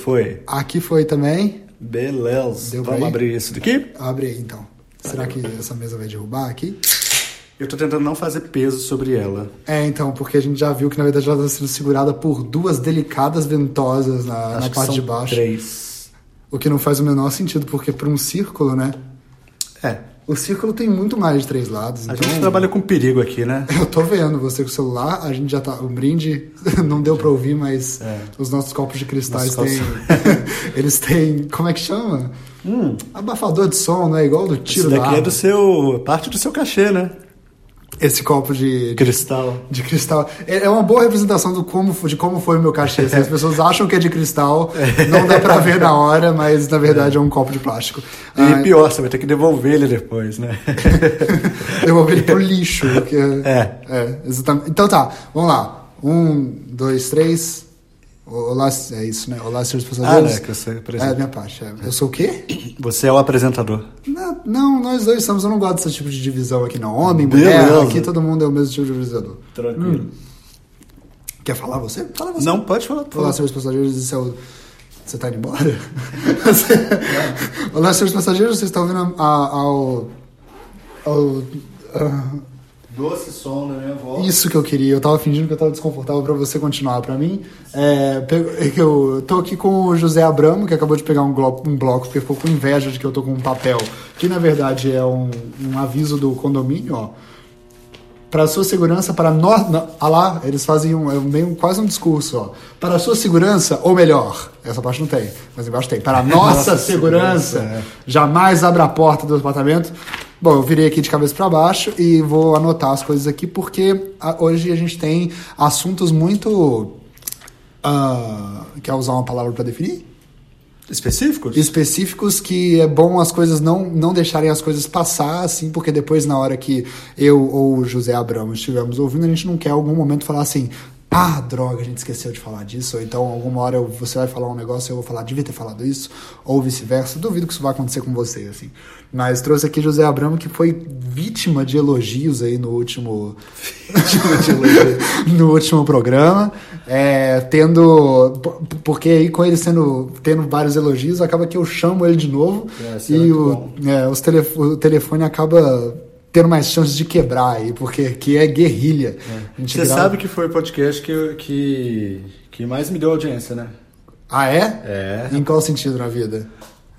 Foi. Aqui foi também. Beleza. Deu pra Vamos ir? abrir isso daqui? Abre aí então. Será que essa mesa vai derrubar aqui? Eu tô tentando não fazer peso sobre ela. É, então, porque a gente já viu que na verdade ela está sendo segurada por duas delicadas ventosas na, na Acho que parte são de baixo. Três. O que não faz o menor sentido, porque para um círculo, né? É. O círculo tem muito mais de três lados. A então... gente trabalha com perigo aqui, né? Eu tô vendo você com o celular, a gente já tá. O brinde não deu pra ouvir, mas os nossos copos de cristais É. Nossos têm. eles têm. Como é que chama? Abafador de som, não é igual do tiro Isso da Hum. daqui é arma. do seu. parte do seu cachê, né? Esse copo de, de, Cristal. de cristal. É é uma boa representação do como, fo- de como foi o meu cachê. assim, As pessoas acham que é de cristal, não dá pra ver na hora, mas na verdade é um copo de plástico. Ah, é. E pior, você vai ter que devolver ele depois, né? Devolver ele pro lixo. porque- É. É, exatamente. Então tá, vamos lá. Um, dois, três. Olá, é isso, né? Olá, senhores passageiros. Ah, né, que você É apresenta. a minha parte. é. Eu sou o quê? Você é o apresentador. Não, não, nós dois somos. Eu não gosto desse tipo de divisão aqui, não. Homem, Beleza. mulher, aqui todo mundo é o mesmo tipo de divisador. Tranquilo. Hum. Quer falar você? Fala você. Não, pode falar. Olá, senhores passageiros, isso é o... Você tá indo embora? Você- Olá, senhores passageiros, vocês estão ouvindo a, a- ao... ao ah, Doce som na minha voz. Isso que eu queria. Eu tava fingindo que eu tava desconfortável pra você continuar. Pra mim, é, pe- é que eu tô aqui com o José Abramo, que acabou de pegar um, glo- um bloco, porque ficou com inveja de que eu tô com um papel, que na verdade é um, um aviso do condomínio, ó. Para sua segurança, para nós. não, Ah lá, eles fazem um, é um meio, quase um discurso, ó. Para sua segurança, ou melhor, essa parte não tem, mas embaixo tem. Para a nossa, Nossa segurança, segurança, jamais abra a porta do apartamento. Bom, eu virei aqui de cabeça para baixo e vou anotar as coisas aqui, porque ah, hoje a gente tem assuntos muito. ah, quer usar uma palavra para definir? Específicos? específicos que é bom as coisas não, não deixarem as coisas passar, assim, porque depois, na hora que eu ou o José Abramo estivermos ouvindo, a gente não quer em algum momento falar assim. Ah, droga, a gente esqueceu de falar disso. Ou então, alguma hora eu- você vai falar um negócio e eu vou falar, devia ter falado isso. Ou vice-versa. Duvido que isso vai acontecer com você, assim. Mas trouxe aqui José Abramo, que foi vítima de elogios aí no último no último programa, é, tendo p- porque aí com ele sendo tendo vários elogios, acaba que eu chamo ele de novo É, isso é e muito o, é, os telef- o telefone acaba tendo mais chances de quebrar aí, porque aqui é guerrilha. A gente Você grava- sabe que foi o podcast que, que, que mais me deu audiência, né? Ah é? É. Em qual sentido na vida?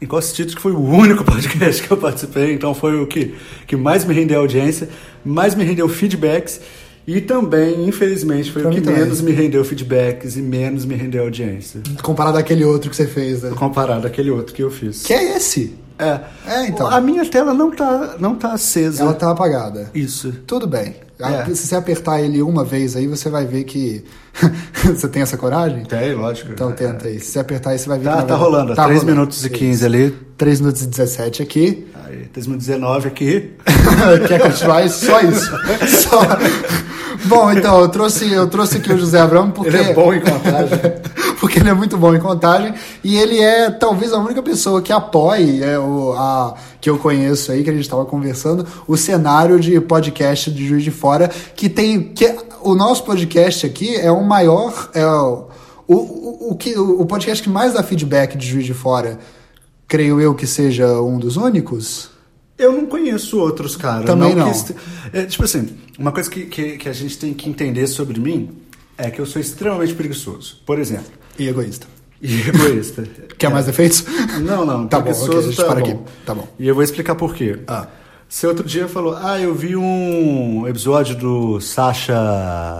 Em qual sentido que foi o único podcast que eu participei, então foi o que, que mais me rendeu audiência, mais me rendeu feedbacks e também, infelizmente, foi Pra o que mim também. menos me rendeu feedbacks e menos me rendeu audiência. Comparado àquele outro que você fez, né? Comparado àquele outro que eu fiz. Que é esse? É. É, então. A minha tela não tá, não tá acesa. Ela tá apagada. Isso. Tudo bem. Ah, É. Se você apertar ele uma vez aí, você vai ver que você tem essa coragem? Tem, lógico. Então tenta aí. Se você apertar aí, você vai ver que Tá, na tá verdade- rolando. ó, 3 rolando. minutos e 15 ali. 3 minutos e 17 aqui. Aí, 3 minutos e 19 aqui. Quer continuar? É Só isso. Só. Bom, então, eu trouxe, eu trouxe aqui o José Abramo porque... Ele é bom em contagem. porque ele é muito bom em contagem e ele é talvez a única pessoa que apoie é, o, a, que eu conheço aí, que a gente estava conversando, o cenário de podcast de Juiz de Fora, que tem. Que, o nosso podcast aqui é o maior. É, o, o, o, que, o podcast que mais dá feedback de Juiz de Fora, creio eu que seja um dos únicos. Eu não conheço outros caras. Também não. que este- é, tipo assim, uma coisa que, que, que a gente tem que entender sobre mim é que eu sou extremamente preguiçoso, por exemplo. E egoísta. E egoísta. É. Quer mais defeitos? Não, não. Tá bom, preguiçoso ok, a gente tá para bom. aqui. Tá bom. E eu vou explicar por quê. Ah. Você outro dia falou, ah, eu vi um episódio do Sasha...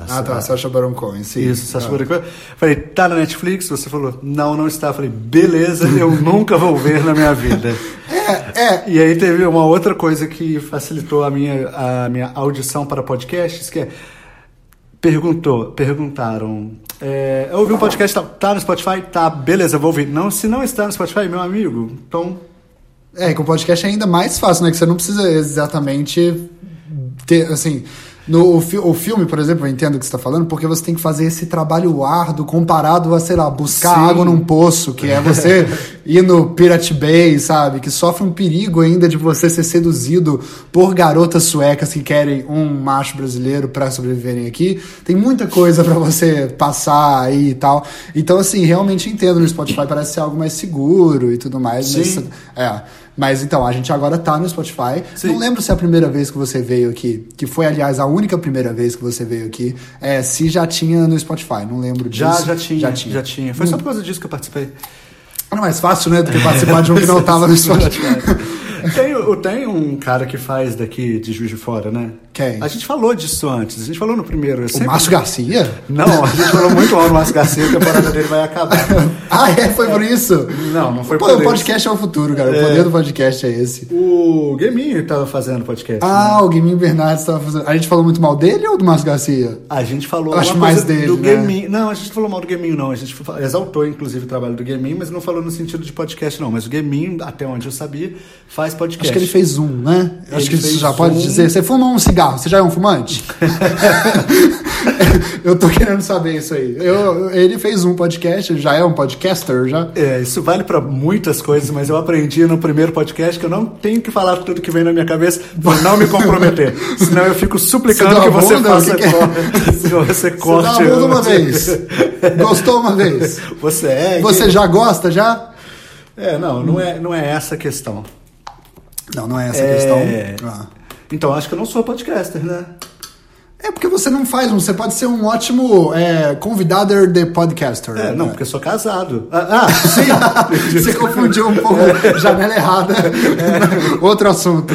Ah, tá. Sacha Baron Cohen, sim. Isso, Ah. Sacha Baron Cohen. Falei, tá na Netflix? Você falou, não, não está. Falei, beleza, eu nunca vou ver na minha vida. É, é. E aí teve uma outra coisa que facilitou a minha, a minha audição para podcasts, que é perguntou, perguntaram. é, eu ouvi um podcast, tá, tá no Spotify? Tá, beleza, vou ouvir. Não, se não está no Spotify, meu amigo, então. É, com podcast é ainda mais fácil, né? Que você não precisa exatamente ter, assim... No, o, fi- o filme, por exemplo, eu entendo o que você está falando, porque você tem que fazer esse trabalho árduo comparado a, sei lá, buscar Sim. água num poço, que é você ir no Pirate Bay, sabe? Que sofre um perigo ainda de você ser seduzido por garotas suecas que querem um macho brasileiro para sobreviverem aqui. Tem muita coisa para você passar aí e tal. Então, assim, realmente entendo. No Spotify parece ser algo mais seguro e tudo mais. Sim. Mas, é. Mas então, a gente agora tá no Spotify. Sim. Não lembro se é a primeira vez que você veio aqui, que foi, aliás, a única primeira vez que você veio aqui, é, se já tinha no Spotify. Não lembro disso. Já, já tinha, Já tinha. Hum, Foi só por causa disso que eu participei. Era mais fácil, né, do que participar de um que não tava no Spotify. é. Tem, o- tem um cara que faz daqui de Juiz de Fora, né? Quem? A gente falou disso antes. A gente falou no primeiro. eu O sempre- Márcio Garcia? Não, a gente falou muito mal do Márcio Garcia. A temporada dele vai acabar. Ah, é? Foi por isso? Não, não foi Pô, por o isso. podcast é o futuro, cara. O poder do podcast é esse. O Gaminho tava fazendo podcast. Ah, o Guiminho Bernardes tava fazendo. A gente falou muito mal dele ou do Márcio Garcia? A gente falou Eu acho alguma coisa mais dele, do né? Gaminho. Não, a gente não falou mal do Gaminho, não. A gente fa- exaltou, inclusive, o trabalho do Gaminho, mas não falou no sentido de podcast, não. Mas o Gaminho, até onde eu sabia, faz podcast. Acho que ele fez um, né? Ele Acho que você fez já pode um. dizer. Você fuma um cigarro, você já é um fumante? eu tô querendo saber isso aí. Eu, ele fez um podcast, ele já é um podcaster, já. É, isso vale pra muitas coisas, mas eu aprendi no primeiro podcast que eu não tenho que falar tudo que vem na minha cabeça pra não me comprometer. Senão eu fico Você suplicando dá que a você bunda? faça O que que é? corte. Que você corte. né? você dá a mão uma vez. Gostou uma vez. Você é. Você já Hum. gosta, já? É, não, não é, não é essa a questão. Não, não é essa É. a questão. Ah. Então acho que eu não sou podcaster, né? É porque você não faz um, você pode ser um ótimo é, convidado de podcaster. É, não, né? porque eu sou casado. Ah, ah, sim! Você confundiu um pouco, janela errada. É. Outro assunto.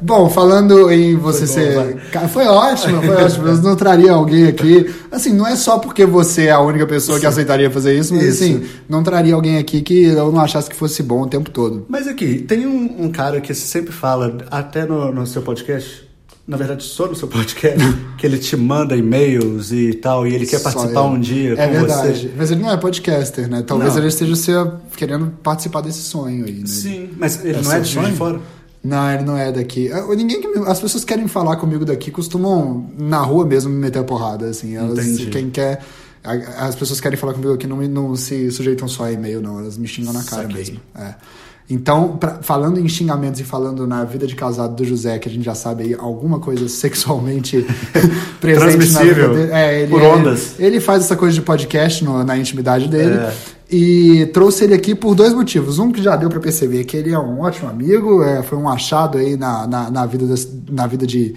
Bom, falando em você É. Foi bom, vai. ser. Cara, Foi ótimo, foi ótimo. Eu não traria alguém aqui. Assim, não é só porque você é a única pessoa que aceitaria fazer isso, mas Isso. assim, não traria alguém aqui que eu não achasse que fosse bom o tempo todo. Mas aqui, tem um, um cara que sempre fala, até no, no seu podcast, na verdade só no seu podcast, que ele te manda e-mails e tal, e ele quer Só participar eu. um dia É com verdade. você. Mas ele não é podcaster, né? Talvez Não. ele esteja se- querendo participar desse sonho aí, né? Sim, mas ele É não é seu de Juiz de sonho? fora? Não, ele não é daqui. Ah, Ninguém que me- As pessoas que querem falar comigo daqui costumam, na rua mesmo, me meter a porrada, assim. Elas, Entendi. quem quer... a- As pessoas que querem falar comigo aqui não, me- não se sujeitam só a e-mail, não. Elas me xingam na cara Saquei. mesmo. É. Então, pra- falando em xingamentos e falando na vida de casado do José, que a gente já sabe aí alguma coisa sexualmente presente na vida Transmissível, dele. É, ele, por ondas. Ele faz essa coisa de podcast no- na intimidade dele. É. E trouxe ele aqui por dois motivos. Um que já deu pra perceber que ele é um ótimo amigo, é, foi um achado aí na, na, na vida, das- na vida de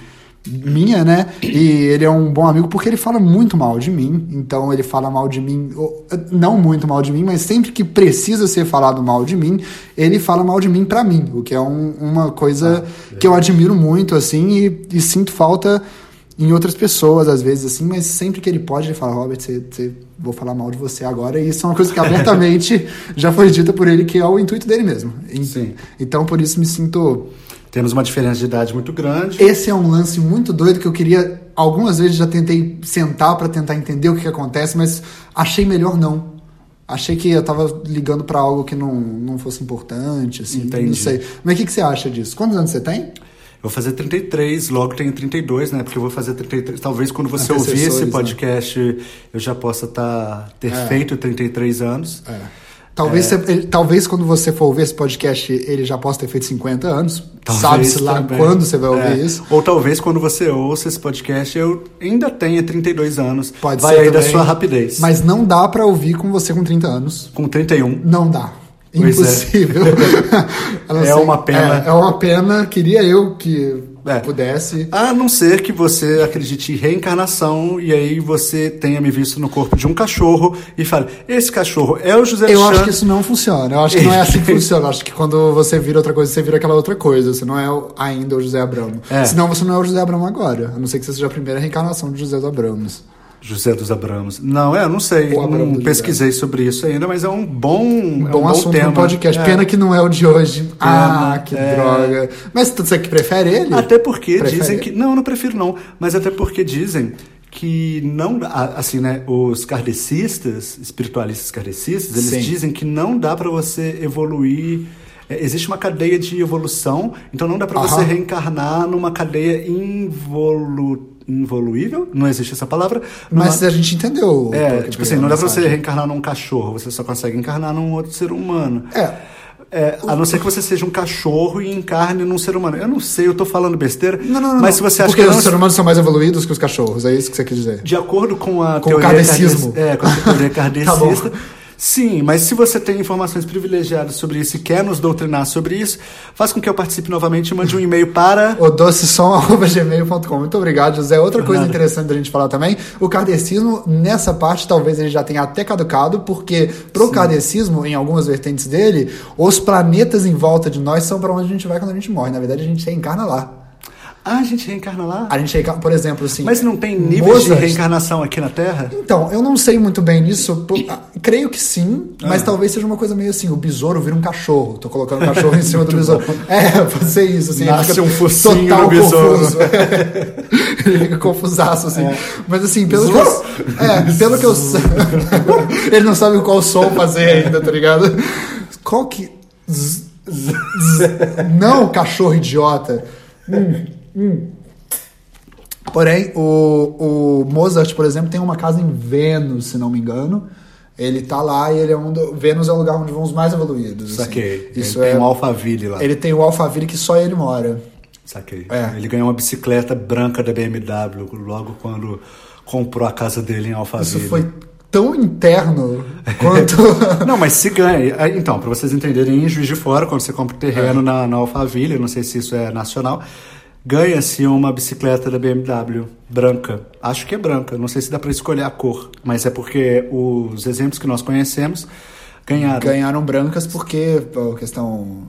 minha, né? E ele é um bom amigo porque ele fala muito mal de mim. Então ele fala mal de mim, ou, eh, não muito mal de mim, mas sempre que precisa ser falado mal de mim, ele fala mal de mim pra mim, o que é um- uma coisa que eu admiro muito, assim, e- e sinto falta em outras pessoas, às vezes, assim, mas sempre que ele pode, ele fala, Robert, você, você- vou falar mal de você agora, e isso é uma coisa que abertamente já foi dita por ele, que é o intuito dele mesmo. E- Sim. Então, por isso, me sinto... Temos uma diferença de idade muito grande. Esse é um lance muito doido que eu queria... Algumas vezes já tentei sentar pra tentar entender o que, que acontece, mas achei melhor não. Achei que eu tava ligando pra algo que não, não fosse importante, assim, não Entendi. sei. Mas o que, que você acha disso? Quantos anos você tem? Eu vou fazer 33, logo tenho 32, né? Porque eu vou fazer 33. Talvez quando você ouvir Antecessores, esse né? podcast, eu já possa tá, ter É. feito 33 anos. Talvez, É. você- ele- talvez quando você for ouvir esse podcast, ele já possa ter feito 50 anos. Talvez Sabe-se lá também. quando você vai ouvir É. isso. Ou talvez quando você ouça esse podcast, eu ainda tenha 32 anos. Pode Vai ser aí da também. sua rapidez. Mas não dá pra ouvir com você com 30 anos. Com 31. Não dá. Pois é. Impossível. A não É ser- uma pena. É, é uma pena. Queria eu que É. pudesse. A não ser que você acredite em reencarnação e aí você tenha me visto no corpo de um cachorro e fale: Esse cachorro é o José Eu Chan. acho que isso não funciona. Eu acho que não é assim que funciona. Eu acho que quando você vira outra coisa, você vira aquela outra coisa. Você não é o- ainda o José Abramo. É. Senão você não é o José Abramo agora. A não ser que você seja a primeira reencarnação de José dos Abramos. José dos Abramos. Não, é, eu não sei. O Abramo Não do pesquisei sobre isso ainda, mas é um bom, é um bom assunto tema. no podcast. É. Pena que não é o de hoje. ah, que é. droga. Mas tu- você que prefere ele? Até porque Prefere? dizem que. Não, eu não prefiro não. Mas até porque dizem que não. a- Assim, né? Os kardecistas, espiritualistas kardecistas, eles Sim. dizem que não dá pra você evoluir. é, existe uma cadeia de evolução, então não dá pra Aham. você reencarnar numa cadeia involu, involuível, não existe essa palavra. Mas numa- a gente entendeu. é, qual que né, tipo foi assim, a não dá pra mensagem. você reencarnar num cachorro, você só consegue encarnar num outro ser humano. É. É, a não ser que você seja um cachorro e encarne num ser humano. Eu não sei, eu tô falando besteira. Não, não, não. Mas não. se você acha Porque é um que não, Tipo- os seres humanos são mais evoluídos que os cachorros, é isso que você quer dizer. de acordo com a Com o teoria kardecismo. karde- É, com a teoria kardecista. Tá Sim, mas se você tem informações privilegiadas sobre isso e quer nos doutrinar sobre isso, faz com que eu participe novamente e mande um e-mail para. O docesom.gmail.com. Muito obrigado, José. Outra coisa nada. interessante da gente falar também, o kardecismo, nessa parte, talvez ele já tenha até caducado, porque pro kardecismo, em algumas vertentes dele, os planetas em volta de nós são para onde a gente vai quando a gente morre. Na verdade, a gente reencarna lá. Ah, a gente reencarna lá? A gente reencarna, por exemplo, assim. Mas não tem níveis de reencarnação aqui na Terra? Então, eu não sei muito bem nisso. pô, ah, Creio que sim, Ah. mas talvez seja uma coisa meio assim: o besouro vira um cachorro. Tô colocando o cachorro em cima do besouro. É, pode ser isso. Assim, Nasce fica um focinho total no besouro. É. confuso. Ele fica confusaço, assim. Mas assim, pelo que eu. É, pelo que eu. Ele não sabe qual som fazer ainda, tá ligado? Qual que. Z- z- z- Não, cachorro idiota. Hum, Porém, o, o Mozart, por exemplo, tem uma casa em Vênus, se não me engano. Ele tá lá e ele é um do... Vênus é o lugar onde vão os mais evoluídos. assim. Saquei. Isso Ele é. Tem um Alphaville lá. Ele tem o Alphaville que só ele mora. Saquei. É. Ele ganhou uma bicicleta branca da BMW logo quando comprou a casa dele em Alphaville. Isso foi tão interno quanto. Não, mas se ganha. É, Então, para vocês entenderem, em Juiz de Fora, quando você compra É. terreno na, na Alphaville, eu não sei se isso é nacional, ganha-se uma bicicleta da BMW branca. Acho que é branca, não sei se dá para escolher a cor, mas é porque os exemplos que nós conhecemos ganharam. Ganharam brancas porque pô, questão.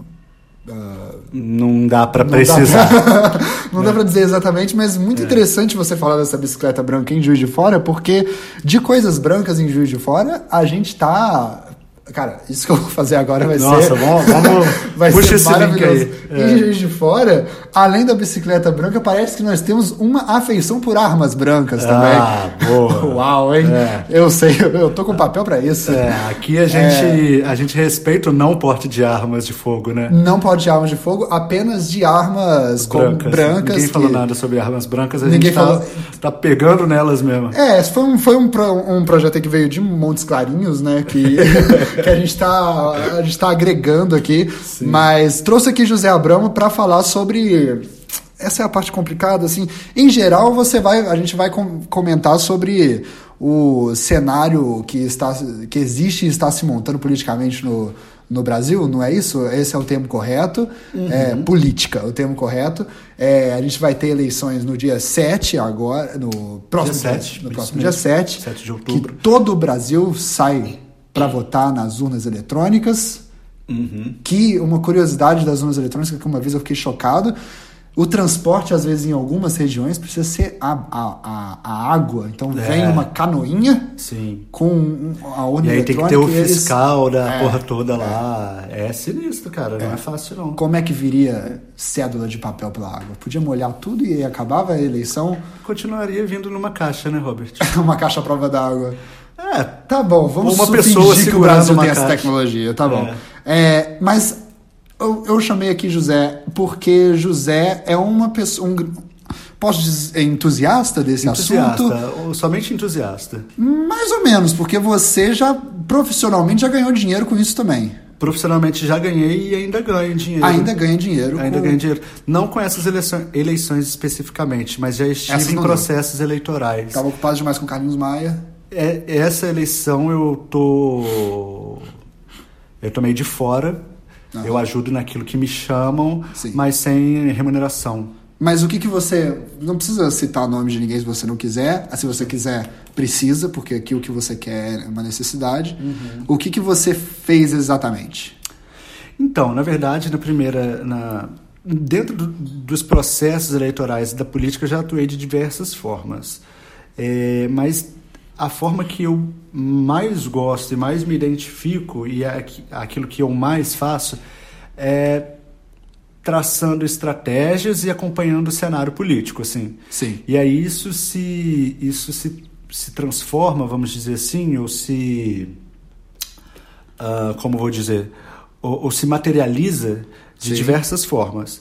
ah, Não dá É. para Não dá pra- precisar. Não dá pra dizer exatamente, mas muito interessante você falar dessa bicicleta branca em Juiz de Fora, porque de coisas brancas em Juiz de Fora, a gente tá. Cara, isso que eu vou fazer agora vai Nossa, ser. vamos- vamos- vai puxa ser esse link maravilhoso. aí. É. Em Juiz de Fora, além da bicicleta branca, parece que nós temos uma afeição por armas brancas também. Ah, boa. Uau, hein? Eu sei, eu tô com papel pra isso. É, aqui a É. gente, a gente respeita o não porte de armas de fogo, né? Não pode de armas de fogo, apenas de armas com- brancas. Ninguém falou que- nada sobre armas brancas, a Ninguém gente tá, falou. tá pegando nelas mesmo. É, esse foi um, foi um, pro- um projeto aí que veio de Montes Clarinhos, né? Que, que a, gente tá, a gente tá agregando aqui. Mas trouxe aqui José Abramo para falar sobre. Essa é a parte complicada, assim. Em geral, você vai, a gente vai com- comentar sobre o cenário que, está, que existe e está se montando politicamente no, no Brasil, não é isso? Esse é o termo correto. É, política, o termo correto. É, a gente vai ter eleições no dia 7 agora, no próximo, Dia 7, no isso próximo dia mesmo. 7, 7 de outubro. que todo o Brasil sai para votar nas urnas eletrônicas. Uhum. Que uma curiosidade das urnas eletrônicas que uma vez eu fiquei chocado. O transporte, às vezes, em algumas regiões, precisa ser a, a, a, a água. É. Então, vem uma canoinha Sim. com um- a urna E aí tem que ter eletrônica. o e eles- fiscal da É, porra toda lá. É sinistro, cara. Não é fácil, não. Como é que viria cédula de papel pela água? Podia molhar tudo e aí acabava a eleição Continuaria vindo numa caixa, né, Robert? uma caixa à prova d'água. É. Tá bom, vamos Uma supingir pessoa que o segurando Brasil uma tem essa caixa. tecnologia, tá bom. É, mas eu, eu chamei aqui José porque José é uma pessoa. Um, gr- posso dizer é entusiasta desse assunto? Entusiasta. ou Somente entusiasta. Mais ou menos, porque você já profissionalmente já ganhou dinheiro com isso também. Profissionalmente já ganhei e ainda ganho dinheiro. Ainda ganha dinheiro. Ainda com- ganho dinheiro. Não com essas eleições, eleições especificamente, mas já Essas estive em não Tá deu. processos eleitorais. Estava ocupado demais com Carlinhos Maia. É, essa eleição eu tô. Eu tô meio de fora. Eu ajudo naquilo que me chamam, Sim. mas sem remuneração. Mas o que que você. Não precisa citar o nome de ninguém se você não quiser. Ah, Se você quiser, precisa, porque aqui o que você quer é uma necessidade. O que que você fez exatamente? Então, na verdade, na primeira. Na... Dentro do- dos processos eleitorais e da política, eu já atuei de diversas formas. É, mas a forma que eu mais gosto e mais me identifico, e é aqu- aquilo que eu mais faço, é traçando estratégias e acompanhando o cenário político. Assim. Sim. E aí isso se isso se, se transforma, vamos dizer assim, ou se ah, como vou dizer, ou, ou se materializa de Sim. diversas formas,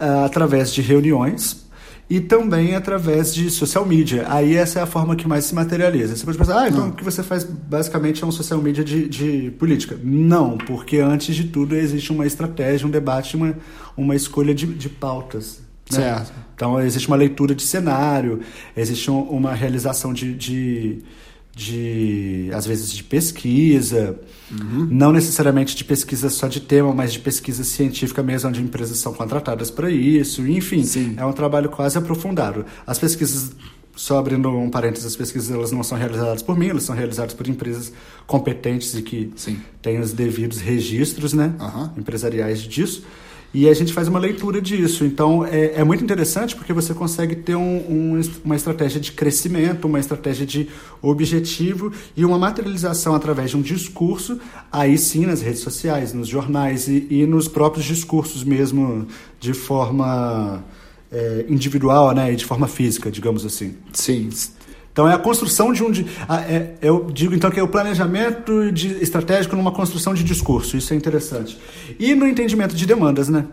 Ah, através de reuniões e e também através de social media. Aí essa é a forma que mais se materializa. Você pode pensar, ah, então o que você faz basicamente é um social media de, de política. Não, porque antes de tudo existe uma estratégia, um debate, uma, uma escolha de, de pautas. né? Certo. Então existe uma leitura de cenário, existe um- uma realização de, de, de, às vezes de pesquisa, Uhum. não necessariamente de pesquisa só de tema, mas de pesquisa científica mesmo, onde empresas são contratadas para isso, enfim, Sim. é um trabalho quase aprofundado. As pesquisas só abrindo um parênteses, as pesquisas elas não são realizadas por mim, elas são realizadas por empresas competentes e que Sim. têm os devidos registros, né? Aham. empresariais disso. E a gente faz uma leitura disso. Então, é, é muito interessante porque você consegue ter um- um est- uma estratégia de crescimento, uma estratégia de objetivo e uma materialização através de um discurso, aí sim nas redes sociais, nos jornais e, e nos próprios discursos mesmo, de forma é, individual né, e de forma física, digamos assim. Sim. Então é a construção de um. di- a- é- eu digo então que é o planejamento de- estratégico numa construção de discurso. Isso é interessante. E no entendimento de demandas, né?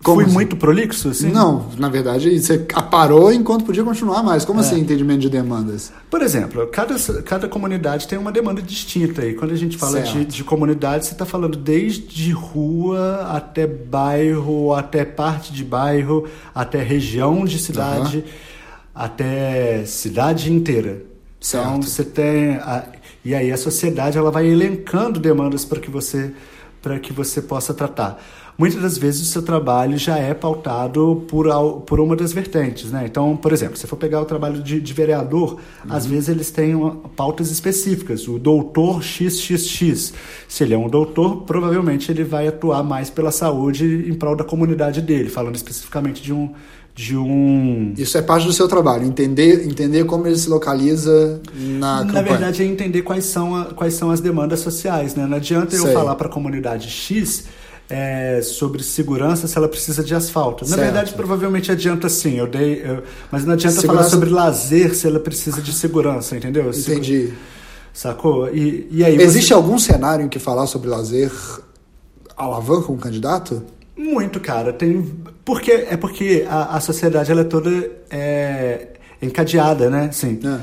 Como Fui assim? muito prolixo, assim? Não, na verdade, você parou enquanto podia continuar mais. Como assim, entendimento de demandas? Por exemplo, cada, cada comunidade tem uma demanda distinta. E quando a gente fala Certo. de, de comunidade, você está falando desde rua até bairro, até parte de bairro, até região de cidade, até cidade inteira. Então Certo. você tem. a- e aí a sociedade ela vai elencando demandas para que você para que você possa tratar. Muitas das vezes o seu trabalho já é pautado por, al- por uma das vertentes, né? Então, por exemplo, se for pegar o trabalho de, de vereador, às vezes eles têm uma- pautas específicas. O doutor XXX, se ele é um doutor, provavelmente ele vai atuar mais pela saúde em prol da comunidade dele, falando especificamente de um de um Isso é parte do seu trabalho, entender, entender como ele se localiza na Na campanha. verdade, é entender quais são, a- quais são as demandas sociais, né? Não adianta eu Sei. falar para a comunidade X é, sobre segurança se ela precisa de asfalto. Na Certo. verdade, provavelmente adianta sim. Eu dei, eu- mas não adianta falar Segurança- sobre lazer se ela precisa de segurança, entendeu? Segu- Entendi. Sacou? E, e aí você- Existe algum cenário em que falar sobre lazer alavanca um candidato? Muito, cara. Tem... Porque, é porque a, a sociedade ela é toda é, encadeada, né? Sim. É.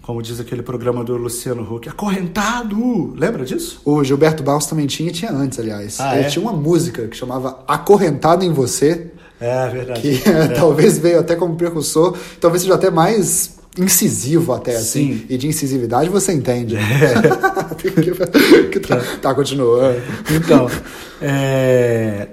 Como diz aquele programa do Luciano Huck, acorrentado! Lembra disso? O Gilberto Barros também tinha, tinha antes, aliás. Ah, ele é? tinha uma música que chamava Acorrentado em Você, É verdade. que talvez veio até como precursor, talvez seja até mais incisivo até, assim. Sim. E de incisividade você entende. Que- que tra- tá, continua. Então, é,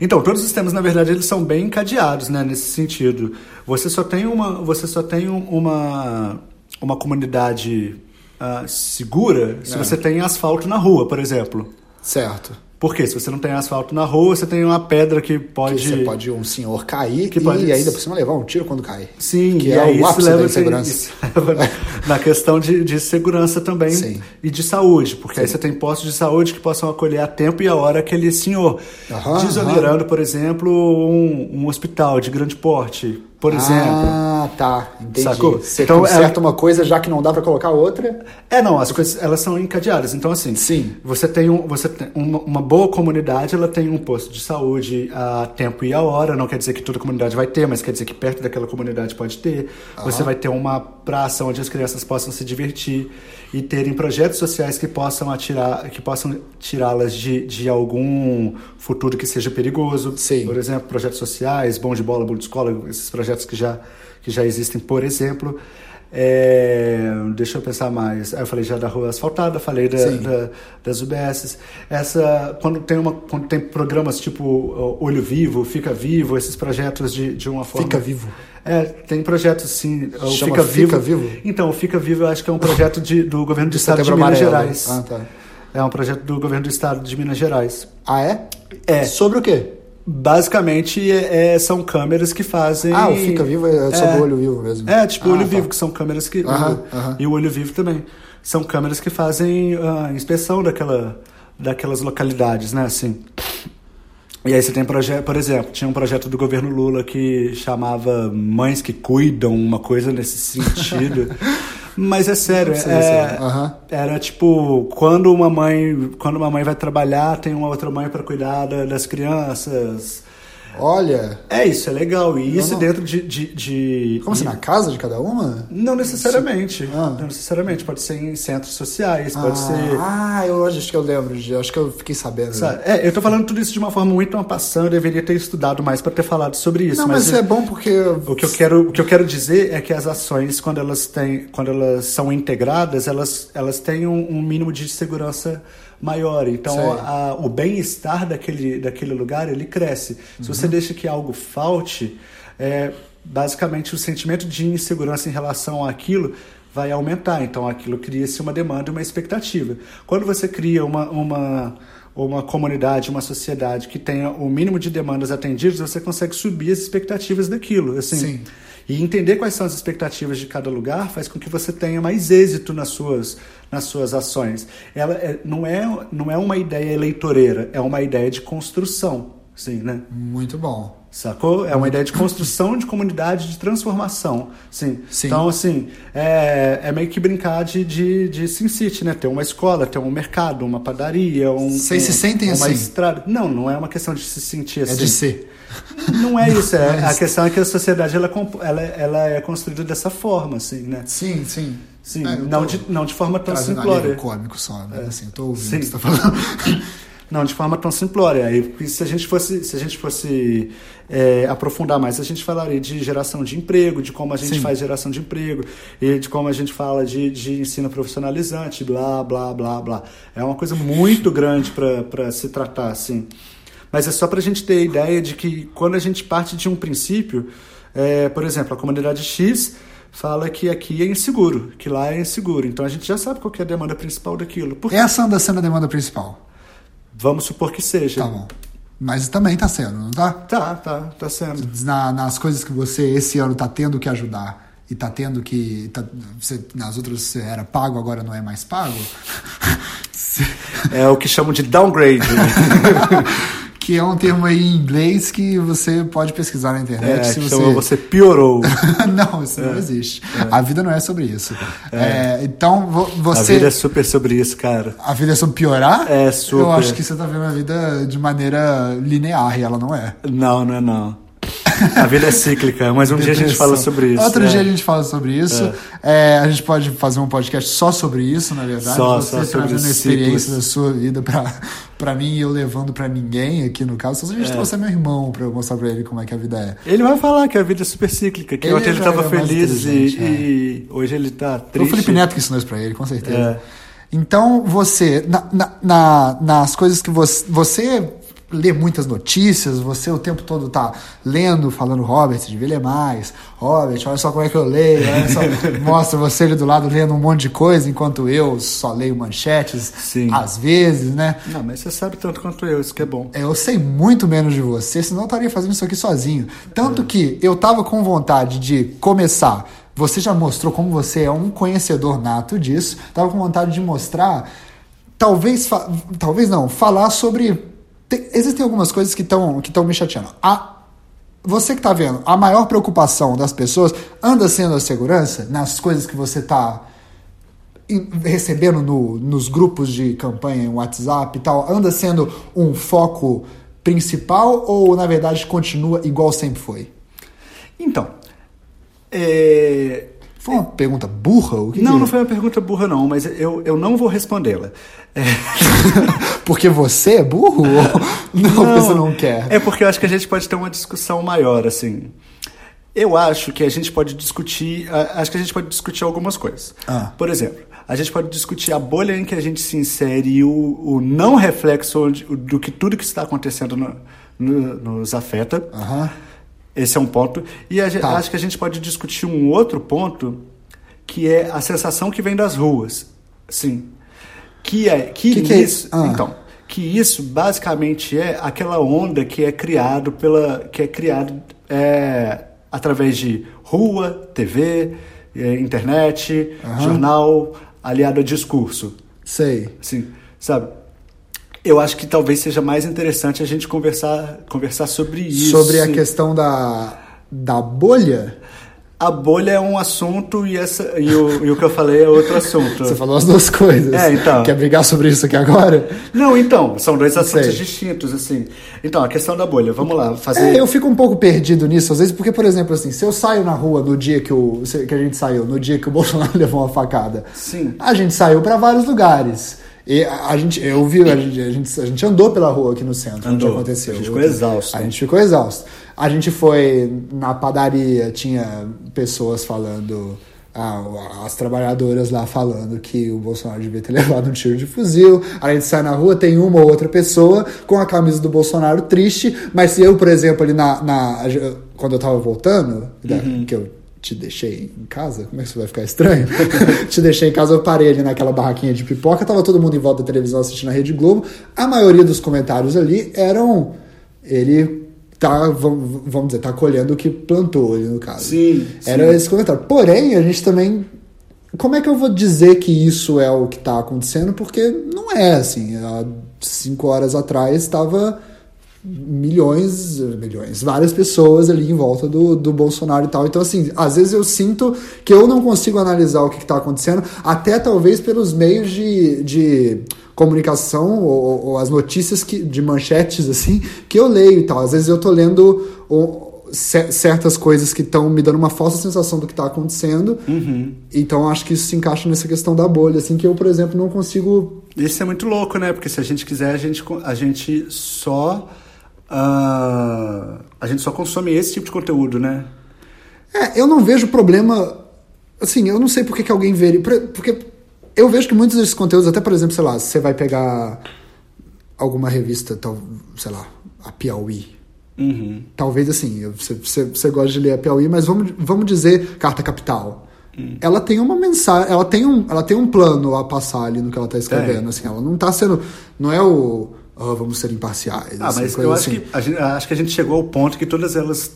então todos os temas na verdade eles são bem encadeados, né? Nesse sentido, você só tem uma, você só tem um- uma uma comunidade ah, segura se É. você tem asfalto na rua, por exemplo. Certo. Por quê? Se você não tem asfalto na rua, você tem uma pedra que Que pode você pode um senhor cair É Que e pode- ainda por cima levar um tiro quando cai. Sim, que e é aí o isso ápice leva da isso- insegurança. isso leva na- na questão de, de segurança também Sim. e de saúde, porque aí você tem postos de saúde que possam acolher a tempo e a hora aquele senhor. Aham, desonerando, por exemplo, um, um hospital de grande porte, por exemplo. Ah, tá. Entendi. Sacou? Você Então, conserta é- uma coisa já que não dá pra colocar outra. É, não, as coisas elas são encadeadas. Então, assim, Sim. você tem, um, você tem uma, uma boa comunidade, ela tem um posto de saúde a tempo e a hora. Não quer dizer que toda comunidade vai ter, mas quer dizer que perto daquela comunidade pode ter. Você vai ter uma praça onde as crianças possam se divertir e terem projetos sociais que possam atirar, que possam tirá-las de, de algum futuro que seja perigoso. Sim. Por exemplo, projetos sociais, bom de bola, bom de escola, esses projetos que já, que já existem, por exemplo. É, deixa eu pensar mais. Aí Eu falei já da rua asfaltada, falei da, Sim. da- das UBSs. Essa, quando, tem uma, quando tem programas tipo ó, Olho Vivo, Fica Vivo, esses projetos de, de uma forma. Fica Vivo? É, tem projetos sim. O Chama Fica, Fica Vivo. Vivo? Então, o Fica Vivo eu acho que é um projeto de- do governo do estado de Setembro Minas Amarelo. Gerais. Ah, tá. É um projeto do governo do estado de Minas Gerais. Ah, é? É. Sobre o quê? Basicamente, é- é- são câmeras que fazem. Ah, o Fica Vivo é sobre o olho vivo mesmo. É, tipo o Ah, olho tá. vivo, que são câmeras que. Aham, aham. E o olho vivo também. São câmeras que fazem a inspeção daquela, daquelas localidades, né? Assim. E aí você tem projeto, por exemplo, tinha um projeto do governo Lula que chamava Mães que Cuidam, uma coisa nesse sentido. Mas é sério, Sim, é, sim. Aham. era tipo, quando uma mãe, quando uma mãe vai trabalhar, tem uma outra mãe para cuidar da- das crianças. Olha. É isso, é legal. E isso não. dentro de. de, de- Como assim, na casa de cada uma? Não necessariamente. Ah. Não necessariamente. Pode ser em centros sociais, pode ser. Ah, ah, eu acho que eu lembro, de- acho que eu fiquei sabendo. Sabe? É, eu tô falando tudo isso de uma forma muito uma passando, eu deveria ter estudado mais pra ter falado sobre isso. Não, mas isso é bom porque. O que, eu quero, o que eu quero dizer é que as ações, quando elas, têm, quando elas são integradas, elas, elas têm um, um mínimo de segurança maior. Então, Sei. a- o bem-estar daquele, daquele lugar, ele cresce. Se você deixa que algo falte, é, basicamente o sentimento de insegurança em relação àquilo vai aumentar. Então, aquilo cria-se uma demanda e uma expectativa. Quando você cria uma... uma uma comunidade, uma sociedade que tenha o mínimo de demandas atendidas, você consegue subir as expectativas daquilo. Assim, Sim. E entender quais são as expectativas de cada lugar faz com que você tenha mais êxito nas suas, nas suas ações. Ela é- não, é, não é uma ideia eleitoreira, é uma ideia de construção. Sim, né? Muito bom. Sacou? É uma ideia de construção de comunidade, de transformação. Sim. Sim. Então, assim, é, é meio que brincar de, de, de Sin City, né? Ter uma escola, ter um mercado, uma padaria, um. Vocês se um- sentem uma assim? estrada. Não, não é uma questão de se sentir assim. É de ser. Não é isso. É, a questão é que a sociedade ela, comp- ela, ela é construída dessa forma, assim, né? Sim, sim. Sim, É, eu não, tô de, não de forma tão Trazendo simplória. alívio cômico só, né? Assim, tô ouvindo É. Sim. o que você tá falando. Não, de forma tão simplória. E se a gente fosse, se a gente fosse é, aprofundar mais, a gente falaria de geração de emprego, de como a gente Sim. faz geração de emprego, e de como a gente fala de, de ensino profissionalizante, blá, blá, blá, blá. É uma coisa muito grande para se tratar, assim. Mas é só para a gente ter a ideia de que quando a gente parte de um princípio, é, por exemplo, a comunidade X fala que aqui é inseguro, que lá é inseguro. Então a gente já sabe qual que é a demanda principal daquilo. Por... Essa anda sendo a demanda principal. Vamos supor que seja. Tá bom. Mas também tá sendo, não tá? Tá, tá, tá sendo. Na- nas coisas que você esse ano tá tendo que ajudar e tá tendo que. tá- você- nas outras você era pago, agora não é mais pago. É o que chamam de downgrade. né? que é um termo aí em inglês que você pode pesquisar na É, internet se que você. chama você É, piorou. não, isso não existe. A vida não é sobre isso. É, então vo- A você. vida é super sobre isso, cara. A vida é sobre piorar? É, super. Eu acho que você tá vendo a vida de maneira linear e ela não é. Não, não é não. A vida é cíclica, mas um dia a gente Depressão. fala sobre isso. Outro né? dia a gente fala sobre isso. É, a gente pode fazer um podcast só sobre isso, na verdade. Só- Você só sobre trazendo a ciclos. experiência da sua vida pra, pra mim e eu levando pra ninguém aqui no caso. Só se a É. gente trouxer meu irmão pra eu mostrar pra ele como é que a vida é. Ele vai falar que a vida é super cíclica, que Ele ontem ele já tava era mais feliz e, inteligente, é. e hoje ele tá Foi o triste. Felipe Neto que ensinou isso pra ele, com certeza. É. Então, você, na- na- na- nas coisas que você. Você lê muitas notícias, você o tempo todo tá lendo, falando, Robert, você devia ler mais. Robert, olha só como é que eu leio, olha só. Mostra você ali do lado lendo um monte de coisa, enquanto eu só leio manchetes, Sim. às vezes, né? Não, mas você sabe tanto quanto eu, isso que é bom. Eu sei muito menos de você, senão eu estaria fazendo isso aqui sozinho. Tanto que eu tava com vontade de começar. Você já mostrou como você é um conhecedor nato disso. Tava com vontade de mostrar. Talvez. fa- Talvez não. Falar sobre. te- existem algumas coisas que estão que tão me chateando. A, você que tá vendo, a maior preocupação das pessoas anda sendo a segurança nas coisas que você tá em- recebendo no- nos grupos de campanha, em WhatsApp e tal, anda sendo um foco principal ou na verdade continua igual sempre foi? Então, é, Foi uma pergunta burra? O que não, que- não foi uma pergunta burra não, mas eu, eu não vou respondê-la. É, Porque você é burro? ou não, porque você não quer? É porque eu acho que a gente pode ter uma discussão maior, assim. Eu acho que a gente pode discutir. a- Acho que a gente pode discutir algumas coisas. Ah. Por exemplo, a gente pode discutir a bolha em que a gente se insere e o, o não reflexo onde- do que tudo que está acontecendo no- no- nos afeta. Aham. Esse é um ponto. E a ge- Tá. acho que a gente pode discutir um outro ponto, que é a sensação que vem das ruas. Sim. Que é que, Que que é isso? isso? Ah. Então, que isso basicamente é aquela onda que é criado pela que é criado é, através de rua, TV, é, internet, jornal, aliado a discurso. Sei. Assim, sabe? Eu acho que talvez seja mais interessante a gente conversar conversar sobre isso. Sobre a questão da, da bolha? a bolha é um assunto e, essa, e, o, e o que eu falei é outro assunto. Você falou as duas coisas. É, então. Quer brigar sobre isso aqui agora? Não, então, são dois assuntos Sei. distintos, assim. Então, a questão da bolha, vamos lá, fazer. É, eu fico um pouco perdido nisso, às vezes, porque, por exemplo, assim, se eu saio na rua no dia que, o, se- que a gente saiu, no dia que o Bolsonaro levou uma facada, Sim. a gente saiu pra vários lugares. E a, a gente, eu vi, a gente, a, gente, a gente andou pela rua aqui no centro, onde Andou. aconteceu. A gente ficou exausto. né? A gente ficou exausto. A gente foi na padaria, tinha pessoas falando. ah, As trabalhadoras lá falando que o Bolsonaro devia ter levado um tiro de fuzil. A gente sai na rua, tem uma ou outra pessoa com a camisa do Bolsonaro triste. Mas se eu, por exemplo, ali na. na- quando eu tava voltando, da- que eu te deixei em casa? Como é que isso vai ficar estranho? te deixei em casa, eu parei ali naquela barraquinha de pipoca, tava todo mundo em volta da televisão assistindo a Rede Globo. A maioria dos comentários ali eram. Ele tá, vam- vamos dizer, tá colhendo o que plantou ali no caso. Sim, Era esse comentário. Porém, a gente também. Como é que eu vou dizer que isso é o que tá acontecendo? Porque não é assim. Há cinco horas atrás estava milhões, milhões, várias pessoas ali em volta do, do Bolsonaro e tal. Então, assim, às vezes eu sinto que eu não consigo analisar o que está acontecendo, até talvez pelos meios de, de comunicação ou, ou- ou as notícias que, de manchetes, assim, que eu leio e tal. Às vezes eu tô lendo o- cer- certas coisas que estão me dando uma falsa sensação do que está acontecendo. Então, acho que isso se encaixa nessa questão da bolha, assim, que eu, por exemplo, não consigo... Isso é muito louco, né? Porque se a gente quiser, a gente, co- a gente só. ah, a gente só consome esse tipo de conteúdo, né? É, eu não vejo problema. Assim, eu não sei por que, que alguém veria. por- Porque eu vejo que muitos desses conteúdos, até por exemplo, sei lá, você vai pegar alguma revista, tal, sei lá, a Piauí. Uhum. Talvez assim, eu- você- você você gosta de ler a Piauí, mas vamos, vamos dizer Carta Capital. Ela tem uma mensagem, ela tem, um, ela tem um plano a passar ali no que ela tá É. escrevendo. Assim, ela não tá sendo. Não é o. "Ah, vamos ser imparciais. Ah, assim, mas coisa eu acho, assim. que a gente, acho que a gente chegou ao ponto que todas elas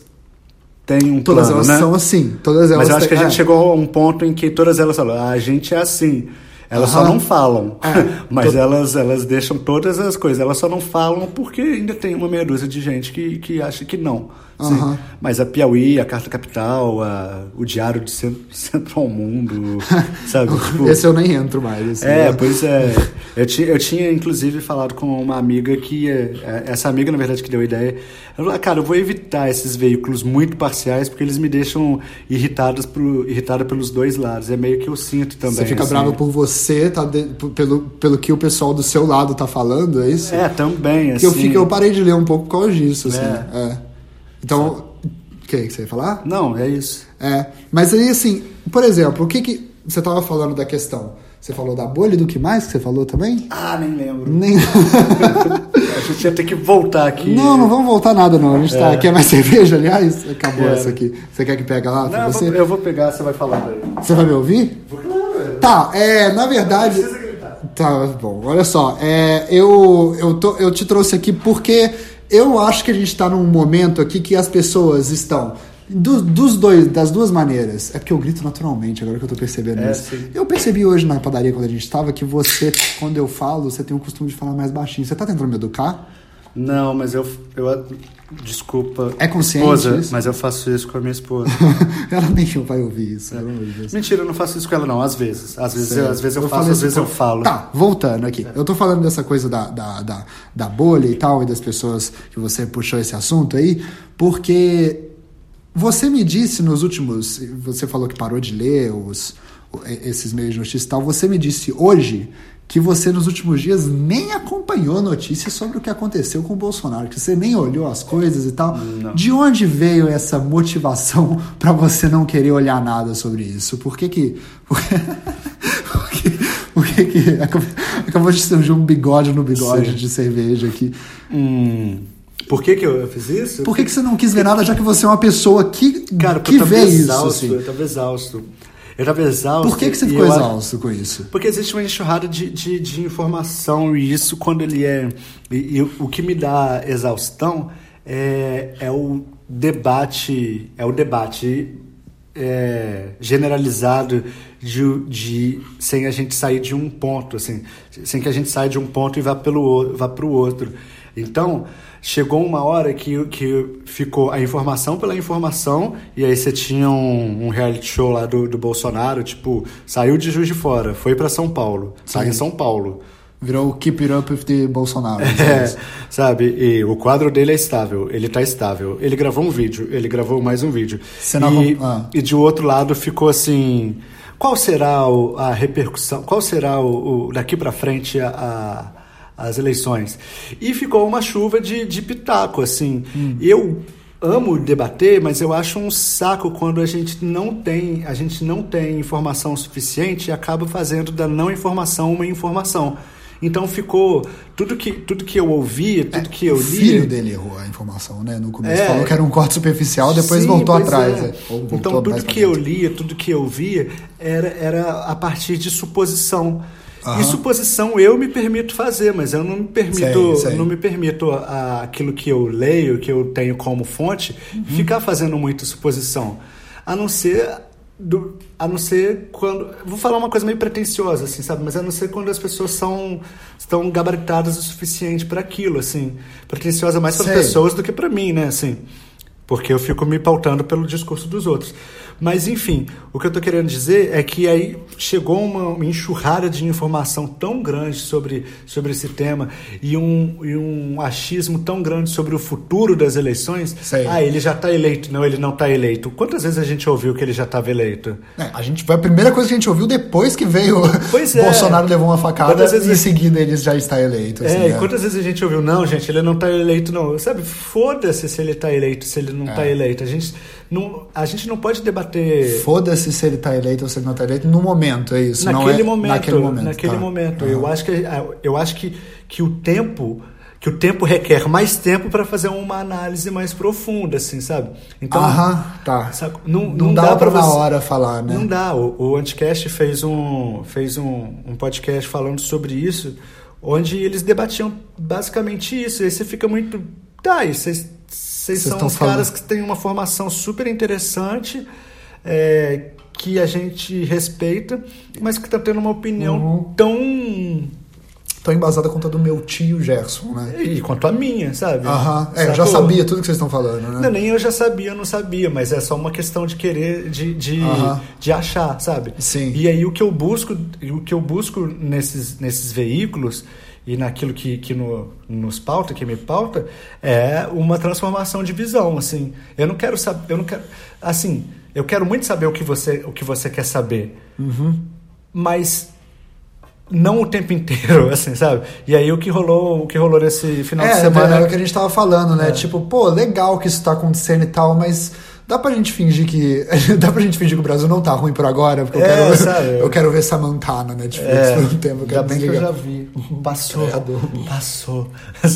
têm um Todas plano, elas né? são assim. Todas elas Mas eu acho que têm- a gente é. chegou a um ponto em que todas elas falam, "Ah, a gente é assim. Elas só Aham. não falam. É. Mas elas, elas deixam todas as coisas. Elas só não falam porque ainda tem uma meia dúzia de gente que, que acha que não. Sim. Aham. Mas a Piauí, a Carta Capital, a- o Diário de Centro, Centro ao Mundo, sabe? Tipo, Esse é eu nem entro mais. assim, é, né? pois é. Eu, ti, eu tinha, inclusive, falado com uma amiga que. é, é, Essa amiga, na verdade, que deu a ideia. Ela falou, "Ah, cara, eu vou evitar esses veículos muito parciais, porque eles me deixam irritados pro, irritada pelos dois lados. É meio que eu sinto também. Você fica assim. bravo por você, tá de- p- pelo, pelo que o pessoal do seu lado tá falando, é isso? É, também, que assim. eu, fico, eu parei de ler um pouco por causa disso, assim. É. é. Então, o que, que você ia falar? Não, é isso. É, mas aí, assim, por exemplo, o que que você tava falando da questão? Você falou da bolha e do que mais que você falou também? Ah, nem lembro. Nem... A gente ia ter que voltar aqui. Não, não vamos voltar nada, não. A gente tá aqui, é mais cerveja, aliás. Acabou É. essa aqui. Você quer que pegue lá pra Não, eu você? vou, eu vou pegar, você vai falar daí. Você vai me ouvir? Tá, é, na verdade. Tá bom, olha só. É, eu, eu, tô, eu te trouxe aqui porque eu acho que a gente tá num momento aqui que as pessoas estão. do- dos dois, das duas maneiras. É porque eu grito naturalmente, agora que eu tô percebendo É, isso. sim. Eu percebi hoje na padaria quando a gente tava que você, quando eu falo, você tem o costume de falar mais baixinho. Você tá tentando me educar? Não, mas eu. eu desculpa. É consciente Esposa, isso? mas eu faço isso com a minha esposa. Ela nem vai ouvir É. isso, pelo amor de Deus. Mentira, eu não faço isso com ela, não. Às vezes. Às vezes, eu, às vezes eu, faço, falei às vezes isso eu falo. Tá, voltando aqui. Eu tô falando dessa coisa da, da, da, da bolha e tal, e das pessoas que você puxou esse assunto aí, porque você me disse nos últimos. Você falou que parou de ler os, o- e- esses meios de notícia e tal. Você me disse hoje que você nos últimos dias nem acompanhou notícias sobre o que aconteceu com o Bolsonaro, que você nem olhou as coisas e tal. De onde veio essa motivação pra você não querer olhar nada sobre isso? Por que que. por que- por que- por que que. Acabou, acabou de surgir um bigode no bigode Sim. de cerveja aqui. Hum, por que, que eu fiz isso? Por que, que você não quis ver nada, já que você é uma pessoa que, Cara, porque que eu tava vê isso? exausto, assim? eu tava exausto. Eu tava exausto. Por que, que você e ficou eu acho- exausto com isso? Porque existe uma enxurrada de, de, de informação e isso quando ele é. E, e o que me dá exaustão é, é o debate. É o debate é, generalizado de, de sem a gente sair de um ponto, assim, sem que a gente saia de um ponto e vá pelo vá para o outro. Então chegou uma hora que que ficou a informação pela informação e aí você tinha um, um reality show lá do, do Bolsonaro, tipo saiu de Juiz de Fora, foi para São Paulo, sai em São Paulo. Virou o Keep It Up with the Bolsonaro. É, sabe? E o quadro dele é estável, ele tá estável. Ele gravou um vídeo, ele gravou mais um vídeo. Você não- E, ah. e de outro lado ficou assim: qual será o- a repercussão, qual será o, o- daqui pra frente a- a- as eleições? E ficou uma chuva de, de pitaco, assim. Eu amo debater, mas eu acho um saco quando a gente não tem, a gente não tem informação suficiente e acaba fazendo da não informação uma informação. Então ficou tudo que tudo que eu ouvia, tudo que eu o li, filho dele errou a informação, né? No começo É. falou que era um corte superficial, depois Sim, voltou pois atrás. é. é. Ou voltou Então, tudo mais pra que eu frente. lia, tudo que eu via, era, era a partir de suposição. Aham. E suposição eu me permito fazer, mas eu não me permito, Sei, sei. não me permito a- aquilo que eu leio, que eu tenho como fonte, Uhum. ficar fazendo muita suposição. A não ser do, a não ser quando vou falar uma coisa meio pretensiosa assim, sabe, mas a não ser quando as pessoas são estão gabaritadas o suficiente para aquilo, assim. Pretensiosa mais para Sei. pessoas do que para mim, né, assim. Porque eu fico me pautando pelo discurso dos outros. Mas, enfim, o que eu tô querendo dizer é que aí chegou uma, uma enxurrada de informação tão grande sobre, sobre esse tema e um, e um achismo tão grande sobre o futuro das eleições. Sei. Ah, ele já tá eleito. Não, ele não tá eleito. Quantas vezes a gente ouviu que ele já estava eleito? É, a gente foi a primeira coisa que a gente ouviu depois que veio Pois é. Bolsonaro levou uma facada Quantas vezes e em a- seguida ele já está eleito. assim, É, e né? quantas vezes a gente ouviu, não, gente, ele não tá eleito, não. Sabe, foda-se se ele tá eleito, se ele não tá eleito. A gente não, a gente não pode debater Foda-se se ele está eleito ou se ele não está eleito no momento, é isso. não naquele, é, momento, naquele momento. naquele tá. momento. Eu acho que ah, eu acho que, que o tempo que o tempo requer mais tempo para fazer uma análise mais profunda, assim, sabe? Então, Aham, tá. saco, não, Não, não dá, dá, para pra na você hora falar, né? não dá. O, o Anticast fez, um, fez um, um podcast falando sobre isso, onde eles debatiam basicamente isso. E aí você fica muito. Tá, e vocês vocês são tão os caras que têm uma formação super interessante, é, que a gente respeita, mas que tá tendo uma opinião Uhum. tão. Tô embasada contra a do meu tio Gerson, né? E quanto a minha, sabe? Aham, é, eu Sacou? já sabia tudo que vocês estão falando, né? Não, nem eu já sabia, eu não sabia, mas é só uma questão de querer, de, de, Aham. de achar, sabe? Sim. E aí o que eu busco, o que eu busco nesses, nesses veículos e naquilo que, que no- nos pauta, que me pauta, é uma transformação de visão, assim. Eu não quero saber, eu não quero, assim, eu quero muito saber o que você, o que você quer saber, Uhum. mas não o tempo inteiro, assim, sabe? E aí o que rolou, o que rolou nesse final É, de semana... semana era o que a gente tava falando, É. né? Tipo, pô, legal que isso tá acontecendo e tal, mas dá pra gente fingir que. dá pra gente fingir que o Brasil não tá ruim por agora, porque eu, É, quero... sabe? eu quero ver Samantha na Netflix por um tempo. Eu É, Ainda quero bem que eu desligar. já vi. Passou. Passou.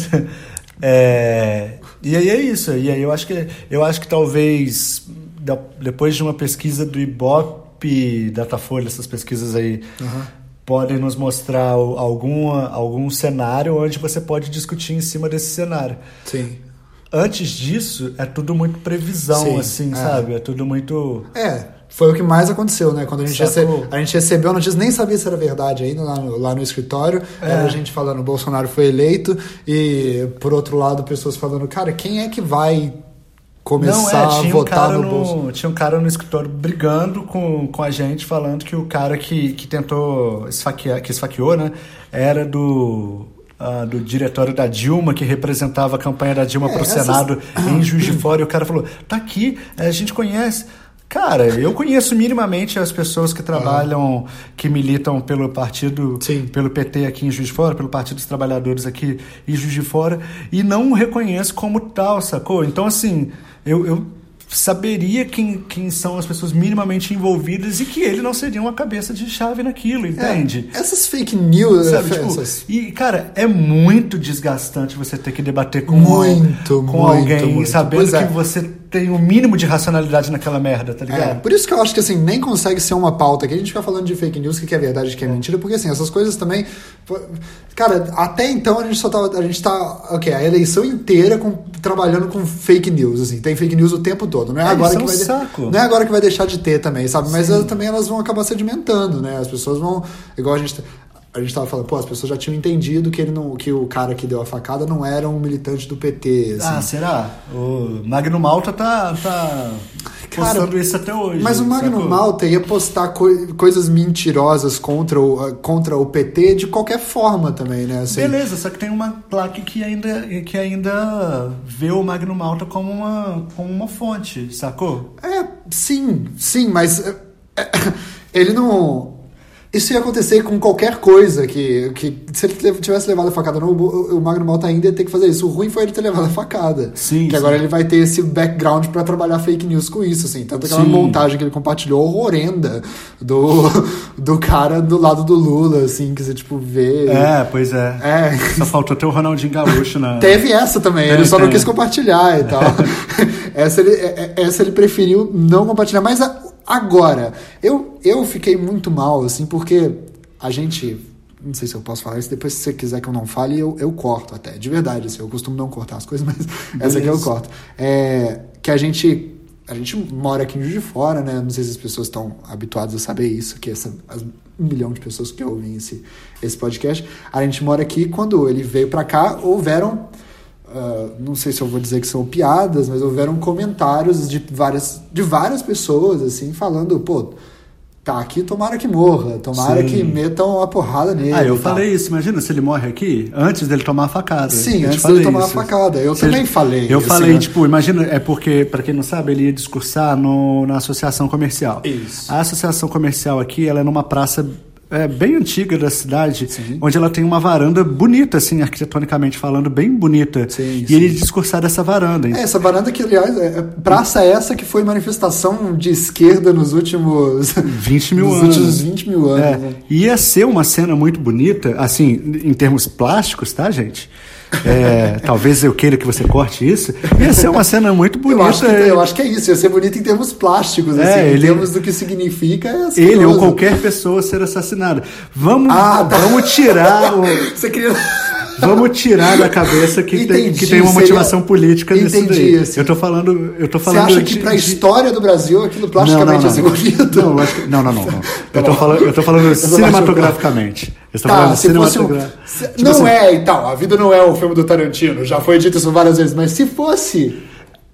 É, e aí é isso. E aí eu acho que, eu acho que talvez, da- depois de uma pesquisa do Ibope, Datafolha, essas pesquisas aí, podem nos mostrar o- alguma, algum cenário onde você pode discutir em cima desse cenário. Sim. Antes disso, é tudo muito previsão, Sim, assim, é. sabe? É tudo muito. É, foi o que mais aconteceu, né? Quando a gente, recebe, Sacou? a gente recebeu a notícia, nem sabia se era verdade ainda lá no, lá no escritório. É. Era a gente falando, Bolsonaro foi eleito, e por outro lado, pessoas falando, cara, quem é que vai começar Não, é, a tinha um votar cara no Bolsonaro? Tinha um cara no escritório brigando com, com a gente, falando que o cara que, que tentou esfaquear, que esfaqueou, né, era do. ah, do diretório da Dilma, que representava a campanha da Dilma É, pro essas- Senado em Juiz de Fora, e o cara falou: tá aqui, a gente conhece. Cara, eu conheço minimamente as pessoas que trabalham, que militam pelo partido, Sim. pelo PT aqui em Juiz de Fora, pelo Partido dos Trabalhadores aqui em Juiz de Fora, e não o reconheço como tal, sacou? Então, assim, eu, eu saberia quem, quem são as pessoas minimamente envolvidas e que ele não seria uma cabeça de chave naquilo, entende? Essas fake news, Sabe, tipo, É, essas... e, cara, é muito desgastante você ter que debater com, Muito, com muito, alguém muito. sabendo Pois que é. você tem o mínimo de racionalidade naquela merda, tá ligado? É, por isso que eu acho que assim, nem consegue ser uma pauta que a gente fica falando de fake news, o que que é verdade, o que é mentira, porque assim, essas coisas também. Cara, até então a gente só tava. A gente tá. Ok, a eleição inteira com- trabalhando com fake news, assim. Tem fake news o tempo todo. Não é, É, isso agora é que um vai. de- saco. Não é agora que vai deixar de ter também, sabe? Mas elas, também elas vão acabar sedimentando, né? As pessoas vão. Igual a gente. A gente tava falando, pô, as pessoas já tinham entendido que ele não, que o cara que deu a facada não era um militante do PT, assim. Ah, será? O Magno Malta tá, tá Cara, postando isso até hoje. Mas o Magno sacou? Malta ia postar coi- coisas mentirosas contra o, ah, contra o PT de qualquer forma também, né? Assim, Beleza, só que tem uma placa que ainda, que ainda vê o Magno Malta como uma, como uma fonte, sacou? É, sim, sim, mas é, é, ele não. Isso ia acontecer com qualquer coisa que, que se ele lev- tivesse levado a facada, não, o o Magno Malta ainda ia ter que fazer isso. O ruim foi ele ter levado a facada. Sim, Que sim. agora ele vai ter esse background pra trabalhar fake news com isso, assim. Tanto aquela Sim. montagem que ele compartilhou horrenda do, do cara do lado do Lula, assim, que você, tipo, vê. É, pois é. É. Só faltou ter o Ronaldinho Gaúcho na. Teve essa também, ele Teve, só não teve. quis compartilhar e tal. essa, ele, é- é- essa ele preferiu não compartilhar. Mas a- agora, eu, eu fiquei muito mal, assim, porque a gente. Não sei se eu posso falar isso, depois se você quiser que eu não fale, eu, eu corto até. De verdade, assim, eu costumo não cortar as coisas, mas essa aqui eu Beleza. corto. É, que a gente. A gente mora aqui em Juiz de Fora, né? Não sei se as pessoas estão habituadas a saber isso, que essa, as- um milhão de pessoas que ouvem esse, esse podcast. A gente mora aqui, quando ele veio pra cá, houveram. ah, não sei se eu vou dizer que são piadas, mas houveram comentários de várias, de várias pessoas, assim, falando, pô, tá aqui, tomara que morra, tomara Sim. que metam a porrada nele. Ah, eu e tal." falei isso, imagina se ele morre aqui, antes dele tomar a facada. Sim, Eu te antes falei dele tomar a isso. facada. Eu também falei, Eu assim, falei, né? tipo, imagina, é porque, pra quem não sabe, ele ia discursar no, na associação comercial. Isso. A associação comercial aqui, ela é numa praça é, bem antiga da cidade, Sim. onde ela tem uma varanda bonita, assim, arquitetonicamente falando, bem bonita. Sim, e sim. ele ia discursar dessa varanda. É, essa varanda que, aliás, é é praça essa que foi manifestação de esquerda nos últimos 20 mil nos anos. últimos 20 mil anos. É, né? ia ser uma cena muito bonita, assim, em termos plásticos, tá, gente? É, talvez eu queira que você corte isso. Ia ser uma cena muito Eu, bonita. acho que, eu acho que é isso, ia ser bonito em termos plásticos, É, assim, em ele- termos do que significa. É asqueroso. Ele ou qualquer pessoa ser assassinada. Vamos, Ah, tá. vamos tirar o, Você queria. vamos tirar da cabeça que, tem, Entendi, que tem uma seria- motivação política nisso Entendi, daí. assim. Eu tô falando, eu tô Você falando acha de- que pra de- história do Brasil aquilo plasticamente é Tá desenvolvido? Não, lógico que- não, não, não. não. eu, tô falando, eu tô falando machucando. cinematograficamente. Eu tô Tá, falando se fosse um... cinematogra- se- Tipo não assim, é e tal, a vida não é um filme do Tarantino, já foi dito isso várias vezes, mas se fosse,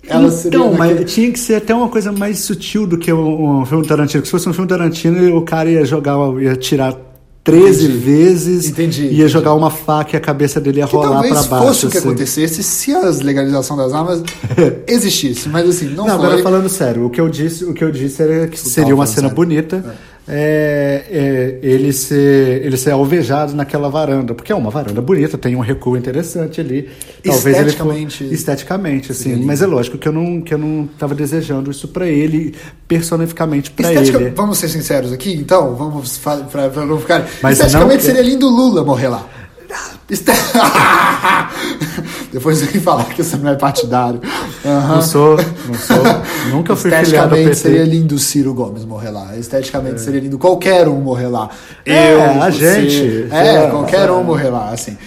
ela seria. então, mas naquele- tinha que ser até uma coisa mais sutil do que um, um filme Tarantino. Porque se fosse um filme Tarantino, o cara ia jogar, uma- ia tirar 13 Entendi. vezes, Entendi, ia entendi. jogar uma faca e a cabeça dele ia Que rolar talvez pra baixo. fosse o que assim. acontecesse se a legalização das armas existisse, mas assim, não, Não, foi. agora falando sério, o que eu disse, o que eu disse era que seria uma falando cena sério. bonita é, é, ele, ser, ele ser alvejado naquela varanda, porque é uma varanda bonita, tem um recuo interessante ali. Talvez ele for- Esteticamente. esteticamente, assim. Mas é lógico que eu não que eu não tava desejando isso pra ele, personificamente pra Estetica- ele. Vamos ser sinceros aqui, então, vamos fa- pra, pra não ficar. Mas Esteticamente não- seria lindo o Lula morrer lá. Este- Depois vem falar que você não é partidário. Aham. Não sou, não sou. nunca fui filiado ao Esteticamente PT. seria lindo o Ciro Gomes morrer lá. Esteticamente seria lindo qualquer um morrer lá. É, a você- gente, sei É, lá, qualquer é. um morrer lá, assim.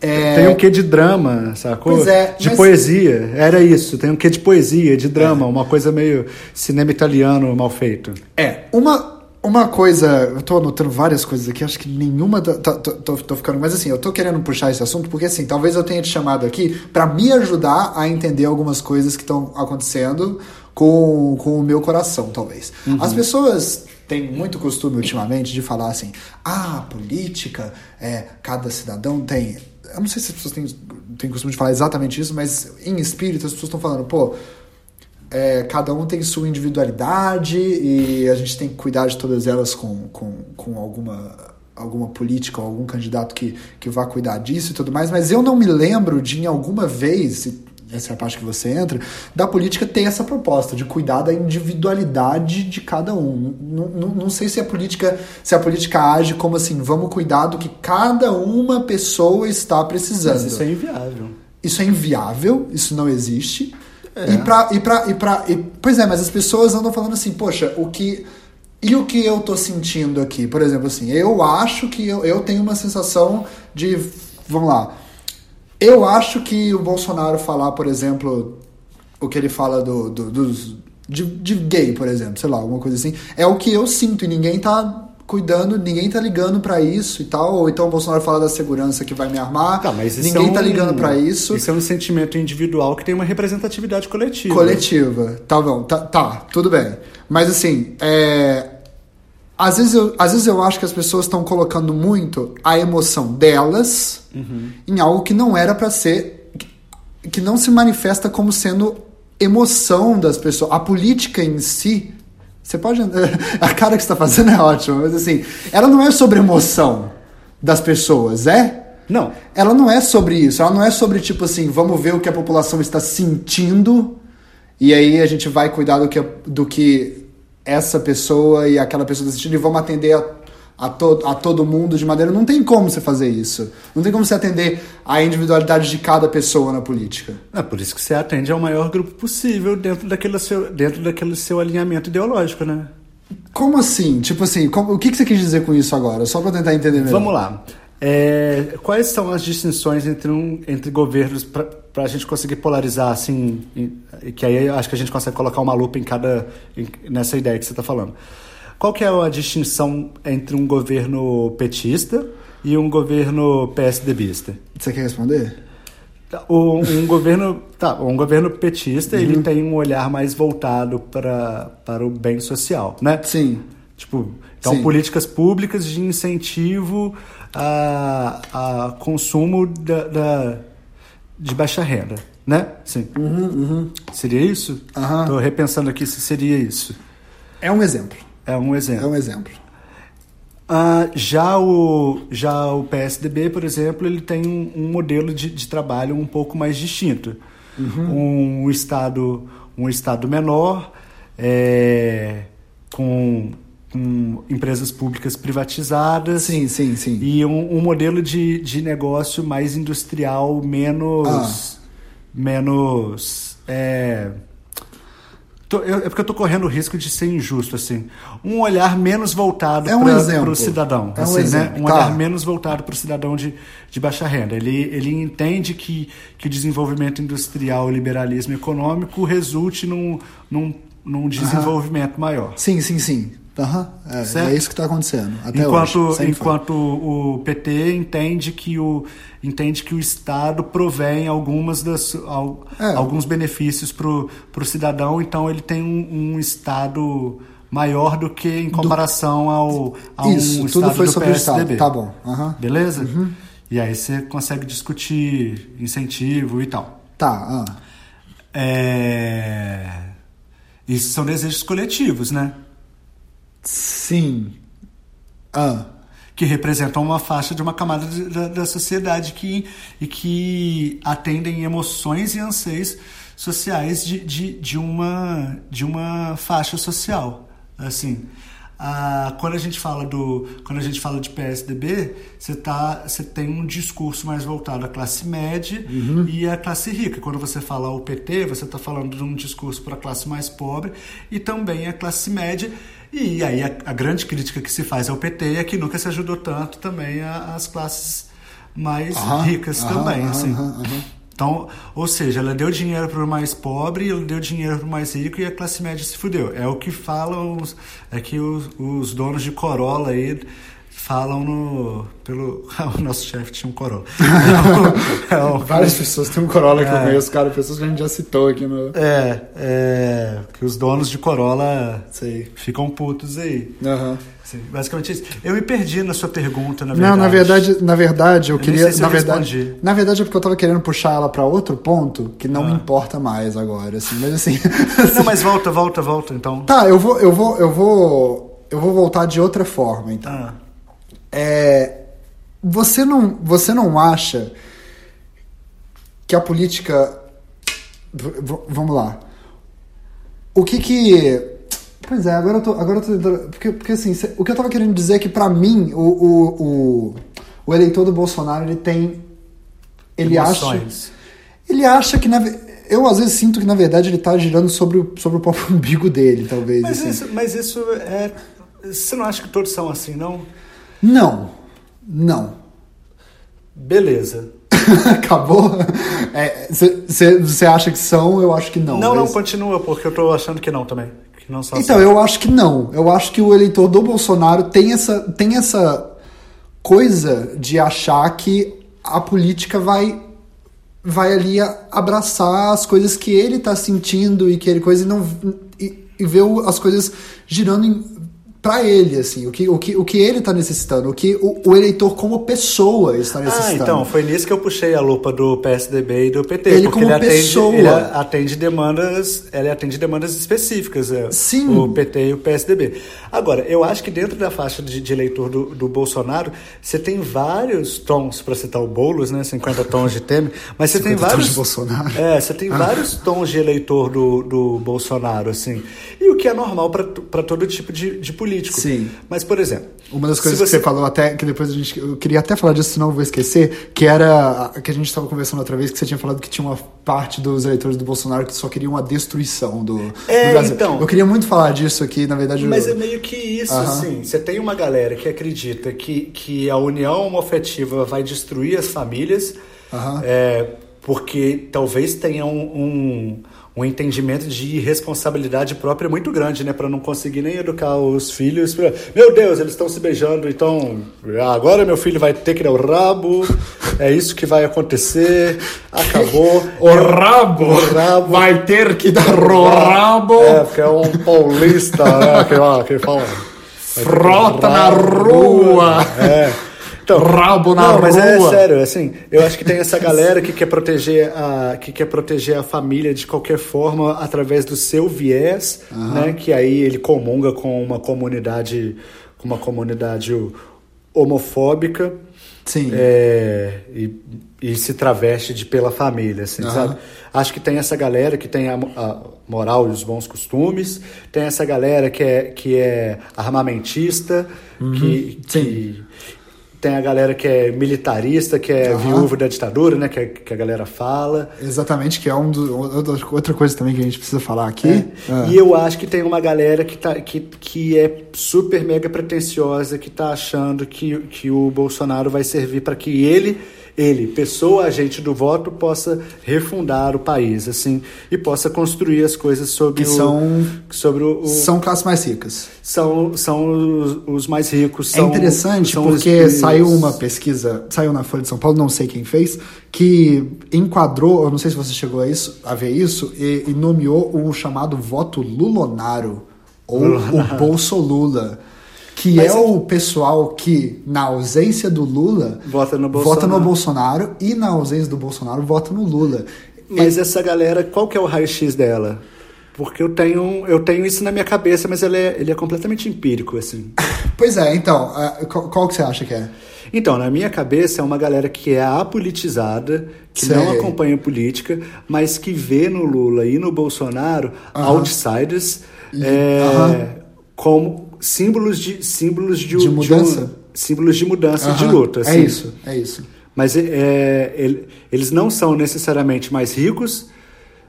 É, Tem um quê de drama, sacou? Pois é, de mas- poesia. Era isso. Tem um quê de poesia, de drama, uma coisa meio cinema italiano mal feito. É, uma, uma coisa. Eu tô anotando várias coisas aqui, acho que nenhuma. tá- tá- Tô, tô, tô ficando. Mas assim, eu tô querendo puxar esse assunto, porque assim, talvez eu tenha te chamado aqui pra me ajudar a entender algumas coisas que estão acontecendo com, com o meu coração, talvez. As pessoas. têm muito costume ultimamente de falar assim: ah, política, é, cada cidadão tem. Eu não sei se as pessoas têm, têm costume de falar exatamente isso, mas em espírito as pessoas estão falando, pô, é, cada um tem sua individualidade e a gente tem que cuidar de todas elas com, com, com alguma, alguma política ou algum candidato que, que vá cuidar disso e tudo mais, mas eu não me lembro de em alguma vez, e essa é a parte que você entra, da política ter essa proposta de cuidar da individualidade de cada um. Não, não, não sei se a política se a política age como assim, vamos cuidar do que cada uma pessoa está precisando. é Mas isso é inviável. Isso é inviável, isso não existe. E pra, e pra, e pra, e- pois é, mas as pessoas andam falando assim, poxa, o que. E o que eu tô sentindo aqui? Por exemplo, assim, eu acho que eu, eu tenho uma sensação de. Vamos lá. Eu acho que o Bolsonaro falar, por exemplo, o que ele fala do, do- dos, de, de gay, por exemplo, sei lá, alguma coisa assim, é o que eu sinto e ninguém tá cuidando, ninguém tá ligando pra isso e tal. Ou então o Bolsonaro fala da segurança que vai me armar, Tá, mas isso ninguém é um- tá ligando pra isso. Isso é um sentimento individual que tem uma representatividade coletiva. Coletiva. Tá bom, tá, tá, tudo bem. Mas assim, é, Às vezes, eu, às vezes eu acho que as pessoas estão colocando muito a emoção delas em algo que não era pra ser. que- que não se manifesta como sendo emoção das pessoas. A política em si. Você pode. A cara que você tá fazendo é ótima, mas assim. Ela não é sobre emoção das pessoas, é? Não. ela não é sobre isso. Ela não é sobre, tipo assim, vamos ver o que a população está sentindo e aí a gente vai cuidar do que, do que essa pessoa e aquela pessoa está sentindo e vamos atender a, a, to, a todo mundo de maneira. Não tem como você fazer isso. Não tem como você atender a individualidade de cada pessoa na política. É por isso que você atende ao maior grupo possível dentro daquele seu, dentro daquele seu alinhamento ideológico, né? Como assim? Tipo assim, como- o que, que você quis dizer com isso agora? Só pra tentar entender melhor. Vamos lá. É, quais são as distinções entre, um, entre governos para a gente conseguir polarizar assim? e- Que aí eu acho que a gente consegue colocar uma lupa em cada em- nessa ideia que você está falando. Qual que é a distinção entre um governo petista e um governo PSDBista? Você quer responder? O- um governo tá um governo petista ele tem um olhar mais voltado para para o bem social né Sim. Tipo, então Sim. políticas públicas de incentivo a, a consumo da, da- de baixa renda, né? Sim. Seria isso? Uhum, Aham. Tô repensando aqui se seria isso. É um exemplo. É um É exemplo. um exemplo. Ah, já, o, já o PSDB, por exemplo, ele tem um, um modelo de, de trabalho um pouco mais distinto. Um, estado, um estado menor, é, com, com empresas públicas privatizadas Sim, sim, sim. e um, um modelo de, de negócio mais industrial, Ah. menos. menos. é, tô- eu- é porque eu tô correndo o risco de ser injusto, assim. Um olhar menos voltado É um para exemplo. o cidadão. É um assim, né? exemplo, Um tá. olhar menos voltado para o cidadão de, de baixa renda. Ele, ele entende que, que o desenvolvimento industrial, o liberalismo econômico resulte num, num, num desenvolvimento maior. Sim, sim, sim. Aham. É, Certo? é isso que está acontecendo. Até enquanto hoje. Sempre foi. enquanto o PT entende que o entende que o Estado provém algumas das al- É. alguns benefícios para o cidadão então ele tem um, um Estado maior do que em comparação ao a um Isso, tudo Estado foi do sobre o Estado. PSDB Tá bom. Aham. Uhum. beleza e aí você consegue discutir incentivo e tal Tá, ah. é... isso são desejos coletivos né Sim. Ah. que representam uma faixa de uma camada de- da, da sociedade que, e que atendem emoções e anseios sociais de, de, de, uma, de uma faixa social. Assim, a, quando a gente fala do quando a gente fala de PSDB, você tá, você tem um discurso mais voltado à classe média e à classe rica. Quando você fala o PT, você está falando de um discurso para a classe mais pobre e também a classe média e aí a, a grande crítica que se faz ao PT é que nunca se ajudou tanto também a- as classes mais Aham, ricas aham, também. aham, assim. aham, aham. Então, ou seja, ela deu dinheiro para o mais pobre, ela deu dinheiro para o mais rico e a classe média se fudeu. É o que falam, os- é que os, os donos de Corolla aí falam no pelo o nosso chefe tinha um Corolla. É o- é o- Várias pessoas têm um Corolla que É. eu conheço, cara. Pessoas que a gente já citou aqui no. é, é, que os donos de Corolla Sei. ficam putos aí. Aham. Sim, basicamente isso. Eu me perdi na sua pergunta, na verdade. Não, na verdade, na verdade, eu nem queria. sei se eu na, verdade, respondi. na verdade, é porque eu tava querendo puxar ela pra outro ponto que não me importa mais agora, assim. Mas assim. Não, mas volta, volta, volta, então. tá, eu vou, eu vou, eu vou. Eu vou voltar de outra forma, então. Ah, É, você não você não acha que a política v- v- vamos lá o que que pois é agora eu tô agora eu tô tentando- porque, porque assim cê- o que eu tava querendo dizer é que pra mim o, o, o, o eleitor do Bolsonaro ele tem ele acha Emoções. ele acha que na ve- Eu às vezes sinto que, na verdade, ele tá girando sobre o, sobre o próprio umbigo dele, talvez. Mas assim. isso, mas isso é. Você não acha que todos são assim, não? Não. Não. Beleza. Acabou? É, Você acha que são? Eu acho que não. Não, não, mas- continua, porque eu tô achando que não também. Que não são Então, assim. eu acho que não. Eu acho que o eleitor do Bolsonaro tem essa, tem essa coisa de achar que a política vai vai ali a- abraçar as coisas que ele tá sentindo e que ele coisa e não e, e ver o- as coisas girando em, pra ele assim, o que, o que o que ele tá necessitando, o que o, o eleitor como pessoa está Ah, necessitando. então, foi nisso que eu puxei a lupa do PSDB e do PT, Ele porque como ele atende, pessoa. ele a- atende demandas, ele atende demandas específicas, é, Sim. o PT e o PSDB. Agora, eu acho que dentro da faixa de, de eleitor do, do Bolsonaro, você tem vários tons, para citar o Boulos, né, 50 tons de Temer, mas você tem 50 tons vários... de Bolsonaro. Ah. É, você tem vários tons de eleitor do, do Bolsonaro, assim, e o que é normal para todo tipo de, de político. Sim. Mas, por exemplo... Uma das se coisas que você falou até, que depois a gente. Eu queria até falar disso, senão eu vou esquecer, que era. a- que a gente estava conversando outra vez, que você tinha falado que tinha uma parte dos eleitores do Bolsonaro que só queriam a destruição do, do É, Brasil. então. Eu queria muito falar disso aqui, na verdade. Mas é eu, meio que isso, Aham. assim. Você tem uma galera que acredita que, que a união homofetiva vai destruir as famílias, Aham. é, porque talvez tenha um, um, um entendimento de irresponsabilidade própria muito grande, né? Pra não conseguir nem educar os filhos. pra- Meu Deus, eles estão se beijando, então agora meu filho vai ter que dar o rabo, é isso que vai acontecer, acabou. O rabo, O rabo. vai ter que dar o rabo, É, porque é um paulista, né? Que, ó, que fala. frota na rua. É. Então, Rabo na não, mas é rua. sério, assim, eu acho que tem essa galera que quer proteger a que quer proteger a família de qualquer forma através do seu viés, né, que aí ele comunga com uma comunidade com uma comunidade homofóbica sim. é, e, e se traveste de pela família, assim, sabe? Acho que tem essa galera que tem a, mo- a moral e os bons costumes, tem essa galera que é, que é armamentista, que, Uhum. sim. que- tem a galera que é militarista, que é Aham. viúva da ditadura, né? Que, a- que a galera fala. Exatamente, que é um do, outra- outra coisa também que a gente precisa falar aqui. É. Ah. E eu acho que tem uma galera que, tá, que, que é super mega pretensiosa, que tá achando que, que o Bolsonaro vai servir para que ele, ele, pessoa, agente do voto, possa refundar o país, assim, e possa construir as coisas sobre Que o- são- sobre o, o- São classes mais ricas. são, são os, os mais ricos. É São, interessante são os porque que- saiu uma pesquisa, saiu na Folha de São Paulo, não sei quem fez, que enquadrou, eu não sei se você chegou a, isso, a ver isso, e, e nomeou o chamado voto Lulonaro, ou o Bolsolula, que Mas é é- o pessoal que, na ausência do Lula, Vota no vota no Bolsonaro. Bolsonaro e, na ausência do Bolsonaro, vota no Lula. Mas essa galera, qual que é o raio-x dela? Porque eu tenho, eu tenho isso na minha cabeça, mas ele é, ele é completamente empírico, assim. Pois é, então, ah, qual, qual que você acha que é? Então, na minha cabeça, é uma galera que é apolitizada, que Sei. não acompanha política, mas que vê no Lula e no Bolsonaro outsiders é, Aham. como símbolos de símbolos de, De mudança? um- símbolos de mudança e de Aham, luta. É assim. isso, é isso. Mas é, ele- eles não são necessariamente mais ricos.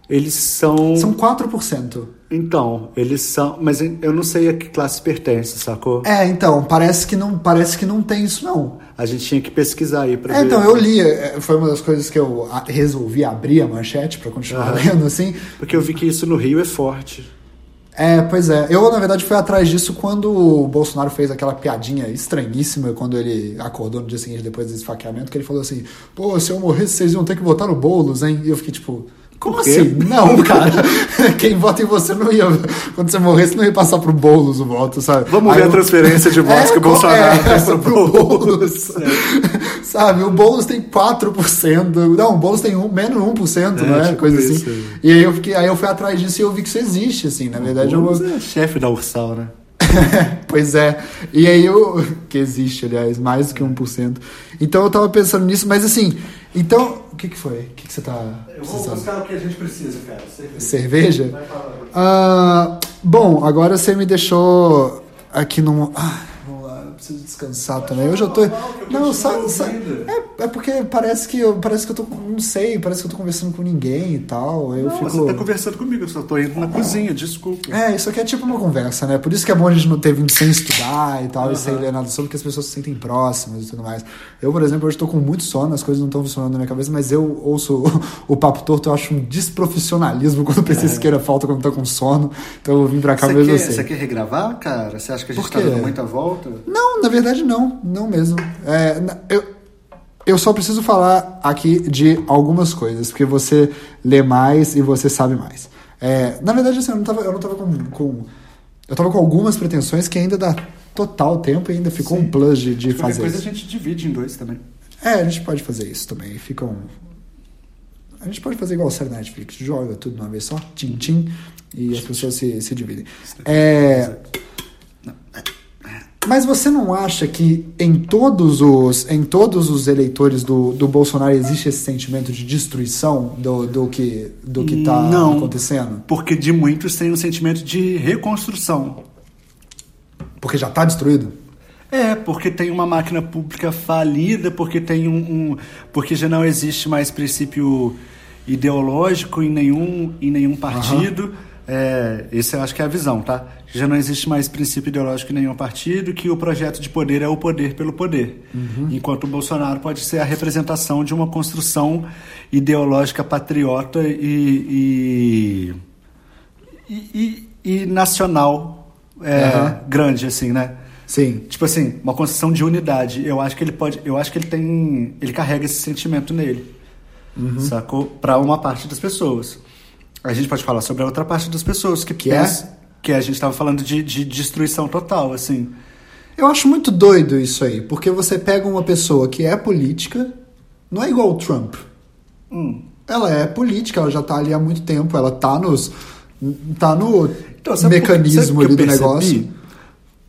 Eles são, São 4%. Então, eles são. Mas eu não sei a que classe pertence, sacou? É, então, parece que não, parece que não tem isso, não. A gente tinha que pesquisar aí pra É, ver. então, eu li, é, foi uma das coisas que eu a- resolvi abrir a manchete pra continuar lendo, assim. Porque eu vi que isso no Rio é forte. É, pois é. Eu, na verdade, fui atrás disso quando o Bolsonaro fez aquela piadinha estranhíssima quando ele acordou no dia seguinte depois do esfaqueamento, que ele falou assim: pô, se eu morresse, vocês iam ter que votar no Boulos, hein? E eu fiquei tipo. Como quê? assim? Não, cara. Quem vota em você não ia. Quando você morresse, não ia passar pro Boulos o voto, sabe? Vamos ver Aí a eu- transferência de votos que o Bolsonaro é, fez pro pro Boulos. Boulos. Sabe, o Boulos tem 4%. Não, o Boulos tem um, menos 1%, É, não é? tipo Coisa isso. assim. E aí eu, fiquei, aí eu fui atrás disso e eu vi que isso existe, assim. Na verdade, eu, é chefe da Ursal, né? Pois é. E aí eu. Que existe, aliás, mais do que 1%. Então eu tava pensando nisso, mas assim. Então. O que que foi? O que que você tá. você sabe? o que a gente precisa, cara. Cerveja? Ah, bom, agora você me deixou aqui num. Ah, vamos lá, eu preciso descansar também. Hoje eu tô, Não, sa, sa, é, é porque parece que, eu, parece que eu tô. com- Não sei, parece que eu tô conversando com ninguém e tal. Eu Não, fico. você tá conversando comigo, eu só tô indo na cozinha, desculpa. É, isso aqui é tipo uma conversa, né? Por isso que é bom a gente não ter vindo sem estudar e tal, e sem ler nada sobre, porque as pessoas se sentem próximas e tudo mais. Eu, por exemplo, hoje tô com muito sono, as coisas não estão funcionando na minha cabeça, mas eu ouço o, o Papo Torto, eu acho um desprofissionalismo quando o PC Siqueira falta quando tá com sono. Então eu vim pra cá É. Você mesmo quer, assim. você quer regravar, cara? Você acha que a gente Por tá quê? dando muita volta? Não, na verdade não, não mesmo. É, na- eu, eu só preciso falar aqui de algumas coisas, porque você lê mais e você sabe mais. É, na verdade, assim, eu não tava, eu não tava com, com- Eu tava com algumas pretensões que ainda dá total tempo e ainda ficou um plus de, de Qualquer fazer coisa isso. a gente divide em dois também. É, a gente pode fazer isso também. Fica um. A gente pode fazer igual série da Netflix, joga tudo de uma vez só, tim tim, e as pessoas se, se dividem. É. Mas você não acha que em todos os, em todos os eleitores do, do Bolsonaro existe esse sentimento de destruição do, do que do que tá Não. acontecendo? Porque de muitos tem um sentimento de reconstrução. Porque já tá destruído? É, porque tem uma máquina pública falida, porque tem um, um- porque já não existe mais princípio ideológico em nenhum, em nenhum partido. É, esse eu acho que é a visão, tá? Já não existe mais princípio ideológico em nenhum partido, que o projeto de poder é o poder pelo poder. Enquanto o Bolsonaro pode ser a representação de uma construção ideológica patriota e- e e, e- e nacional é, Aham. grande, assim, né? Sim. Tipo assim, uma construção de unidade. Eu acho que ele pode. Eu acho que ele tem. Ele carrega esse sentimento nele. Uhum. Sacou? Pra uma parte das pessoas. A gente pode falar sobre a outra parte das pessoas que, Que é? pensa. Que a gente tava falando de, de destruição total, assim. Eu acho muito doido isso aí, porque você pega uma pessoa que é política, não é igual o Trump. Hum. Ela é política, ela já tá ali há muito tempo, ela tá nos. tá no Então, sabe por que- sabe mecanismo o que ali eu do percebi? negócio.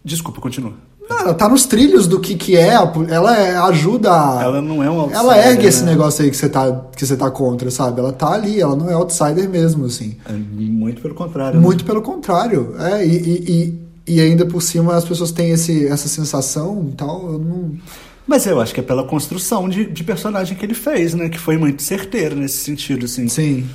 Desculpa, continua. Não, ela tá nos trilhos do que, que é, a pol- ela é- ajuda. a- Ela não é um outsider, Ela ergue né? esse negócio aí que você, tá, que você tá contra, sabe? Ela tá ali, ela não é outsider mesmo, assim. É, Muito pelo contrário. né? Muito pelo contrário. É, e, e, e, e ainda por cima as pessoas têm esse, essa sensação e tal. Eu não. Mas eu acho que é pela construção de, de personagem que ele fez, né? Que foi muito certeiro nesse sentido, assim. Sim.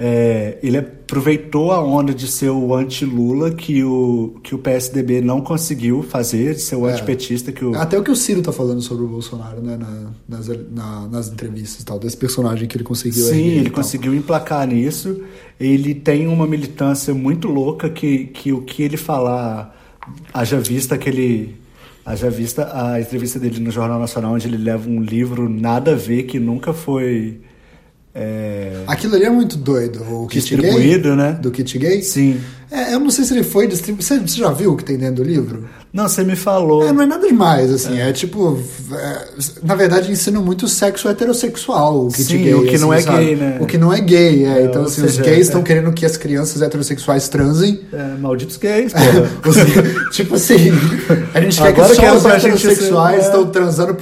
É, ele aproveitou a onda de ser o anti-Lula que o, que o PSDB não conseguiu fazer, de ser o É. antipetista que o. Até o que o Ciro tá falando sobre o Bolsonaro, né? na- nas, na- nas entrevistas e tal, desse personagem que ele conseguiu. Sim, erguer então. e ele tal. conseguiu emplacar nisso. Ele tem uma militância muito louca que, que o que ele falar, haja vista aquele. Haja vista a entrevista dele no Jornal Nacional, onde ele leva um livro nada a ver, que nunca foi. é, Aquilo ali é muito doido. O kit gay, Distribuído, né? Do kit gay? Sim. É, eu não sei se ele foi distribuído. Você, você já viu o que tem dentro do livro? Não, você me falou. É, não é nada demais, assim. É, tipo. é, na verdade, ensina muito sexo heterossexual, o kit Sim, gay. o que assim, não é sabe? gay, né? O que não é gay, é. É, então, ou assim, os seja, gays é. estão querendo que as crianças heterossexuais transem. É, malditos gays, porra. Os- tipo assim, a gente quer É. Agora que que só era os pra gente heterossexuais ser- é. estão transando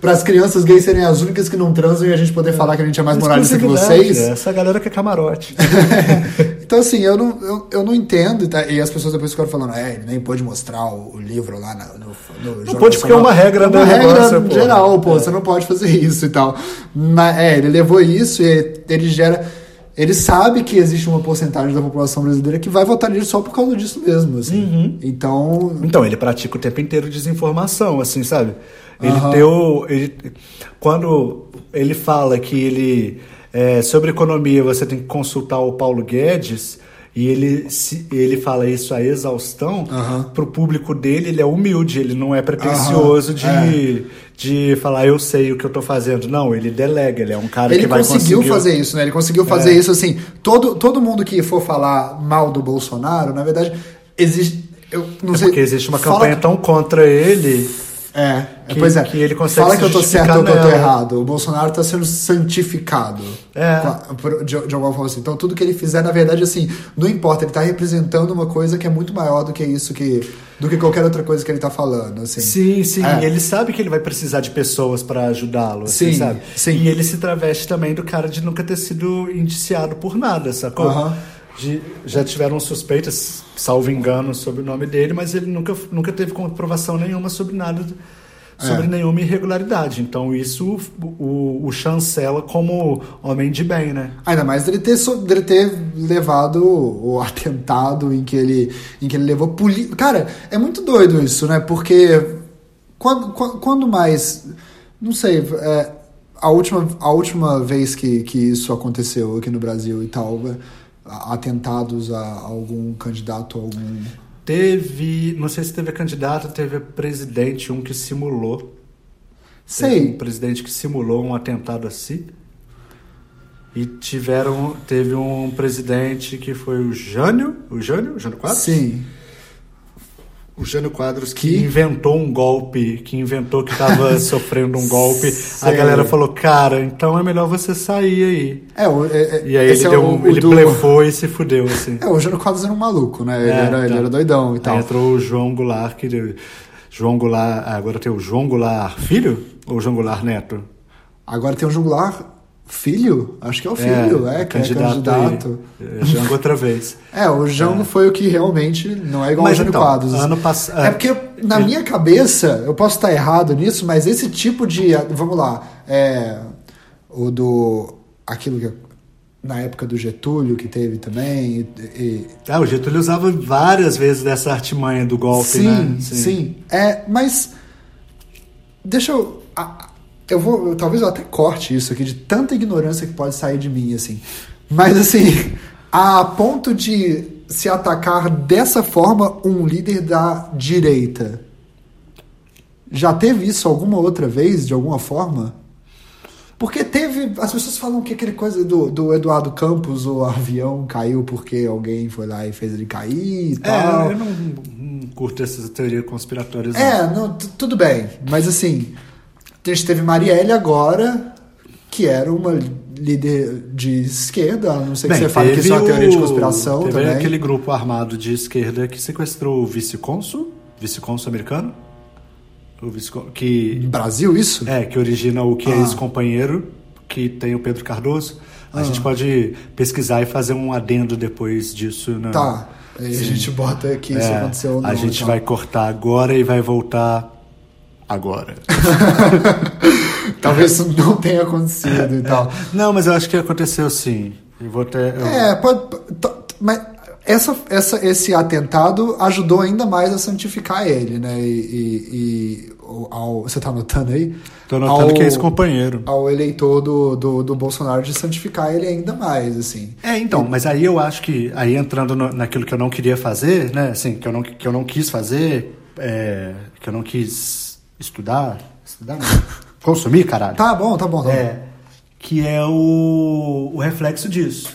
para as crianças gays serem as únicas que não transam e a gente poder falar que a gente é mais moralista que Exclusividade, vocês. é, Essa galera que é camarote. Então, assim, eu não, eu, eu não entendo. tá? E as pessoas depois ficaram falando, é, ele nem pôde mostrar o, o livro lá na- no, no Não pôde, porque é uma regra do uma regra negócio, pô. É. geral, pô, você não pode fazer isso e tal. Mas, é, ele levou isso e ele gera... Ele sabe que existe uma porcentagem da população brasileira que vai votar nele só por causa disso mesmo, assim. Uhum. Então, Então, ele pratica o tempo inteiro desinformação, assim, sabe? Ele Aham. deu. ele- quando ele fala que ele. é, sobre economia, você tem que consultar o Paulo Guedes. E ele, se- ele fala isso a exaustão. Aham. Pro público dele, ele é humilde, ele não é pretensioso Aham, É. de, de falar eu sei o que eu tô fazendo. Não, ele delega, ele é um cara Ele que vai conseguiu conseguir- É. fazer isso, né? Ele conseguiu fazer isso assim. Todo, todo mundo que for falar mal do Bolsonaro, na verdade, existe. Eu não sei. É Porque existe uma fala campanha que- tão contra ele. É, que- pois é. que ele consegue fala se que eu tô justificar certo ou que eu tô nela. errado. O Bolsonaro tá sendo santificado. É. Com a- por- De, de alguma forma assim. Então tudo que ele fizer, na verdade, assim, não importa. Ele tá representando uma coisa que é muito maior do que isso que. do que qualquer outra coisa que ele tá falando, assim. Sim, sim. É. E ele sabe que ele vai precisar de pessoas pra ajudá-lo, assim, Sim, sabe? sim. E ele se traveste também do cara de nunca ter sido indiciado por nada, sacou? Aham. De- já tiveram suspeitas, salvo engano, sobre o nome dele, mas ele nunca, nunca teve comprovação nenhuma sobre nada. do- sobre É. nenhuma irregularidade. Então isso o, o chancela como homem de bem, né? Ainda mais dele ter, so- dele ter levado o atentado em que ele, em que ele levou poli... Cara, é muito doido isso, né? Porque quando, quan- quando mais. Não sei, é, a, última, a última vez que, que isso aconteceu aqui no Brasil e tal, é, a- atentados a algum candidato, a algum. Teve, não sei se teve candidato, teve presidente, um que simulou. Teve um Sei. presidente que simulou um atentado a si. E tiveram, teve um presidente que foi o Jânio, o Jânio, Jânio Quadros? Sim. O Jânio Quadros que, Que- inventou um golpe, que inventou que tava sofrendo um golpe. A Sei. galera falou, cara, então é melhor você sair aí. É, o- é, é- E aí esse ele, é deu, o, um- o ele do- blefou e se fudeu, assim. É, o Jânio Quadros era um maluco, né? Ele, É, era, ele então. era doidão e tal. Aí entrou o João Goulart, que deu- João Goulart, ah, agora tem o João Goulart filho ou João Goulart neto? Agora tem o jugular filho? Acho que é o filho, é, que é candidato. aí. É, Jango outra vez. É, o Jango foi o que realmente não é igual Mas ao Jânio então, Quadros. ano pass- É porque, na minha cabeça, eu posso estar errado nisso, mas esse tipo de. Vamos lá. É, o do. Aquilo que. Na época do Getúlio que teve também. e- e- Ah, o Getúlio usava várias vezes dessa artimanha do golpe, sim, né? sim, É, mas deixa eu. a- Eu vou. eu- talvez eu até corte isso aqui de tanta ignorância que pode sair de mim, assim. Mas assim, a ponto de se atacar dessa forma um líder da direita. Já teve isso alguma outra vez, de alguma forma? Porque teve. As pessoas falam que aquele coisa do, do Eduardo Campos, o avião caiu porque alguém foi lá e fez ele cair e É, tal. eu não, não curto essas teorias conspiratórias. não. É, não, tu- tudo bem. Mas assim, a gente teve Marielle agora, que era uma líder de esquerda, a não sei que Bem, você fala que isso é uma teve teoria de o- conspiração teve também. aquele grupo armado de esquerda que sequestrou o vice-cônsul, vice-cônsul americano, o vice que No Brasil, isso? É, que origina o que é Ah. ex-companheiro, que tem o Pedro Cardoso. A gente pode pesquisar e fazer um adendo depois disso. Né? Tá. Aí a gente bota que isso É, aconteceu ou não. a gente então. vai cortar agora e vai voltar agora. Talvez isso não tenha acontecido É. e tal. Não, mas eu acho que aconteceu sim. Eu vou até. eu- É, pode. t- t- Mas essa, essa, esse atentado ajudou ainda mais a santificar ele, né? E. e- e o- ao- você tá anotando aí? Tô notando Ao- que é ex-companheiro. ao eleitor do, do, do Bolsonaro de santificar ele ainda mais, assim. É, então, mas aí eu acho que, aí entrando no- naquilo que eu não queria fazer, né, assim, que eu não, que eu não quis fazer, é, que eu não quis estudar, estudar não, consumir, caralho. Tá bom, tá bom, tá bom. É, que é o, o reflexo disso.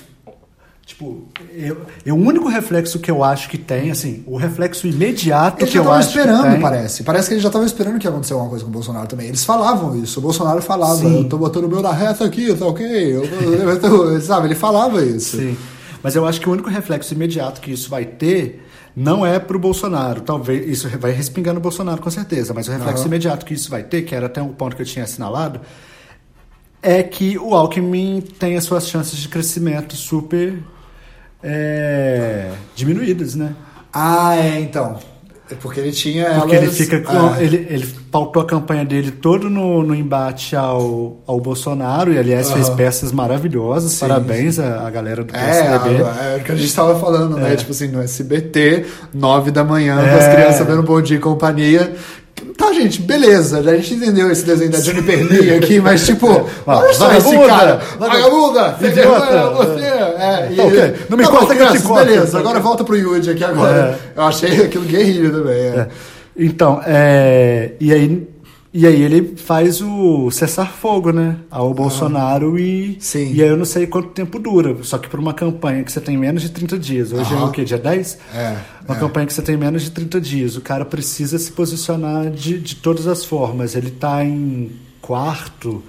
Tipo, eu, eu- o único reflexo que eu acho que tem, assim, o reflexo imediato Eles que já eu estavam acho que esperando, tem, parece. Parece que eles já estavam esperando que ia acontecer alguma coisa com o Bolsonaro também. Eles falavam isso. O Bolsonaro falava, Sim. eu tô botando o meu na reta aqui, tá ok? Eu, eu- eu tô-" sabe, ele falava isso. Sim. Mas eu acho que o único reflexo imediato que isso vai ter não é pro Bolsonaro. Talvez isso vai respingar no Bolsonaro, com certeza. Mas o reflexo Aham. imediato que isso vai ter, que era até um ponto que eu tinha assinalado, é que o Alckmin tem as suas chances de crescimento super é, diminuídas, né? Ah, é, então. É porque ele tinha Porque elas- ele fica com. Ah, Ele, ele pautou a campanha dele todo no, no embate ao, ao Bolsonaro, e aliás fez Aham. peças maravilhosas. Parabéns à, à galera do É, PSDB. a- é o que a gente tava falando, né? Tipo assim, no SBT, nove da manhã, É. as crianças vendo Bom Dia e Companhia. Tá, gente, beleza, já a gente entendeu esse desenho da Johnny Perli aqui, mas tipo, olha só esse vagabunda, cara, vagabunda, vagabunda, sem idiota, vergonha, você, é, e- Tá ok, não me tá bom, corta que eu te crianças, corto. Beleza, agora volta pro Yudi aqui agora. Eu achei aquilo guerrilho também, é. É. Então, é, e, aí, e aí ele faz o cessar-fogo, né? Ao Bolsonaro e. Sim. E aí eu não sei quanto tempo dura. Só que por uma campanha que você tem menos de 30 dias. Hoje é Aham. o quê? Dia 10? É, Uma é. campanha que você tem menos de 30 dias. O cara precisa se posicionar de, de todas as formas. Ele tá em quarto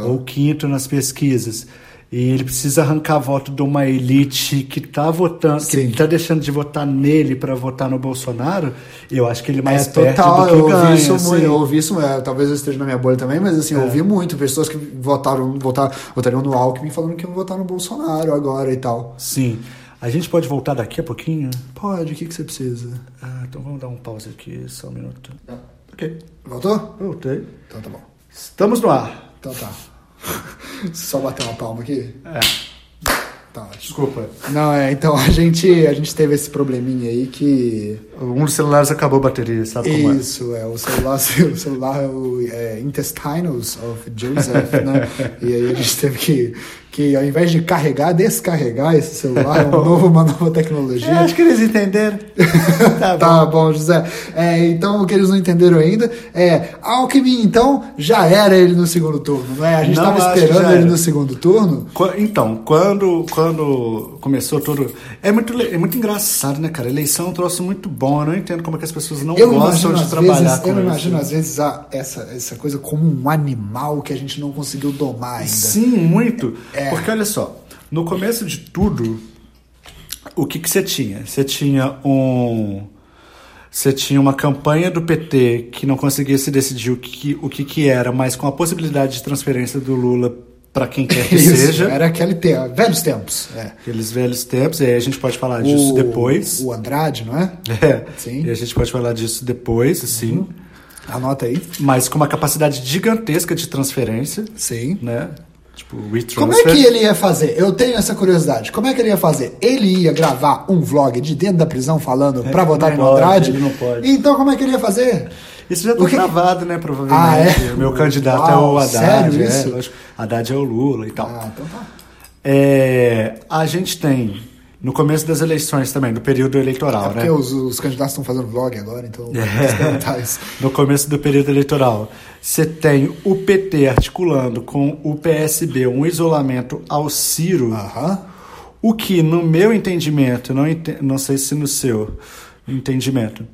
ou quinto nas pesquisas. E ele precisa arrancar voto de uma elite que tá votando, Sim. que tá deixando de votar nele para votar no Bolsonaro. Eu acho que ele mais é perto total, do que eu ganha. ouvi isso assim. É. muito, eu ouvi isso, é, talvez eu esteja na minha bolha também, mas assim, eu ouvi muito pessoas que votaram, votaram, votariam no Alckmin falando que iam votar no Bolsonaro agora e tal. Sim. A gente pode voltar daqui a pouquinho? Pode, o que, que você precisa? Ah, então vamos dar um pause aqui, só um minuto. Ok. Voltou? Voltei. Então tá bom. Estamos no ar. Então tá. Só bater uma palma aqui. É. Tá ótimo. Desculpa. Não, é, então a gente, a gente teve esse probleminha aí que Um dos celulares acabou a bateria, sabe como é? Isso, é. O celular, o celular é o é, Intestinals of Joseph, né? E aí a gente teve que, que, ao invés de carregar, descarregar esse celular, é um novo, uma nova Eu tecnologia. acho que eles entenderam. É, tá bom. Tá bom, José. É, então, o que eles não entenderam ainda é. Alckmin, então, já era ele no segundo turno, não é? A gente Não, acho tava que já esperando era. ele no segundo turno. Qu- Então, quando, quando começou todo. É muito, le- é muito engraçado, né, cara? Eleição é um troço muito bom. Eu não entendo como é que as pessoas não Eu gostam imagino, de às trabalhar vezes, com eu isso. imagino às vezes a- essa, essa coisa como um animal que a gente não conseguiu domar ainda. É. Sim, muito. Porque olha só, no começo de tudo, o que que você tinha? Você tinha um você tinha uma campanha do PT que não conseguia se decidir o que, o que, que era, mas com a possibilidade de transferência do Lula para quem quer que Isso, seja. Era aquele tempo, velhos tempos. É. Aqueles velhos tempos, e aí a gente pode falar disso O- depois. O Andrade, não é? É, Sim. Uhum. E a gente pode falar disso depois, assim. Anota aí. Mas com uma capacidade gigantesca de transferência, Sim. né? Tipo, Como é que ele ele ia fazer? Eu tenho essa curiosidade. Como é que ele ia fazer? Ele ia gravar um vlog de dentro da prisão falando pra É, não votar em pode, Andrade? ele não pode. Então como é que ele ia fazer? Isso já O tá que- gravado, né, provavelmente. Ah, é? O meu candidato é Uau, o Haddad. sério é, isso? lógico. Haddad é o Lula e tal. Ah, então tá. É, a gente tem, no começo das eleições também, no período eleitoral, É né? porque os, os candidatos estão fazendo vlog agora, então É. vamos experimentar isso. No começo do período eleitoral, você tem o PT articulando com o PSB um isolamento ao Ciro, Ah. Aham. o que, no meu entendimento, não, ente- não sei se no seu entendimento,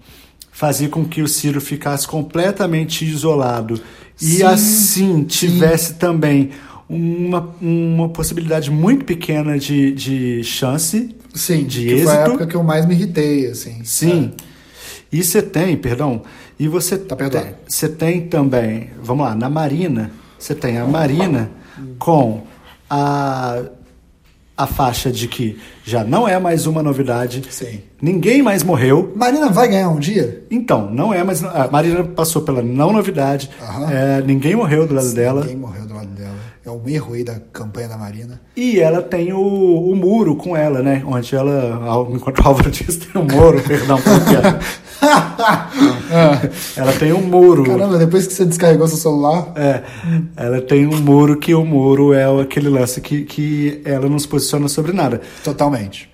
fazia com que o Ciro ficasse completamente isolado e Sim, assim tivesse também uma, uma possibilidade muito pequena de, de chance Sim, de que foi a êxito. época que eu mais me irritei, assim. Sim. É. E você tem, perdão, e você Tá perdoado. te- você tem também, vamos lá, na Marina, você tem a Marina com a a faixa de que já não é mais uma novidade. É, Sim. Ninguém mais morreu. Marina vai ganhar um dia? Então, não é mais. A Marina passou pela não novidade. Aham. é, ninguém morreu do lado dela. Ninguém morreu do lado dela. É um erro aí da campanha da Marina. E ela tem o, o muro com ela, né? Onde ela. ao- Enquanto o Álvaro diz, tem um muro, perdão, pelo piada. Ah. Ela tem um muro. Caramba, depois que você descarregou seu celular. É, ela tem um muro que o muro é o- aquele lance que, que ela não se posiciona sobre nada. Totalmente.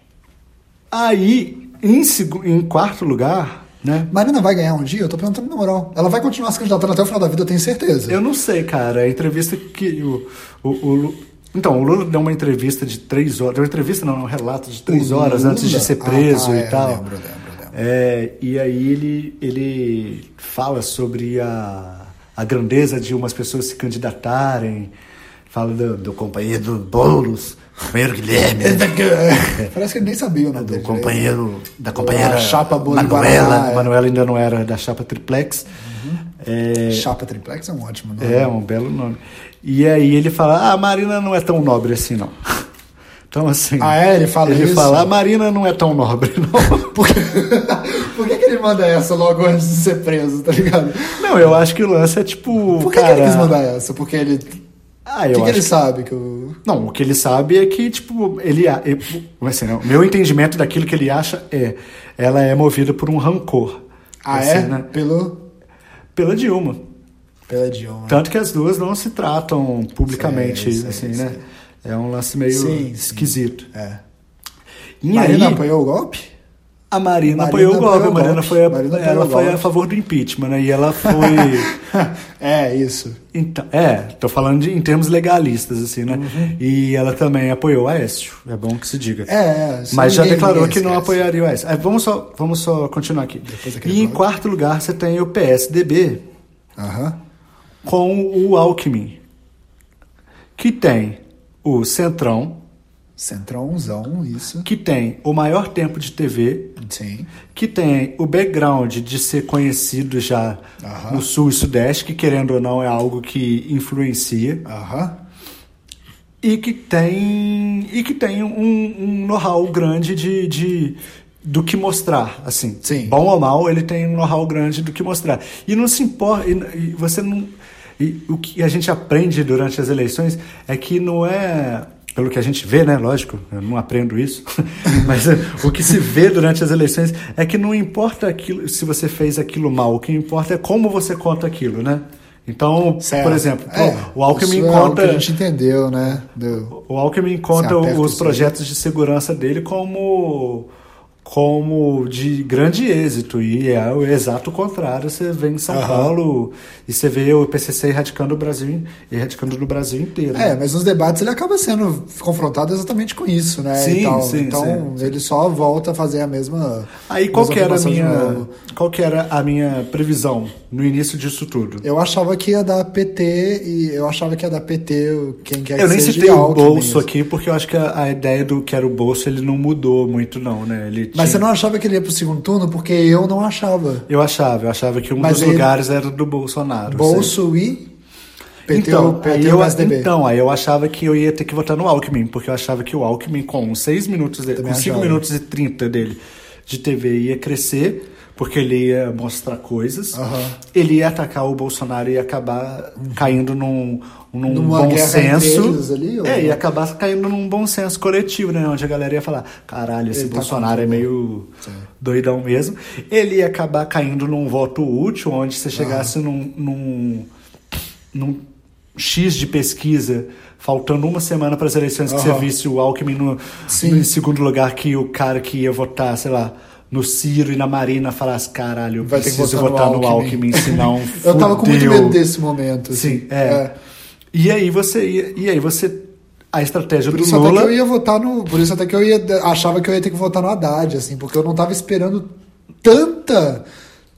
Aí, em, segu- em quarto lugar, né? Marina vai ganhar um dia? Eu tô perguntando na moral. Ela vai continuar se candidatando até o final da vida, eu tenho certeza. Eu não sei, cara. A entrevista que o, o, o Lu- Então, o Lula deu uma entrevista de três horas. Deu uma entrevista, não, um relato de três O horas Lula? antes de ser Ah, tá, preso é, e tal. lembro, lembro, lembro. É, e aí ele, ele fala sobre a, a grandeza de umas pessoas se candidatarem. Fala do, do companheiro Boulos, companheiro Guilherme, É Parece que ele nem sabia o nome do dele. companheiro da companheira Da chapa Bolo Guaraná, Manuela. é. Uhum. Manuela ainda não era da chapa triplex. É, Chapa Triplex é um ótimo nome. é um belo nome. E aí ele fala: "Ah, a Marina não é tão nobre assim não". Então assim, Ah, é? Ele fala ele isso? fala: "A Marina não é tão nobre não". Por, que... Por que, que ele manda essa logo antes de ser preso, tá ligado? não, eu acho que o lance é tipo, Por que, que cara, ele quis mandar essa? Porque ele. O Ah, eu que, que acho ele sabe que o. Não, o que ele sabe é que, tipo, ele. a- e- Assim, não, meu entendimento daquilo que ele acha é. Ela é movida por um rancor. Ah, assim, é? né? Pelo. Pela Dilma. Pela né? Dilma. Tanto que as duas não se tratam publicamente, Ah. Sei, sei, assim, sei. né? É um lance meio Sim, sim. esquisito. É. E Marina aí, apoiou o golpe? a Marina, Marina apoiou o golpe. apoiou A o Marina golpe. foi, a, Marina apoiou ela o foi a golpe. favor do impeachment, né? E ela foi. é, isso. Então, é, tô falando de- em termos legalistas, assim, né? E ela também apoiou o Aécio, é bom que se diga. Uhum. É, é, isso Mas já ninguém- declarou ninguém que não esquece. apoiaria o Aécio. É, vamos, só, vamos só continuar aqui. daquele E em bloco. quarto lugar você tem o PSDB Aham. com o Alckmin, que tem o Centrão, Centrãozão, um isso. que tem o maior tempo de TV, Sim. que tem o background de ser conhecido já Aham. no Sul e Sudeste, que querendo ou não é algo que influencia. Aham. e que tem e que tem um, um know-how grande de, de, do que mostrar, assim. Sim. Bom ou mal, ele tem um know-how grande do que mostrar. E não se importa, e, e você não... E o que a gente aprende durante as eleições é que não é... Pelo que a gente vê, né? Lógico, eu não aprendo isso. Mas é, o que se vê durante as eleições é que não importa aquilo, se você fez aquilo mal. O que importa é como você conta aquilo, né? Então, por exemplo, pô, É, o Alckmin isso é algo conta... que a gente entendeu, né? Do- O Alckmin conta Você aperta os isso projetos de segurança dele como como de grande êxito e é o exato contrário. Você vê em São Aham. Paulo e você vê o PCC erradicando o Brasil, in- erradicando no Brasil inteiro. É, mas nos debates ele acaba sendo confrontado exatamente com isso, né? Sim, e tal. sim, então sim, ele só volta a fazer a mesma. Aí qual mesma que era a afirmação de minha novo. qual que era a minha previsão no início disso tudo? Eu achava que ia dar PT e eu achava que ia dar PT o- quem quer Eu É, que nem seja. citei e o Alckmin. bolso aqui porque eu acho que a, a ideia do que era o bolso ele não mudou muito não, né? Ele Mas você tinha- não achava que ele ia pro segundo turno? Porque eu não achava. eu achava, eu achava que um Mas dos ele- lugares era do Bolsonaro. sei. Bolso e PT, ou PT Então, aí ou eu, PSDB. então, aí eu achava que eu ia ter que votar no Alckmin, porque eu achava que o Alckmin, com 6 minutos, de, com Também 5 achava. minutos e 30 dele de TV, ia crescer, porque ele ia mostrar coisas. Aham. Ele ia atacar o Bolsonaro e ia acabar caindo num, num Numa bom guerra entre eles senso. ali, ou- é, ia acabar caindo num bom senso coletivo, né? Onde a galera ia falar: caralho, esse Ele tá Bolsonaro é com tudo." meio doidão mesmo. Ele ia acabar caindo num voto útil, onde você chegasse num- num num X de pesquisa, faltando uma semana para as eleições, que Aham. você visse o Alckmin no, Sim. no- em segundo lugar, que o cara que ia votar, sei lá, no Ciro e na Marina falasse: caralho, eu Vai ter que preciso votar votar no no Alckmin, senão. eu tava com muito fudeu." medo desse momento. assim. Sim, é. E aí você. E, e aí você. A estratégia Por do isso Lula. até que eu ia votar no. Por isso até que eu ia. Achava que eu ia ter que votar no Haddad, assim, porque eu não tava esperando tanta.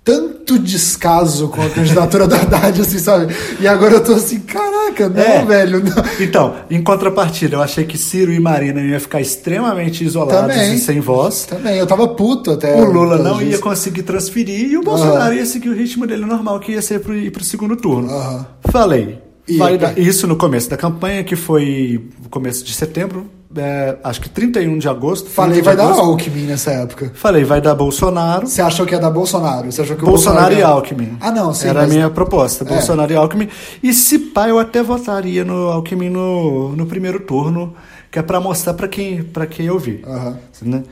Tanto descaso com a candidatura do Haddad, assim, sabe? E agora eu tô assim, caraca, não, É. velho. não. Então, em contrapartida, eu achei que Ciro e Marina iam ficar extremamente isolados Também. e sem voz. Também, eu tava puto até. O Lula por causa não ia disso. conseguir transferir e o Bolsonaro ia seguir o ritmo dele normal, que ia ser pro, ir pro segundo turno. Aham. Falei. Ia Vai pra- dar- Isso no começo da campanha, que foi no começo de setembro, é, acho que 31 de agosto. Falei, 30 de vai dar agosto. Alckmin nessa época. Falei, vai dar Bolsonaro. Você achou que ia dar Bolsonaro? Você achou que o Bolsonaro e ia- Alckmin. Ah, não, sim. Era mas- a minha proposta, É. Bolsonaro e Alckmin. E se pá, eu até votaria no Alckmin no, no primeiro turno, que é pra mostrar pra quem, pra quem eu vi. Aham. Né?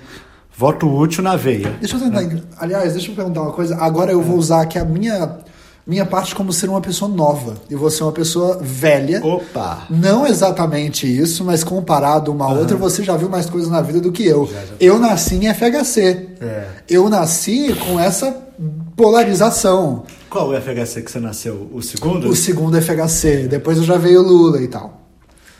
Voto útil na veia. Deixa eu tentar. en- Aliás, deixa eu perguntar uma coisa. Agora eu É. vou usar aqui a minha, minha parte como ser uma pessoa nova. Eu vou ser uma pessoa velha. Opa! Não exatamente isso, mas comparado uma à outra, você já viu mais coisas na vida do que eu. Eu nasci em FHC. É. Eu nasci com essa polarização. Qual o FHC que você nasceu? O segundo? O segundo FHC, depois eu já veio Lula e tal.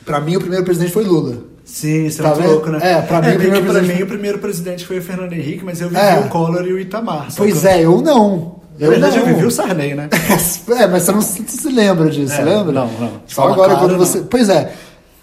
Pra mim, o primeiro presidente foi Lula. Sim, você Tá é muito vendo? louco, né? É, pra mim, meio que o primeiro pra presidente- mim o primeiro presidente foi o Fernando Henrique, mas eu vivi É. o Collor e o Itamar. sacou? Pois é, eu não. Na Eu verdade, não. eu vivi o Sarney, né? É, mas você não se se lembra disso, É, lembra? não, não. né? De Só forma agora clara, quando não. você. Pois é.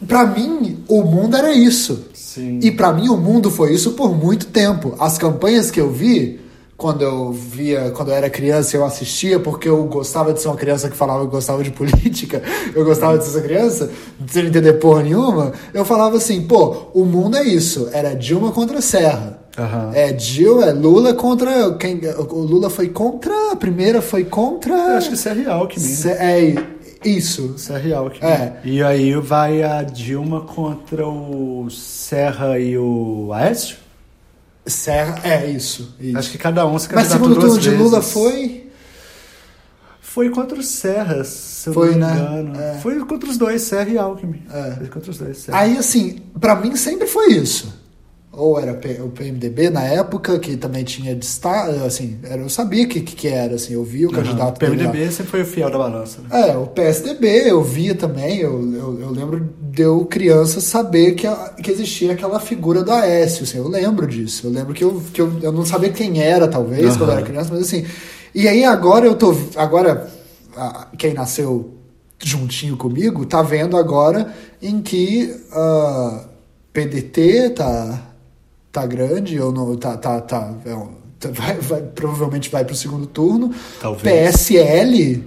Pra mim, o mundo era isso. Sim. E pra mim, o mundo foi isso por muito tempo. As campanhas que eu vi, quando eu via, quando eu era criança, eu assistia, porque eu gostava de ser uma criança que falava que gostava de política, eu gostava de ser essa criança, sem entender porra nenhuma, eu falava assim, pô, o mundo é isso. Era Dilma contra Serra. Aham. É Dil, é Lula contra. Quem, o Lula foi contra, a primeira foi contra. Eu acho que isso é real que mim. Cê- É isso. Isso é real que É. E aí vai a Dilma contra o Serra e o Aécio? Serra, é isso. isso. Acho que cada um se Mas candidatou segundo duas turno de vezes. Lula foi. Foi contra o Serra, se eu Foi, não me né? engano. É. Foi contra os dois, Serra e Alckmin. É. Foi contra os dois, Serra. Aí assim, pra mim sempre foi isso. Ou era P- o PMDB na época, que também tinha destaque, assim, era, eu sabia o que, que que era, assim, eu via o O candidato dele lá. PMDB sempre foi o fiel da balança, né? É, o PSDB eu via também, eu, eu, eu lembro de eu criança saber que, a- que existia aquela figura do Aécio, assim, eu lembro disso, eu lembro que eu, que eu, eu não sabia quem era, talvez, quando eu era criança, mas assim, e aí agora eu tô, agora a- quem nasceu juntinho comigo tá vendo agora em que ah, PDT tá, tá grande, ou não, tá, tá, tá, é um- tá- vai- vai- provavelmente vai pro segundo turno, Talvez. SL,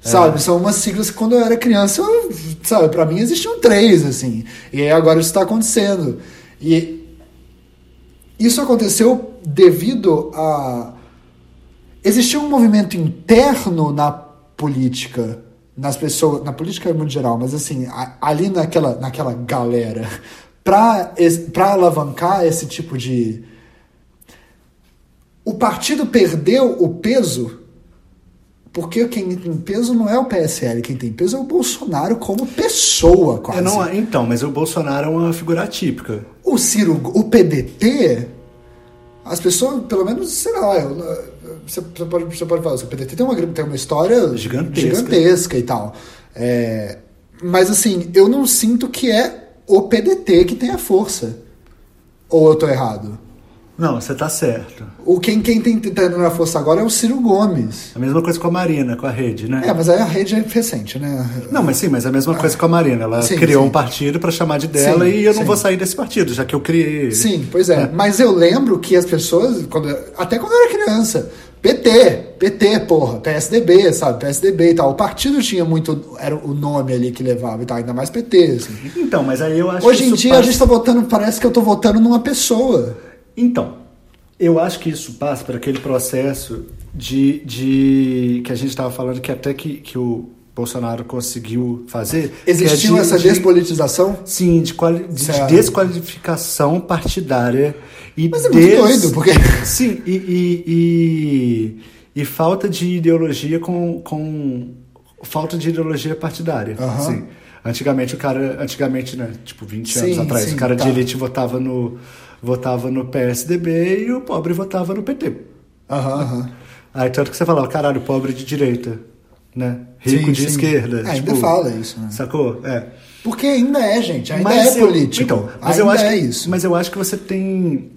sabe? São umas siglas que quando eu era criança, eu- sabe, pra mim existiam três, assim. E aí agora isso tá acontecendo. E, Isso aconteceu devido a. Existia um movimento interno na política, nas pessoas, na política é muito geral, mas assim, a- ali naquela, naquela galera, para alavancar esse tipo de. O partido perdeu o peso, porque quem tem peso não é o PSL, quem tem peso é o Bolsonaro como pessoa, quase. É, não, então, mas o Bolsonaro é uma figura atípica. O Ciro, o PDT, as pessoas, pelo menos, sei lá, eu- eu- você, você pode, você pode falar, assim, o PDT tem uma, gr- tem uma história Gigantesca. gigantesca e tal. É, mas assim, eu não sinto que é o PDT que tem a força. Ou eu tô errado? Não, você tá certo. O quem, quem tem tentando a força agora é o Ciro Gomes. A mesma coisa com a Marina, com a rede, né? É, mas aí a rede é recente, né? Não, mas sim, mas é a mesma coisa com a Marina. Ela Sim, criou sim. um partido pra chamar de dela Sim, e eu não sim. vou sair desse partido, já que eu criei ele. Sim, pois é. Mas eu lembro que as pessoas, quando, até quando eu era criança, PT, PT, porra, PSDB, sabe? PSDB e tal. O partido tinha muito. Era o nome ali que levava e tal, ainda mais PT. assim. Então, mas aí eu acho que Hoje em isso dia a passa- gente tá votando, parece que eu tô votando numa pessoa. Então, eu acho que isso passa por aquele processo de, de que a gente estava falando que até que, que o Bolsonaro conseguiu fazer. Existiu que é de- essa de- despolitização? Sim, de, quali- de Certo. desqualificação partidária. E Mas é muito doido, porque- Sim, e, e, e, e falta de ideologia com, com. Falta de ideologia partidária. Aham. Sim. Antigamente o cara. Antigamente, né? Tipo, 20 anos Sim, atrás, sim, o cara tá. de elite votava no, votava no PSDB e o pobre votava no PT. Aham, aham. Aí tanto que você falava, caralho, pobre de direita, né? Rico Sim, de sim. esquerda. tipo, É, ainda fala isso, né? Sacou? É. Porque ainda é, gente, ainda é eu- político. então, mas ainda eu acho é que, isso. Mas eu acho que você tem.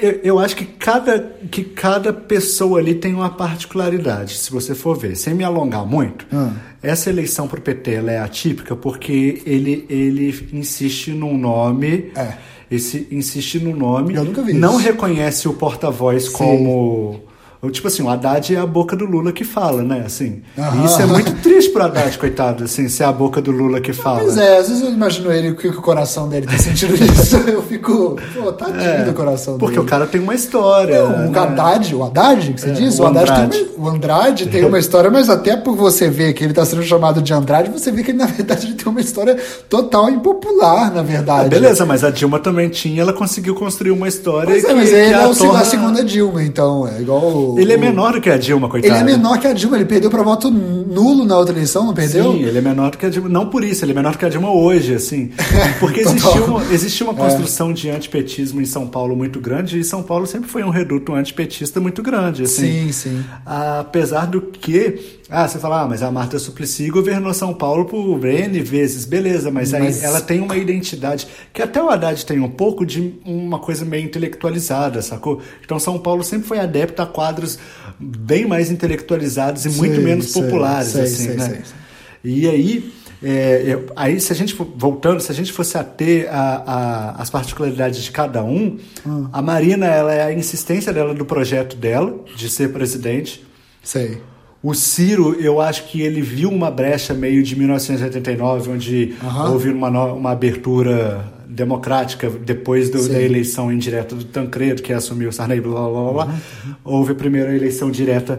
Eu, eu acho que cada, que cada pessoa ali tem uma particularidade, se você for ver. Sem me alongar muito, Ah. essa eleição pro PT ela é atípica porque ele, ele insiste num nome. É. Esse, insiste no nome. Eu nunca vi não isso. reconhece o porta-voz como. ou, Tipo assim, o Haddad é a boca do Lula que fala, né? Assim, Aham. e Isso é muito triste pro Haddad, coitado, assim, ser a boca do Lula que fala. Pois é, às vezes eu imagino ele, o que que o coração dele tá sentindo isso. Eu fico, pô, tadinho do coração É. Porque dele. o cara tem uma história. É, O né? Haddad, o Haddad, que você diz? É, o O Haddad, Andrade. Tem, uma- o Andrade tem uma história, mas até por você ver que ele está sendo chamado de Andrade, você vê que ele, na verdade, ele tem uma história total impopular, na Ah, verdade. beleza, mas a Dilma também tinha, ela conseguiu construir uma história. Pois é, que- mas que ele a é o seg- torna- a segunda Dilma, então. É igual. o- Ele é menor do que a Dilma, coitado. Ele é menor que a Dilma, ele perdeu para voto nulo na outra eleição, não perdeu? Sim, ele é menor do que a Dilma. Não por isso, ele é menor do que a Dilma hoje, assim. Porque existiu uma, existiu É. uma construção de antipetismo em São Paulo muito grande, e São Paulo sempre foi um reduto antipetista muito grande, assim. sim. sim. Apesar do que. Ah, você fala, ah, mas a Marta Suplicy governou São Paulo por N vezes, beleza, mas, Mas- aí ela tem uma identidade que até o Haddad tem um pouco de uma coisa meio intelectualizada, sacou? Então São Paulo sempre foi adepto a quadros bem mais intelectualizados e muito Sei, menos sei, populares, sei, assim, sei, né? sei, sei. E aí, é, eu- aí se a gente for, voltando, se a gente fosse ater a, a- as particularidades de cada um, a Marina, ela é a insistência dela do projeto dela de ser presidente. Sei. O Ciro, eu acho que ele viu uma brecha meio de 1989, onde Aham. houve uma, no- uma abertura democrática depois do- Sim. da eleição indireta do Tancredo, que assumiu o Sarney, blá blá blá. blá. Uhum. Houve a primeira eleição direta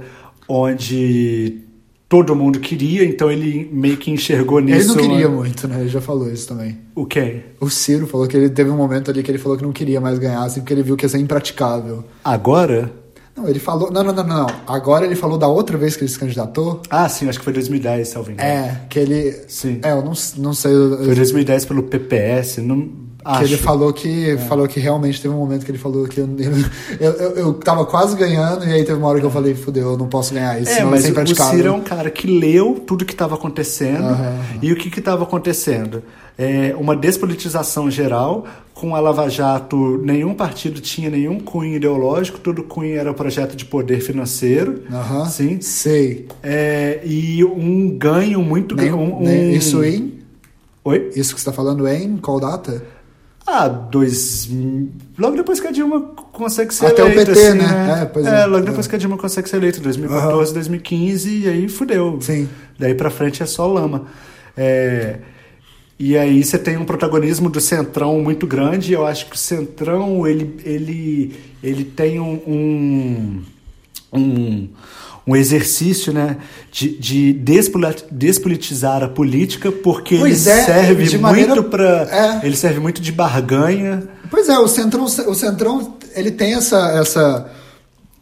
onde todo mundo queria, então ele meio que enxergou Ele nisso. não queria muito, né? Ele já falou isso também. O quê? O Ciro falou que ele teve um momento ali que ele falou que não queria mais ganhar, assim, porque ele viu que ia ser impraticável. Agora? Não, ele falou. Não, não, não, não. não. Agora ele falou da outra vez que ele se candidatou. Ah, sim, acho que foi 2010, salvo engano. É, que ele. Sim. É, eu não, não sei. eu- Foi 2010 pelo PPS, não acho. que ele falou É. que falou que realmente teve um momento que ele falou que eu, eu, eu, eu tava quase ganhando, e aí teve uma hora que eu falei, fudeu, eu não posso ganhar isso, É, senão vai mas o ser impraticável. Ciro é um cara que leu tudo que estava acontecendo. Aham. E o que estava acontecendo? É, uma despolitização geral, com a Lava Jato, nenhum partido tinha nenhum cunho ideológico, todo cunho era projeto de poder financeiro. Aham. Sim. Sei. É, e um ganho muito Nem- grande. Um, nem- um- né, Isso em? Oi? Isso que você tá falando é em? Qual data? Ah, dois. Logo depois que a Dilma consegue ser Até o eleita. PT, assim, né? É, pois é. logo É. depois que a Dilma consegue ser eleita, 2014, 2015, e aí fudeu. Sim. Daí pra frente é só lama. É, E aí você tem um protagonismo do Centrão muito grande. Eu acho que o Centrão, ele, ele, ele tem um, um, um, um exercício né, de, de despolit- despolitizar a política, porque Pois ele é, serve de maneira- muito para. é. Ele serve muito de barganha. Pois é, o Centrão, o Centrão ele tem essa, essa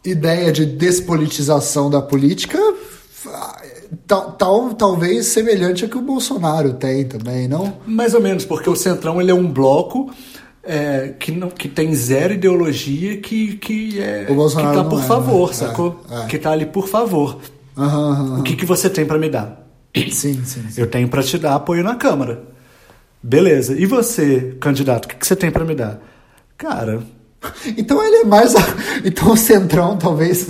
ideia de despolitização da política, tal, tal- talvez semelhante a que o Bolsonaro tem também, não? Mais ou menos, porque o Centrão ele é um bloco é, que, não, que tem zero ideologia que, que é O Bolsonaro que tá não por é, favor, né? sacou? É, Ah. é. Que tá ali por favor. Aham, aham. O que, que você tem pra me dar? Sim, sim. sim. Eu tenho pra te dar apoio na Câmara. Beleza. E você, candidato, o que, que você tem pra me dar? Cara, Então ele é mais. a- Então o Centrão talvez.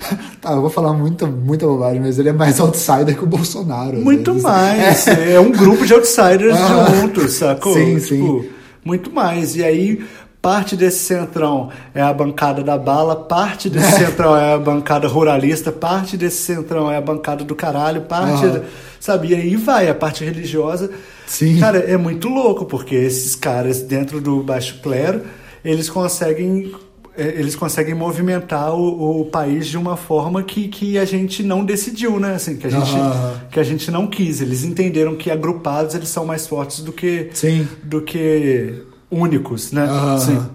tá, eu vou falar muita, muita bobagem, mas ele é mais outsider que o Bolsonaro. né? às muito vezes. mais. É. um grupo de outsiders Ah. juntos, sacou? Sim, tipo, sim. Muito mais. E aí, parte desse centrão é a bancada da bala, parte desse centrão é a bancada ruralista, parte desse centrão é a bancada do caralho, parte. Aham. Sabe? E aí vai a parte religiosa. Sim. Cara, é muito louco, porque esses caras dentro do baixo clero, eles conseguem. eh, Eles conseguem movimentar o, o país de uma forma que, que a gente não decidiu, né? Assim, que a gente, Aham. que a gente não quis. Eles entenderam que agrupados eles são mais fortes do que Sim. do que únicos, né? Aham.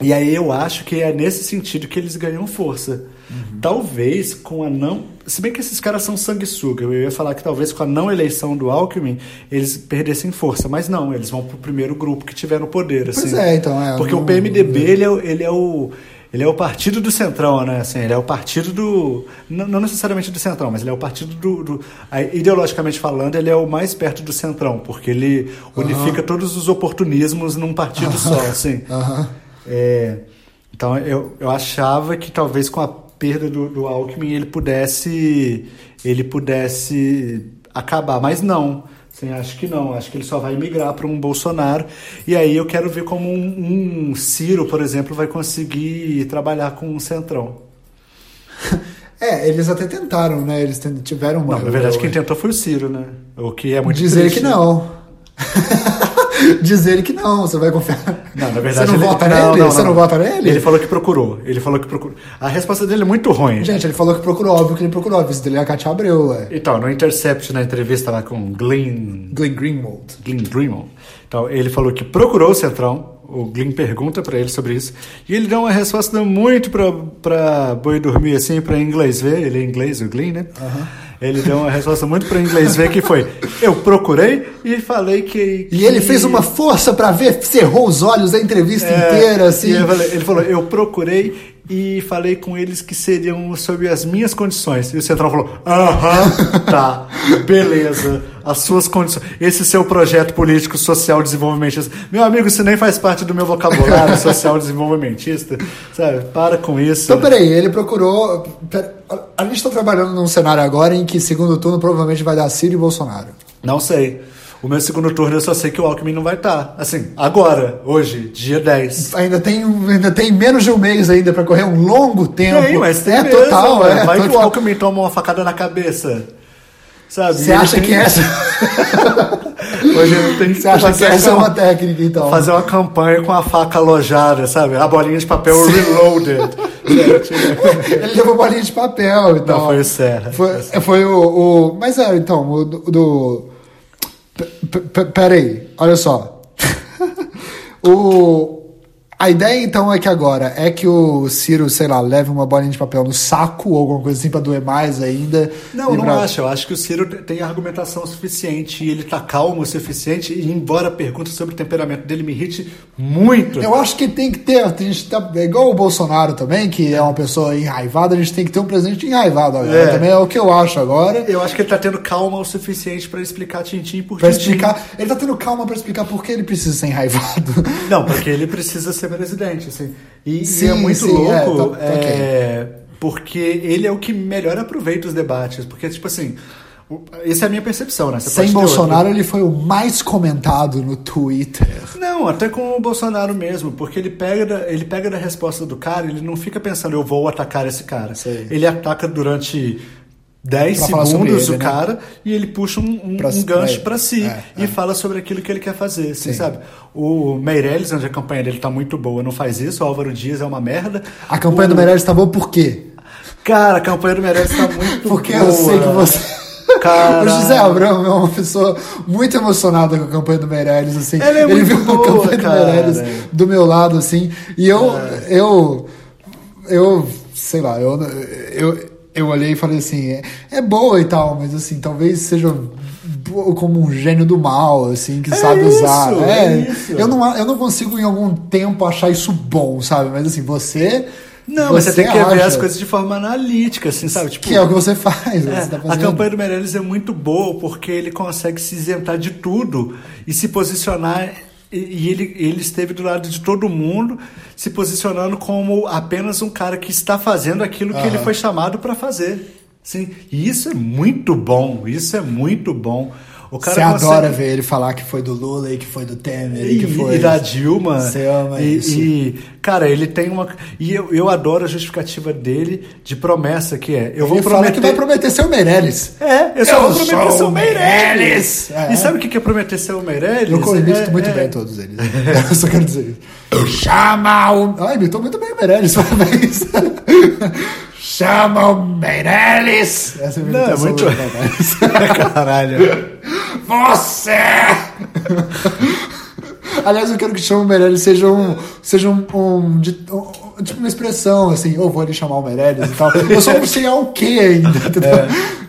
E aí eu acho que é nesse sentido que eles ganham força. Uhum. Talvez com a não. Se bem que esses caras são sanguessuga, eu ia falar que talvez com a não eleição do Alckmin eles perdessem força, mas não, eles vão pro primeiro grupo que tiver no poder. Pois assim. é, então, é, Porque não- o PMDB, ele é, o- ele é o. Ele é o partido do Centrão, né? Assim, ele é o partido do. Não, não necessariamente do Centrão, mas ele é o partido do. do- aí, ideologicamente falando, ele é o mais perto do Centrão, porque ele unifica todos os oportunismos num partido só, assim. Aham. É, então eu, eu achava que talvez com a perda do, do Alckmin ele pudesse ele pudesse acabar, mas não. Assim, acho que não. Acho que ele só vai migrar para um Bolsonaro. E aí eu quero ver como um, um Ciro, por exemplo, vai conseguir trabalhar com um centrão. É, eles até tentaram, né? Eles ten- tiveram uma. Não, na verdade quem reunião. tentou foi o Ciro, né? O que é muito Dizer triste, que né? não. Dizer que não, você vai confiar. Não, na verdade. Você não ele- vota nele? você não, vota nele? Ele falou que procurou. Ele falou que procurou. A resposta dele é muito ruim. Gente, ele falou que procurou, óbvio que ele procurou. A visita dele é a Katia Abreu, ué. Então, no Intercept, na entrevista lá com Glenn, Glenn Greenwald. Glenn Greenwald, então, ele falou que procurou o Centrão, o Glenn pergunta pra ele sobre isso, e ele dá uma resposta muito pra, pra boi dormir, assim, pra inglês ver, ele é inglês, o Glenn, né? Ele deu uma resposta muito pra inglês ver, que foi, eu procurei e falei que... E ele que- fez uma força pra ver, cerrou os olhos a entrevista é, inteira, assim. e eu falei- ele falou, eu procurei e falei com eles que seriam sob as minhas condições. E o Central falou, aham, tá, beleza, as suas condições. Esse seu projeto político social desenvolvimentista. Meu amigo, isso nem faz parte do meu vocabulário social desenvolvimentista, sabe? Para com isso. Então, peraí, ele procurou. pera- a gente tá trabalhando num cenário agora em que segundo turno provavelmente vai dar Ciro e Bolsonaro. Não sei. O meu segundo turno eu só sei que o Alckmin não vai estar. Assim, agora, hoje, dia 10. Ainda tem, um- ainda tem menos de um mês ainda pra correr um longo tempo. Tem, mas tem é mesmo, total, né? é. Vai que o total. Alckmin toma uma facada na cabeça. Sabe? Você Ele acha tem- que essa. Hoje eu tenho Você acha que fazer essa é uma- uma técnica, então? Fazer uma campanha com a faca alojada, sabe? A bolinha de papel reloaded. Ele levou bolinha de papel e tal. Não, foi o Serra. Foi, foi o, o- Mas é, então, o do. do P- p- p- peraí, olha só. o. A ideia então é que agora é que o Ciro, sei lá, leve uma bolinha de papel no saco ou alguma coisa assim pra doer mais ainda. Não, E não pra- acho. Eu acho que o Ciro te- tem argumentação suficiente e ele tá calmo o suficiente. E embora a pergunta sobre o temperamento dele me irrite muito. Eu acho que tem que ter, a gente tá, é igual o Bolsonaro também, que é uma pessoa enraivada, a gente tem que ter um presidente enraivado agora. É. Também é o que eu acho agora. Eu acho que ele tá tendo calma o suficiente pra explicar tintim por Pra tintim. explicar. Ele tá tendo calma pra explicar por que ele precisa ser enraivado. Não, porque ele precisa ser presidente, assim. E, e Sim, é muito sim, é, louco, tá- tá ok. é, porque ele é o que melhor aproveita os debates. Porque, tipo assim, o- essa é a minha percepção, né? Você Sem pode ter Bolsonaro, ele foi o mais comentado no Twitter. outra. Não, até com o Bolsonaro mesmo, porque ele pega, da, ele pega da resposta do cara, ele não fica pensando, eu vou atacar esse cara. Sim. Ele ataca durante 10 Pra falar sobre segundos ele, o né? cara e ele puxa um, um- Pra- um gancho é, pra si é, e fala sobre aquilo que ele quer fazer, assim, sabe? O Meirelles, onde a campanha dele tá muito boa, não faz isso. O Álvaro Dias é uma merda. A campanha O- do Meirelles tá boa por quê? Cara, a campanha do Meirelles tá muito Porque boa. eu sei que você... Cara. O José Abrão é uma pessoa muito emocionada com a campanha do Meirelles, assim. Ela é muito viu boa, a campanha cara. É. do Meirelles do meu lado, assim. E eu, eu, eu, sei lá, eu, eu, eu olhei e falei assim, é, é boa e tal, mas assim, talvez seja bo- como um gênio do mal, assim, que sabe isso, usar. é isso. Eu, não, a- eu não consigo em algum tempo achar isso bom, sabe? Mas assim, você... Não, mas você tem que ver acha as coisas de forma analítica, assim, sabe? Tipo, Que é o que você faz. É, você tá a fazendo. campanha do Meirelles é muito boa porque ele consegue se isentar de tudo e se posicionar. E, e ele, ele esteve do lado de todo mundo, se posicionando como apenas um cara que está fazendo aquilo que ele foi chamado para fazer. Sim, e isso é muito bom. Isso é muito bom. O cara Você consegue- adora ver ele falar que foi do Lula e que foi do Temer e, e, que foi. e da Dilma. Você ama e, isso. e, cara, ele tem uma. E eu, eu adoro a justificativa dele de promessa que é. Eu vou ele fala prometer. que vai prometer ser o Meirelles. É, eu só Eu vou prometer sou ser o o Meirelles. Meirelles. É. E sabe o que que é prometer ser o Meirelles? Eu co- imito É, muito é. bem todos eles. Eu só quero dizer isso. Chama o. Ah, imitou muito bem o Meirelles, parabéns. Chama o Meirelles! Essa é a minha Não, é imitação muito. É, do Meirelles. Caralho. Você! Aliás, eu quero que chame o Meirelles seja um. Seja um. um de- um- tipo uma expressão, assim, eu vou ali chamar o Meirelles e tal. Eu só não sei ao que ainda. entendeu?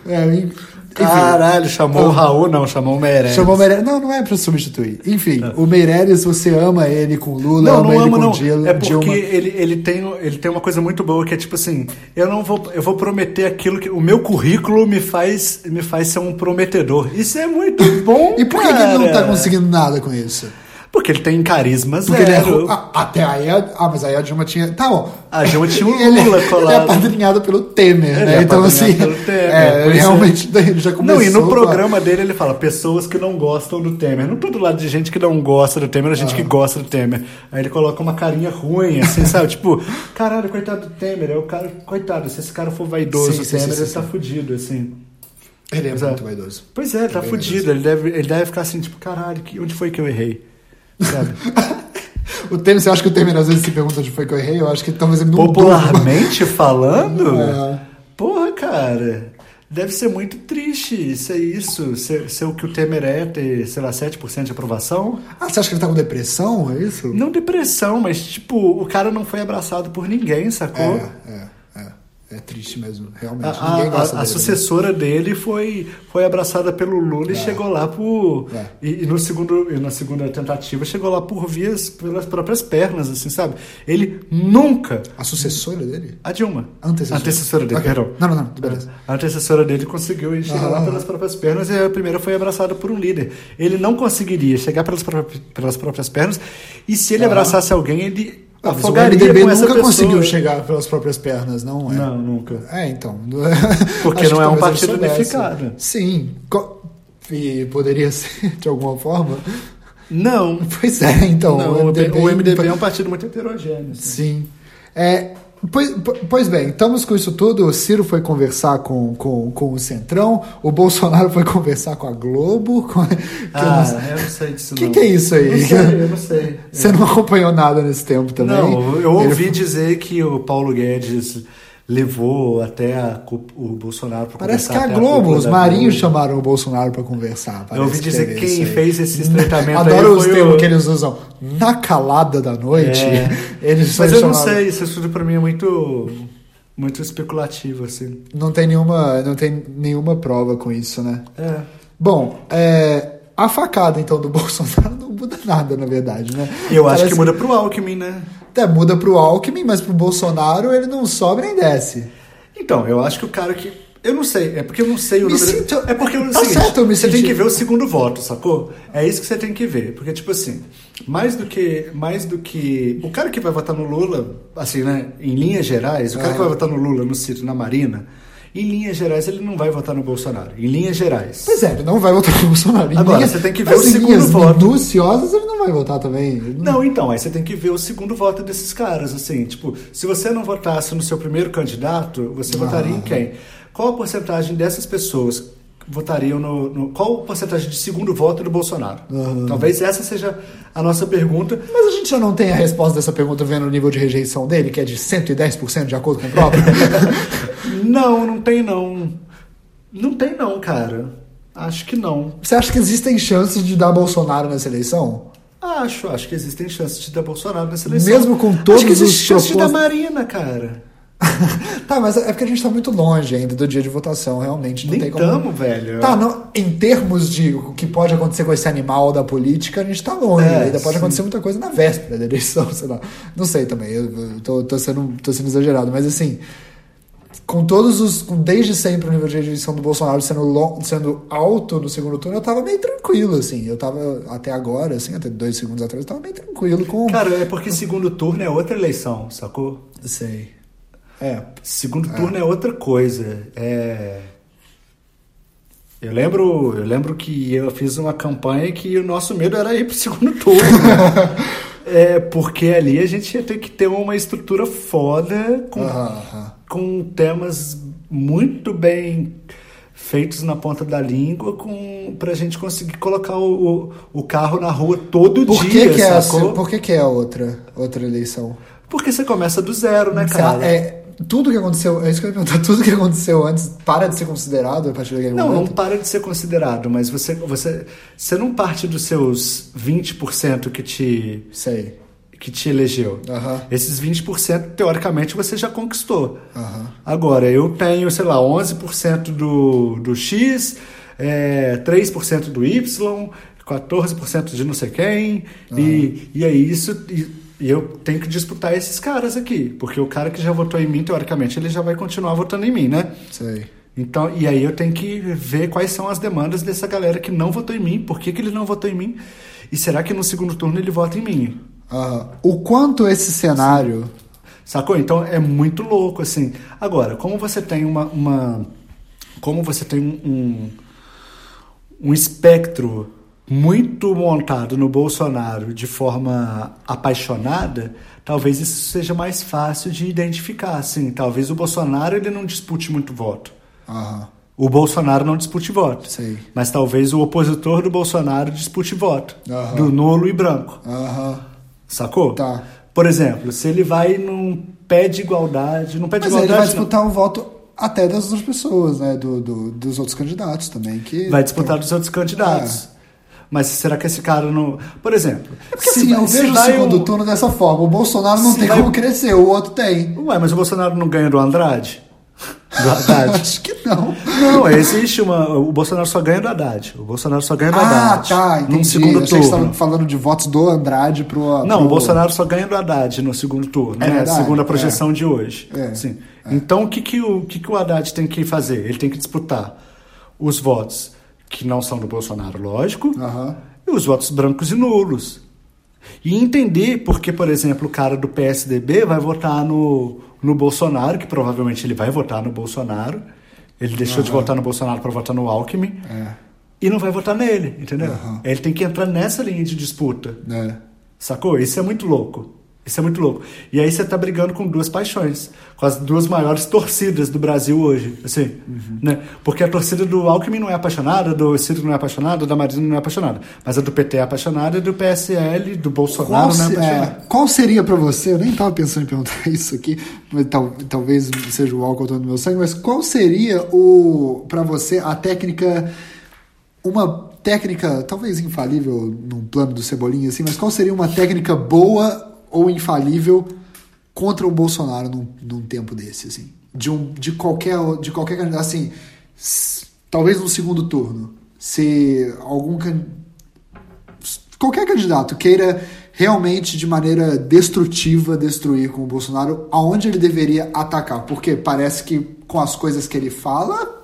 É, enfim. Caralho, chamou o Raul, não, chamou o Meirelles. Chamou o Meirelles. Não, não é pra substituir. Enfim, o Meirelles, você ama ele com Lula, É. Não, ama não ele amo, com não. Dil- é porque Dilma. ele, ele, tem, ele tem uma coisa muito boa que é tipo assim: eu não vou, eu vou prometer aquilo que. O meu currículo me faz, me faz ser um prometedor. Isso é muito bom. E por que, que ele não tá cara. conseguindo nada com isso? Porque ele tem carisma Porque ele é. zero. Ah, até aí. a- Ah, mas aí a Dilma tinha. Tá bom. A Dilma tinha o Ele, Lula ele é colado. apadrinhado pelo Temer, Ele né? é então, apadrinhado assim. pelo Temer, é, pois é. realmente ele já começou. Não, e no com a- programa dele ele fala pessoas que não gostam do Temer. Não todo lado de gente que não gosta do Temer, a gente Ah. que gosta do Temer. Aí ele coloca uma carinha ruim, assim, sabe? Tipo, caralho, coitado do Temer. É o cara, coitado, se esse cara for vaidoso, Sim, o sim, Temer sim, ele sim, tá fudido, assim. Ele é Pois é. muito vaidoso. Pois é, tá bem fudido. Ele deve, ele deve ficar assim, tipo, caralho, que- onde foi que eu errei? Sabe? O Temer, você acha que o Temer às vezes se pergunta onde foi que eu errei? Eu acho que talvez ele tá um não. Popularmente falando? É. Porra, cara. Deve ser muito triste ser isso, ser, ser o que o Temer é, ter, sei lá, 7% de aprovação. Ah, você acha que ele tá com depressão? É isso? Não depressão, mas tipo, o cara não foi abraçado por ninguém, sacou? É, é, é. É triste mesmo, realmente. A, a- Ninguém gosta a- a dele, né? sucessora dele foi, foi abraçada pelo Lula e chegou lá por. É. E, e no segundo, e na segunda tentativa chegou lá por vias pelas próprias pernas, assim, sabe? Ele nunca. A sucessora dele? A Dilma. Antecessora. Antecessora dele, Ok. perdão. Não, não, não, beleza. A antecessora dele conseguiu e chegar Ah. lá pelas próprias pernas e a primeira foi abraçada por um líder. Ele não conseguiria chegar pelas, próprias- pelas próprias pernas e se ele abraçasse alguém, ele Ah, mas o afogaria com MDB essa nunca pessoa. conseguiu chegar pelas próprias pernas, não é? Não, nunca. É, então. Porque Acho não que é um talvez partido ele soubesse. unificado. Sim. Co- E poderia ser de alguma forma? Não. Pois é, então. Não, o MDB, é um partido muito heterogêneo. assim. Sim. É, pois, pois bem, estamos com isso tudo. O Ciro foi conversar com, com, com o Centrão, o Bolsonaro foi conversar com a Globo. com- que eu não Ah, sei- eu não sei disso O que, não. que é isso aí? Não sei, eu não sei. Você não acompanhou nada nesse tempo também? Não, eu Ele ouvi dizer que o Paulo Guedes levou até a cu- o Bolsonaro para Parece que é a Globo, os marinhos chamaram o Bolsonaro pra conversar. parece ouvi dizer teve que quem isso aí. fez esse estreitamento Adoro aí os foi termos o- que eles usam. Na calada da noite, É. eles Mas eu não chamaram- sei, isso tudo pra mim é muito, muito especulativo, assim. Não tem, nenhuma, não tem nenhuma prova com isso, né? É. Bom, é, a facada então do Bolsonaro não muda nada, na verdade, né? Eu acho Parece que muda pro Alckmin, né? Até muda pro Alckmin, mas pro Bolsonaro ele não sobe nem desce. Então, eu acho que o cara que. Eu não sei, é porque eu não sei o Me número. sinto- É porque eu não Tá sei. certo, eu me Você tem senti- que ver o segundo voto, sacou? É isso que você tem que ver. Porque, tipo assim, mais do que. Mais do que. O cara que vai votar no Lula, assim, né? Em linhas gerais, o cara que vai votar no Lula, no Ciro, na Marina, em linhas gerais, ele não vai votar no Bolsonaro. Em linhas gerais. Pois é, ele não vai votar pro Bolsonaro. Em Agora, linhas- você tem que ver nas o segundo linhas voto. minuciosas ele não vai votar também. Ele não- Não, então, aí você tem que ver o segundo voto Ah. desses caras, assim, tipo, se você não votasse no seu primeiro candidato, você votaria em quem? Qual- qual a porcentagem dessas pessoas votariam no, no- Qual a porcentagem de segundo voto do Bolsonaro? Talvez essa seja a nossa pergunta. Mas a gente já não tem a resposta dessa pergunta vendo o nível de rejeição dele, que é de 110% de acordo com o próprio. Não, não tem não. Não tem não, cara. Acho que não. Você acha que existem chances de dar Bolsonaro nessa eleição? Acho, acho que existem chances de dar Bolsonaro nessa eleição. Mesmo com todos acho que existe os chance de dar propos- Marina, cara. Tá, mas é porque a gente tá muito longe ainda do dia de votação, realmente. Não Nem tem como. tamo, velho. Tá, não, em termos de o que pode acontecer com esse animal da política, a gente tá longe. É, ainda pode sim. acontecer muita coisa na véspera da eleição, sei lá. Não sei também, eu eu tô, tô sendo, tô sendo exagerado, mas assim. Com todos os. com- desde sempre o nível de rejeição do Bolsonaro sendo, lo- sendo alto no segundo turno, eu tava meio tranquilo, assim. Eu tava até agora, assim, até dois segundos atrás, eu tava meio tranquilo com. Cara, é porque segundo turno é outra eleição, sacou? Sei. É. Segundo turno é outra coisa. É... Eu lembro, eu lembro que eu fiz uma campanha que o nosso medo era ir pro segundo turno. né? é porque ali a gente ia ter que ter uma estrutura foda com, Aham, aham. com temas muito bem feitos na ponta da língua com pra gente conseguir colocar o, o, o carro na rua todo Por um dia, que, que é sacou? essa? Por que, que é outra, outra eleição? Porque você começa do zero, né, Será- cara? é, tudo que aconteceu, é isso que eu ia perguntar, tudo que aconteceu antes para de ser considerado a partir daquele Não, não momento? para de ser considerado, mas você, você, você não parte dos seus 20% que te, Sei. que te elegeu. Aham. Esses 20%, teoricamente, você já conquistou. Aham. Agora, eu tenho, sei lá, 11% do, do X, é, 3% do Y, 14% de não sei quem, e, e é isso. E, e eu tenho que disputar esses caras aqui, porque o cara que já votou em mim, teoricamente, ele já vai continuar votando em mim, né? Sei. Então, e aí eu tenho que ver quais são as demandas dessa galera que não votou em mim, por que, que ele não votou em mim, e será que no segundo turno ele vota em mim? Aham. O quanto esse cenário. Sacou? Então é muito louco, assim. Agora, como você tem uma. uma- como você tem um, um, um espectro muito montado no Bolsonaro de forma apaixonada, talvez isso seja mais fácil de identificar, assim. Talvez o Bolsonaro ele não dispute muito voto. Aham. O Bolsonaro não dispute voto. Sei. Mas talvez o opositor do Bolsonaro dispute voto. Aham. Do nulo e branco. Aham. Sacou? Tá. Por exemplo, se ele vai num pé de igualdade. Num pé de Mas aí ele vai igualdade. não. disputar um voto até das outras pessoas, né? Do, do- dos outros candidatos também. Que Vai disputar dos outros candidatos. Mas será que esse cara não. Por exemplo. É. Porque assim, eu vejo o vai um- segundo turno dessa forma. O Bolsonaro não Se tem vai- como crescer, o outro tem. Ué, mas o Bolsonaro não ganha do Andrade? Do Haddad? Acho que não. Não, existe uma. O Bolsonaro só ganha do Haddad. O Bolsonaro só ganha do Ah, Haddad. tá, entendi. É Num segundo Achei que você turno. tava falando de votos do Andrade pro. Não, pro... o Bolsonaro só ganha do Haddad no segundo turno, É né? verdade, segundo a projeção de hoje. É, Sim. Então, o que, que, o, o que, que o Haddad tem que fazer? Ele tem que disputar os votos que não são do Bolsonaro, lógico, Aham. e os votos brancos e nulos. E entender porque, por exemplo, o cara do PSDB vai votar no, no Bolsonaro, que provavelmente ele vai votar no Bolsonaro. Ele deixou de votar no Bolsonaro para votar no Alckmin. É, E não vai votar nele, entendeu? Aham. Ele tem que entrar nessa linha de disputa. né? Sacou? Isso é muito louco. Isso é muito louco. E aí você tá brigando com duas paixões, com as duas maiores torcidas do Brasil hoje, assim, né? Porque a torcida do Alckmin não é apaixonada, do Ciro não é apaixonada, da Marina não é apaixonada, mas a do PT é apaixonada, e do PSL, do Qual, Bolsonaro não é se- apaixonada. é, qual seria pra você? Eu nem tava pensando em perguntar isso aqui, mas tal- talvez seja o álcool todo no meu sangue, mas qual seria o para você a técnica uma técnica talvez infalível num plano do Cebolinha assim, mas qual seria uma técnica boa ou infalível contra o Bolsonaro num, num tempo desse assim, de um de qualquer de qualquer candidato assim, s- talvez no segundo turno, se algum can- qualquer candidato queira realmente de maneira destrutiva destruir com o Bolsonaro, aonde ele deveria atacar? Porque parece que com as coisas que ele fala,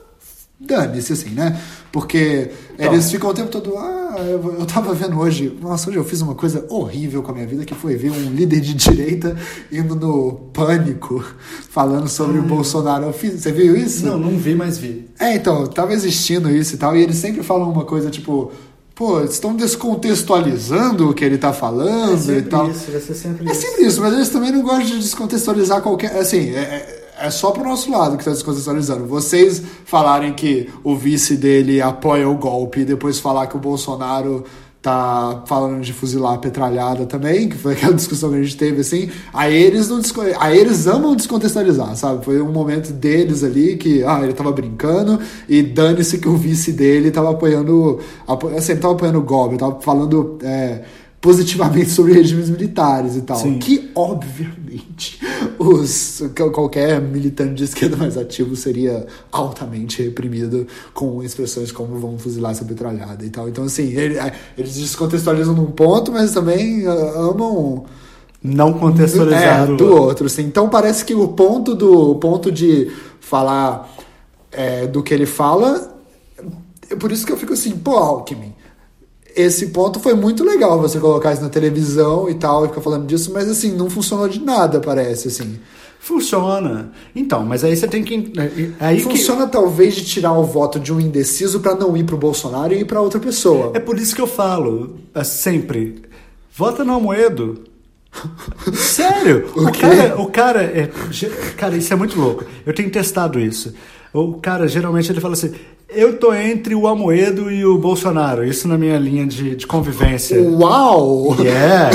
dane-se assim, né? Porque eles ficam o tempo todo, ah, eu, eu tava vendo hoje, nossa, hoje eu fiz uma coisa horrível com a minha vida, que foi ver um líder de direita indo no pânico falando sobre o Bolsonaro. Eu fiz- você viu isso? Não, não vi, mas vi. É, então, tava existindo isso e tal, e eles sempre falam uma coisa tipo, pô, estão descontextualizando o que ele tá falando e tal. vai ser sempre É sempre isso, mas eles também não gostam de descontextualizar qualquer. Assim, é- é- é só pro nosso lado que tá descontextualizando. Vocês falarem que o vice dele apoia o golpe e depois falar que o Bolsonaro tá falando de fuzilar a petralhada também, que foi aquela discussão que a gente teve assim. Aí eles não desco- aí eles amam descontextualizar, sabe? Foi um momento deles ali que, ah, ele tava brincando e dane-se que o vice dele tava apoiando, apo... assim, ele tava apoiando o golpe, tava falando é, positivamente sobre regimes militares e tal. Sim. Que, obviamente, os, qual- qualquer militante de esquerda mais ativo seria altamente reprimido com expressões como vamos fuzilar essa petralhada e tal. Então, assim, ele- é, eles descontextualizam num ponto, mas também ah, amam Não contextualizado. é, do outro, assim. Então parece que o ponto do o ponto de falar é, do que ele fala, é por isso que eu fico assim, pô, Alckmin, esse ponto foi muito legal você colocar isso na televisão e tal, e ficar falando disso, mas assim, não funcionou de nada, parece, assim. Funciona. Então, mas aí você tem que. é, Aí que... Funciona talvez de tirar o voto de um indeciso pra não ir pro Bolsonaro e ir pra outra pessoa. É por isso que eu falo é sempre: vota no Almoedo. Sério? O, O quê? cara, o cara, é, ge- cara, isso é muito louco. Eu tenho testado isso. O cara geralmente ele fala assim: eu tô entre o Almoedo e o Bolsonaro. Isso na minha linha de, de convivência. Uau! Yeah.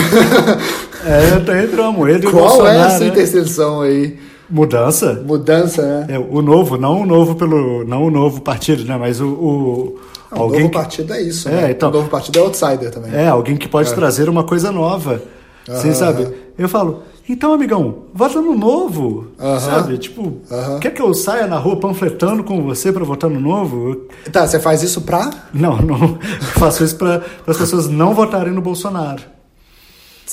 é, eu tô entre o Almoedo e o Qual é Bolsonaro. essa né? interseção aí? Mudança? Mudança, né? É, o novo, não o novo pelo, não o novo partido, né? Mas o, o- O alguém novo que- partido é isso, É, né? então- O novo partido é outsider também. É, alguém que pode trazer uma coisa nova. Você sabe? Eu falo, então, amigão, vota no novo. Aham. Sabe? Tipo, Aham. quer que eu saia na rua panfletando com você pra votar no novo? Tá, você faz isso pra? Não, não. Eu faço isso pra as pessoas não votarem no Bolsonaro.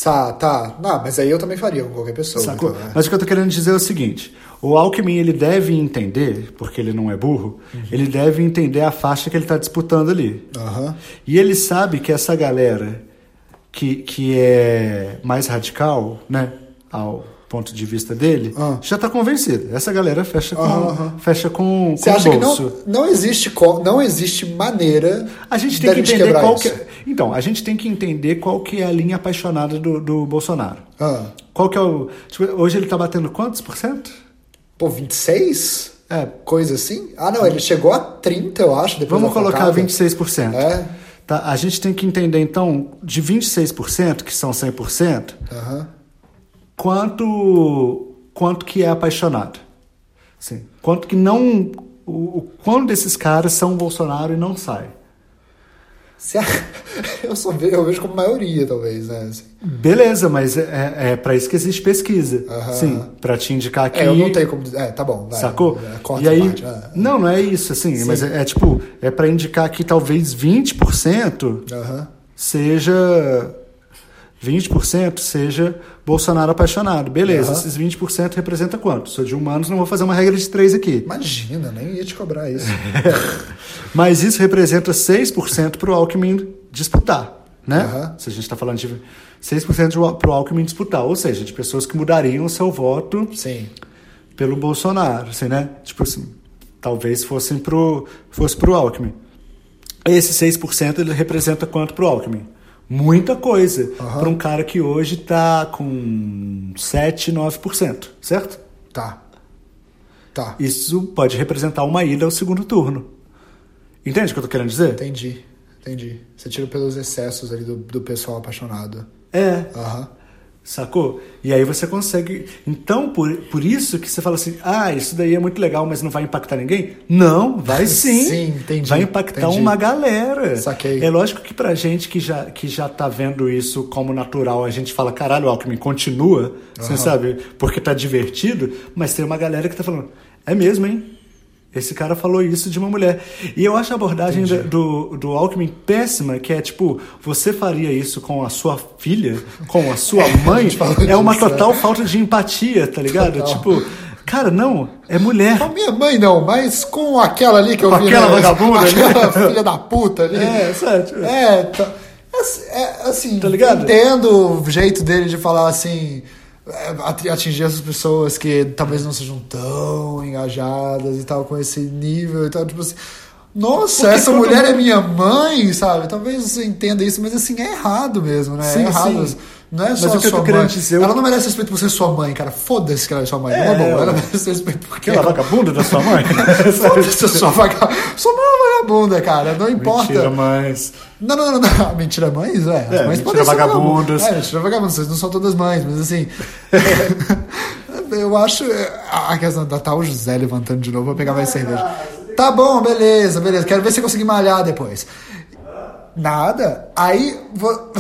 Tá, tá. Não, mas aí eu também faria com qualquer pessoa. Sacou? então, né? Mas o que eu tô querendo dizer é o seguinte: o Alckmin ele deve entender, porque ele não é burro, ele deve entender a faixa que ele tá disputando ali. Uhum. Aham. E ele sabe que essa galera que, que é mais radical, né? Ao ponto de vista dele, Ah. já tá convencida. Essa galera fecha com. Aham, aham. Fecha com. Você com acha o que não, bolso. não, existe, co- não existe maneira A gente tem da que entender qual isso. que. Então, a gente tem que entender qual que é a linha apaixonada do, do Bolsonaro. Ah, Qual que é o. tipo, hoje ele tá batendo quantos por cento? pô, 26? É. Coisa assim? Ah, não, ele chegou a 30, eu acho. Depois Vamos da colocar facada. 26%. É. Tá, a gente tem que entender, então, de 26%, que são 100%, Aham. quanto quanto que é apaixonado. Assim, quanto que não. O, o quanto desses caras são Bolsonaro e não sai. Você a- eu só vejo, eu vejo como maioria, talvez, né? assim. Beleza, mas é, é para isso que existe pesquisa. Aham. Sim, para te indicar que. É, eu não tenho como. É, tá bom. vai. Sacou? É, corta e aí, a parte, é. não, não é isso, assim, mas é, é tipo, é para indicar que talvez 20% Aham. seja 20% seja Bolsonaro apaixonado. Beleza, Aham. esses 20% representa quanto? Sou de humanos, não vou fazer uma regra de três aqui. Imagina, nem ia te cobrar isso. Mas isso representa 6% para o Alckmin disputar, né? Aham. Se a gente está falando de 6% para o Alckmin disputar, ou seja, de pessoas que mudariam o seu voto Sim. pelo Bolsonaro, assim, né? Tipo assim, talvez fossem pro, fosse pro Alckmin. Esse 6% ele representa quanto pro Alckmin? Muita coisa Aham. para um cara que hoje tá com 7, 9%, certo? Tá. Tá. Isso pode representar uma ida ao segundo turno. Entende o que eu tô querendo dizer? Entendi, entendi. Você tira pelos excessos ali do, do pessoal apaixonado. É, Aham. Sacou? E aí você consegue. Então, por, por isso que você fala assim: ah, isso daí é muito legal, mas não vai impactar ninguém? Não, vai sim. Sim, entendi, Vai impactar entendi. uma galera. Saquei. É lógico que pra gente que já, que já tá vendo isso como natural, a gente fala: caralho, Alckmin, continua, você sabe? Porque tá divertido, mas tem uma galera que tá falando: é mesmo, hein? Esse cara falou isso de uma mulher. E eu acho a abordagem da- do, do Alckmin péssima, que é tipo, você faria isso com a sua filha, com a sua mãe? falou É uma disso, né? total falta de empatia, tá ligado? Total. Tipo, cara, não, é mulher. Com a minha mãe não, mas com aquela ali que eu Com vi. aquela né? vagabunda ali. Aquela filha da puta ali. É, sabe? É, tá. Assim, é, assim, Tá ligado? entendo o jeito dele de falar assim. é, ati- Atingir essas pessoas que talvez não sejam tão engajadas e tal, com esse nível e tal, tipo assim. Nossa, Porque essa todo mulher mundo- é minha mãe, sabe? Talvez você entenda isso, mas assim, é errado mesmo, né? Sim, é errado. sim. Não é só Mas o a que eu sua tô querendo mãe. dizer- eu- Ela não merece respeito por ser sua mãe, cara. Foda-se que ela é sua mãe. não é É, bom. é, Ela é. merece respeito porque Aquela ela. vagabunda da sua mãe? Foda-se a sua vagabunda. Sua mãe é uma vagabunda, cara. Não importa. Mentira, mas... Não, não, não, não. Mentira, mães, é. As É, mães mentira, podem ser vagabundas. É, mentira, vagabundas. Vocês não são todas mães, mas assim. eu acho. é, A a questão da tal José levantando de novo pra pegar mais cerveja. Tá bom, beleza, beleza. Quero ver se eu conseguir malhar depois. Nada. Aí. Vou...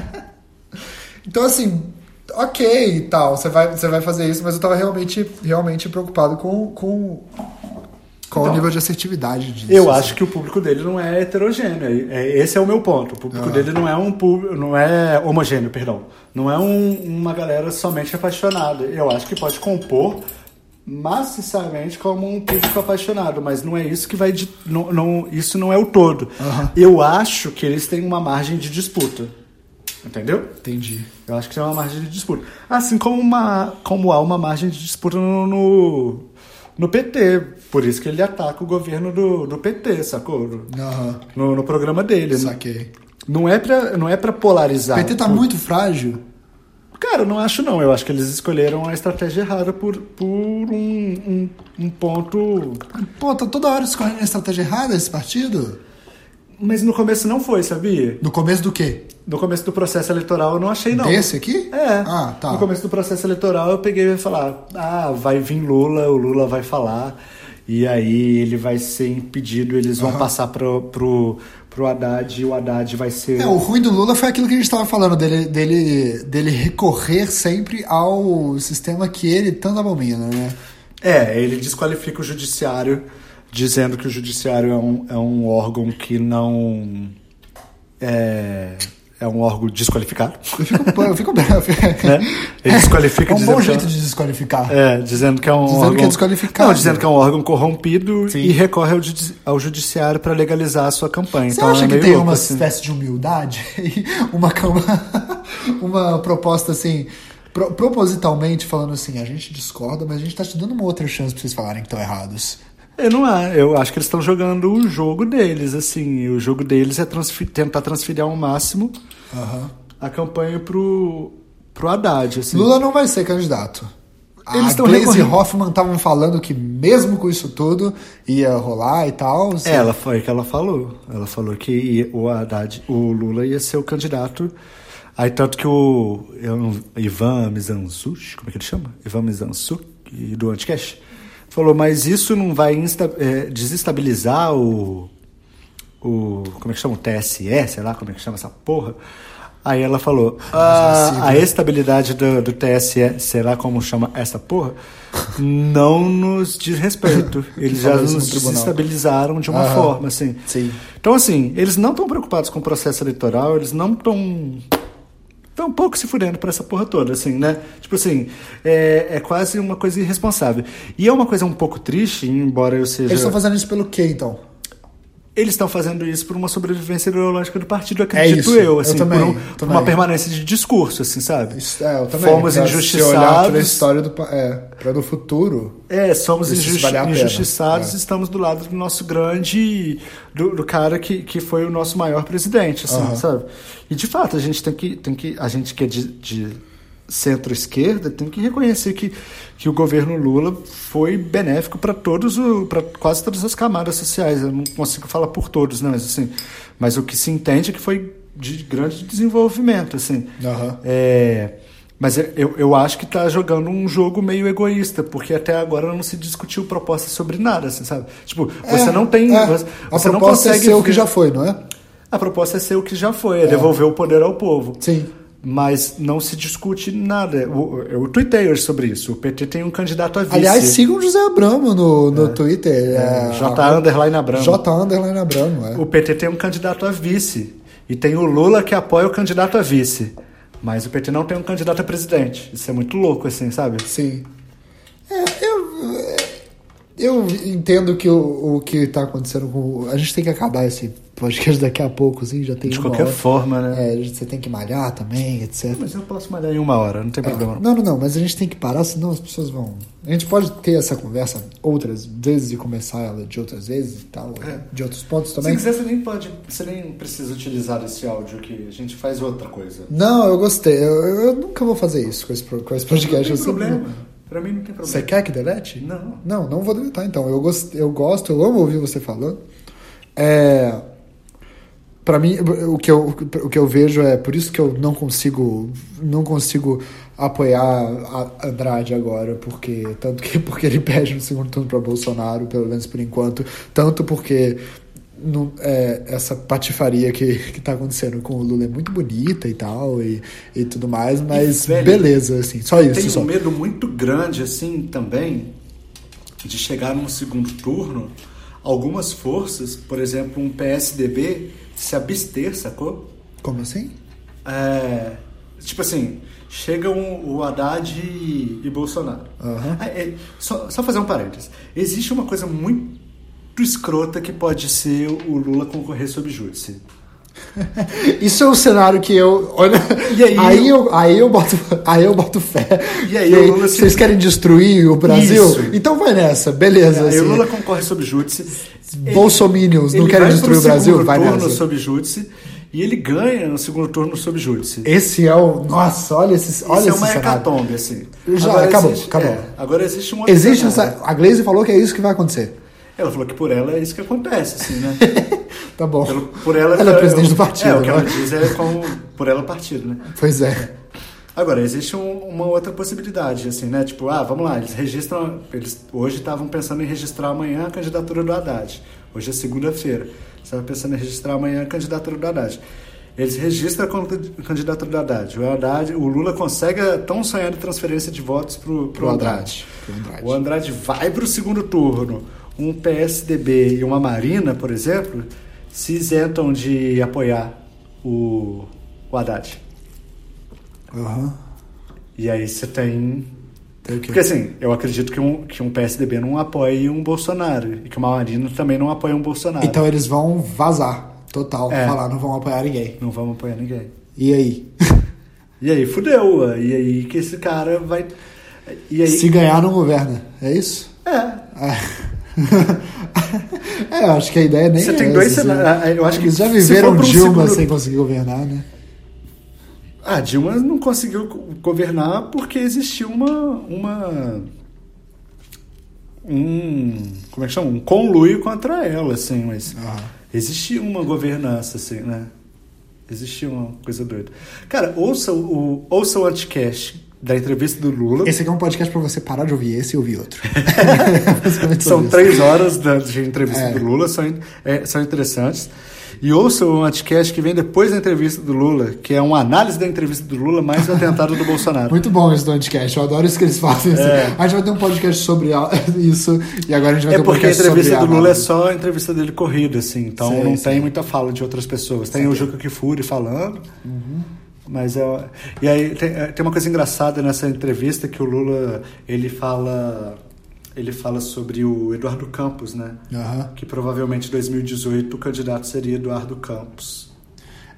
então, assim. Ok e tal. Você vai, você vai fazer isso, mas eu tava realmente, realmente preocupado com. com... Qual o nível de assertividade disso? Então, assim. Eu acho que o público dele não é heterogêneo. é- é- Esse é o meu ponto. O público dele não é um público, não é homogêneo, perdão. Não é um- uma galera somente apaixonada. Eu acho que pode compor maciçamente como um público apaixonado, mas não é isso que vai di- não, não- isso não é o todo. Eu acho que eles têm uma margem de disputa. Entendeu? Entendi. Eu acho que tem uma margem de disputa. Assim como, uma, como há uma margem de disputa no, no, no PT. Por isso que ele ataca o governo do, do PT, sacou? Aham. No, no programa dele. né? Saquei. Não é, pra, não é pra polarizar. O PT tá Por- muito frágil. Cara, eu não acho não. Eu acho que eles escolheram a estratégia errada por, por um, um, um ponto... Pô, tá toda hora escolhendo a estratégia errada esse partido? Mas no começo não foi, sabia? No começo do quê? No começo do processo eleitoral eu não achei não. Desse aqui? É. Ah, tá. No começo do processo eleitoral eu peguei e ia falar: ah, vai vir Lula, o Lula vai falar, e aí ele vai ser impedido, eles vão passar pro, pro, pro Haddad, e o Haddad vai ser. É, o ruim do Lula foi aquilo que a gente tava falando, dele, dele, dele recorrer sempre ao sistema que ele tanto abomina, né? É, ele desqualifica o judiciário, dizendo que o judiciário é um, é um órgão que não. É, é um órgão desqualificado. Eu fico, pô, eu fico bravo. Né? Ele desqualifica É um dizendo bom que jeito é- de desqualificar. É, dizendo que é um Dizendo órgão... que é desqualificado. Não, dizendo que é um órgão corrompido Sim. e recorre ao, judi- ao judiciário para legalizar a sua campanha. Você então acha é que meio tem louco, uma assim. espécie de humildade? uma, cama- uma proposta assim. pro- propositalmente falando assim, a gente discorda, mas a gente tá te dando uma outra chance pra vocês falarem que estão errados. Eu É, não a- eu acho que eles estão jogando o jogo deles, assim. E O jogo deles é transfi- tentar transferir ao máximo Aham. a campanha pro, pro Haddad, assim. Lula não vai ser candidato. Eles a estão Glaze recorrendo. Hoffman estavam falando que mesmo com isso tudo ia rolar e tal. assim. É, Ela foi o que ela falou. Ela falou que ia- o Haddad, o Lula ia ser o candidato. Aí tanto que o eu não- Ivan Mizanzuch, como é que ele chama? Ivan Mizanzuch, do Anticash, falou, mas isso não vai insta- eh, desestabilizar o, o. Como é que chama? O TSE, sei lá como é que chama essa porra. Aí ela falou, "Ah, é." a estabilidade do, do TSE, sei lá como chama essa porra, não nos diz respeito. Eles já Falou isso no nos tribunal. desestabilizaram estabilizaram de uma Aham. forma, assim. Sim. Então, assim, eles não estão preocupados com o processo eleitoral, eles não estão. Estão um pouco se fudendo pra essa porra toda, assim, né? Tipo assim, é, é quase uma coisa irresponsável. E é uma coisa um pouco triste, embora eu seja. Eles estão fazendo isso pelo quê, então? Eles estão fazendo isso por uma sobrevivência ideológica do partido, acredito É isso. eu, assim, Eu também, por, um- também. por uma permanência de discurso, assim, sabe? Isso, é, eu também. Fomos pra Se olhar pra injustiçados. história do... pa- É, pra do futuro. É, somos Isso injusti- vale a pena. injustiçados É. e estamos do lado do nosso grande. do, do cara que, que foi o nosso maior presidente, assim, Aham. sabe? E de fato, a gente tem que. Tem que a gente que é de, de centro-esquerda tem que reconhecer que, que o governo Lula foi benéfico para todos para quase todas as camadas sociais. Eu não consigo falar por todos, né? Mas assim. Mas o que se entende é que foi de grande desenvolvimento, assim. Aham. É, mas eu- eu, eu acho que tá jogando um jogo meio egoísta, porque até agora não se discutiu proposta sobre nada, assim, sabe? Tipo, você É, não tem. é. você a você proposta não consegue é ser o que ver- já foi, não é? A proposta é ser o que já foi, é, devolver o poder ao povo. Sim. Mas não se discute nada. Eu, eu tuitei hoje sobre isso. O PT tem um candidato a vice. Aliás, sigam o José Abramo no, no Twitter. É, É, J. Underline Abramo. J. Underline Abramo, é. O PT tem um candidato a vice. E tem o Lula que apoia o candidato a vice. Mas o PT não tem um candidato a presidente. Isso é muito louco, assim, sabe? Sim. É, eu, Eu entendo que o, o que tá acontecendo com. A gente tem que acabar esse podcast daqui a pouco, assim, já tem De uma qualquer hora. forma, né? É, você tem que malhar também, etc. É, Mas eu posso malhar em uma hora, não tem problema. não. Não, não, não, mas a gente tem que parar, senão as pessoas vão. A gente pode ter essa conversa outras vezes e começar ela de outras vezes e tal, É. de outros pontos Se também. quiser, você nem pode, você nem precisa utilizar esse áudio aqui. A gente faz outra coisa. Não, eu gostei. Eu, eu nunca vou fazer isso com esse, pro- com esse podcast. Não eu tem sempre- problema. Pra mim não tem problema. Você quer que delete? Não. Não, não vou deletar então. Eu, gost... eu gosto, eu amo ouvir você falando. É... Pra mim, o que, eu, o que eu vejo é por isso que eu não consigo não consigo apoiar a Andrade agora, porque tanto que porque ele perde no segundo turno para Bolsonaro, pelo menos por enquanto, tanto porque não- é, essa patifaria que, que tá acontecendo com o Lula é muito bonita e tal, e, e tudo mais, mas velho, beleza, assim, só Eu isso. tenho só. um medo muito grande, assim, também, de chegar num segundo turno, algumas forças, por exemplo, um PSDB, se abster, sacou? Como assim? É, tipo assim, chegam o Haddad e, e Bolsonaro. Aham. Ah, é, só, só fazer um parênteses. Existe uma coisa muito escrota que pode ser o Lula concorrer sob júdice. Isso é um cenário que eu. Olha, E aí? aí, eu, aí, eu boto, aí eu boto fé. E aí, o Lula se- vocês querem destruir o Brasil? Isso. Então vai nessa, beleza. Aí assim, o Lula concorre sob júdice. Ele- Bolsominions não ele querem vai pro destruir o Brasil? segundo Vai turno nessa. sob júdice e ele ganha no segundo turno sob júdice. Esse é o. Nossa, olha esse, olha Isso é esse uma cenário. hecatombe, assim. Já, acabou, acabou. é, agora existe um outro Existe cenário. essa. A Glaze falou que é isso que vai acontecer. Ela falou que por ela é isso que acontece, assim, né? Tá bom. Pelo- por ela, Ela é presidente o- do partido, É, o que ela né? diz é como por ela partido, né? Pois é. Agora, existe um- uma outra possibilidade, assim, né? Tipo, ah, vamos lá, eles registram. Eles hoje estavam pensando em registrar amanhã a candidatura do Haddad. Hoje é segunda-feira. Estavam pensando em registrar amanhã a candidatura do Haddad. Eles registram a con- candidatura do Haddad. O, Haddad, o Lula consegue a tão sonhada transferência de votos pro, pro Pro Haddad. Haddad. Pro Haddad. O Andrade vai pro segundo turno. Um PSDB e uma Marina, por exemplo, se isentam de apoiar o, o Haddad. Aham. E aí você tem. Tem o quê? Porque assim, eu acredito que um, que um PSDB não apoie um Bolsonaro. E que uma Marina também não apoia um Bolsonaro. Então eles vão vazar. Total. É. Falar, não vão apoiar ninguém. Não vamos apoiar ninguém. E aí? E aí fudeu. ué. E aí que esse cara vai. E aí. Se ganhar, não governa. É isso? É. Ah. é, eu acho que a ideia nem Você é tem essa, dois assim. cenários. Ah, Eu acho que Eles já se viveram for pra um Dilma assim. segundo- sem conseguir governar, né? Ah, Dilma não conseguiu go- governar porque existiu uma. uma um. Como é que chama? Um conluio contra ela, assim, mas. Aham. Existia uma governança, assim, né? Existia uma coisa doida. Cara, ouça o, ouça o anticast da entrevista do Lula. Esse aqui é um podcast pra você parar de ouvir esse e ouvir outro. Basicamente sobre São isso. três horas da, de entrevista É. do Lula, são, in- é, são interessantes. E ouça o anticast que vem depois da entrevista do Lula, que é uma análise da entrevista do Lula mais o atentado do Bolsonaro. Muito bom esse podcast, eu adoro isso que eles fazem. assim. A gente vai ter um podcast sobre a- isso e agora a gente vai É ter um porque a podcast sobre entrevista do Lula é análise. só a entrevista dele corrida, assim. Então Sim, não sim. tem muita fala de outras pessoas. Tem o Juca Kifuri falando. Uhum. Mas é. E aí tem, é, tem uma coisa engraçada nessa entrevista que o Lula ele fala. Ele fala sobre o Eduardo Campos, né? Aham. Que provavelmente em 2018 o candidato seria Eduardo Campos.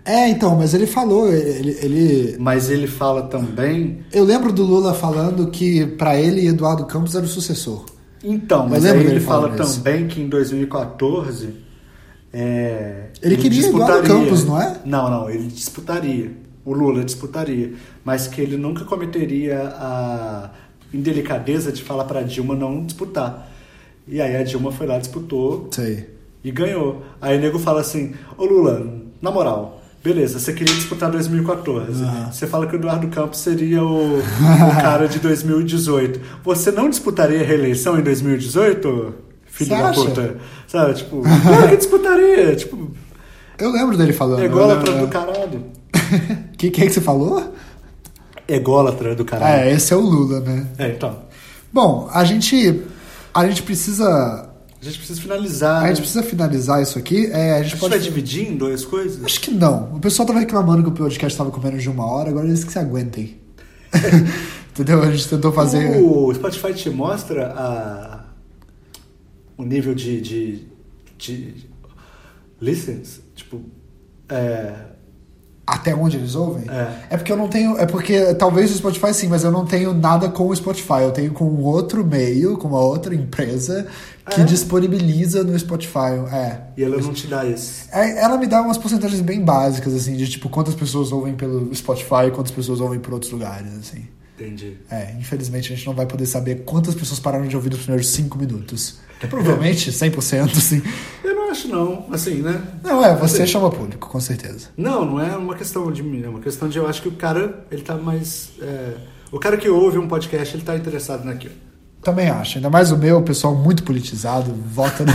É, então, mas ele falou, ele- ele, Mas ele fala também. eu lembro do Lula falando que pra ele Eduardo Campos era o sucessor. Então, mas Eu aí lembro ele dele fala falando isso. também que em 2014. é, Ele queria Eduardo disputaria- Campos, não é? Não, não, ele disputaria. O Lula disputaria. Mas que ele nunca cometeria a indelicadeza de falar pra Dilma não disputar. E aí a Dilma foi lá, disputou Sei. e ganhou. Aí o nego fala assim: Ô Lula, na moral. Beleza, você queria disputar 2014. Você fala que o Eduardo Campos seria o, o cara de 2018. Você não disputaria a reeleição em 2018, filho Você da acha? puta? Sabe, tipo, claro que disputaria. Tipo, Eu lembro dele falando. eu ególatra do lembro- é. caralho. Que, que é que você falou? Ególatra do Ah, caralho. é, esse é o Lula, né? É, então. Bom, a gente a gente precisa A gente precisa finalizar. a né? gente precisa finalizar isso aqui. É, a A gente gente vai pode dividir em duas coisas? Acho que não. O pessoal tava reclamando que o podcast tava com menos de uma hora, agora eles que se aguentem. Uh. Entendeu? A gente tentou fazer O Spotify te mostra a, o nível de, de, de listens, tipo, é, Até onde eles ouvem? É. porque eu não tenho. É porque talvez o Spotify sim, mas eu não tenho nada com o Spotify. Eu tenho com outro meio, com uma outra empresa que É? disponibiliza no Spotify. É. e ela não te dá isso. É, Ela me dá umas porcentagens bem básicas, assim, de tipo quantas pessoas ouvem pelo Spotify e quantas pessoas ouvem por outros lugares, assim. Entendi. É, infelizmente a gente não vai poder saber quantas pessoas pararam de ouvir nos primeiros cinco minutos. Provavelmente 100%, sim. Eu não acho não, assim, né? Não, é, você chama público, com certeza. Não, não é uma questão de mim, é uma questão de eu acho que o cara, ele tá mais... é, o cara que ouve um podcast, ele tá interessado naquilo. Também acho, ainda mais o meu, o pessoal muito politizado, vota no,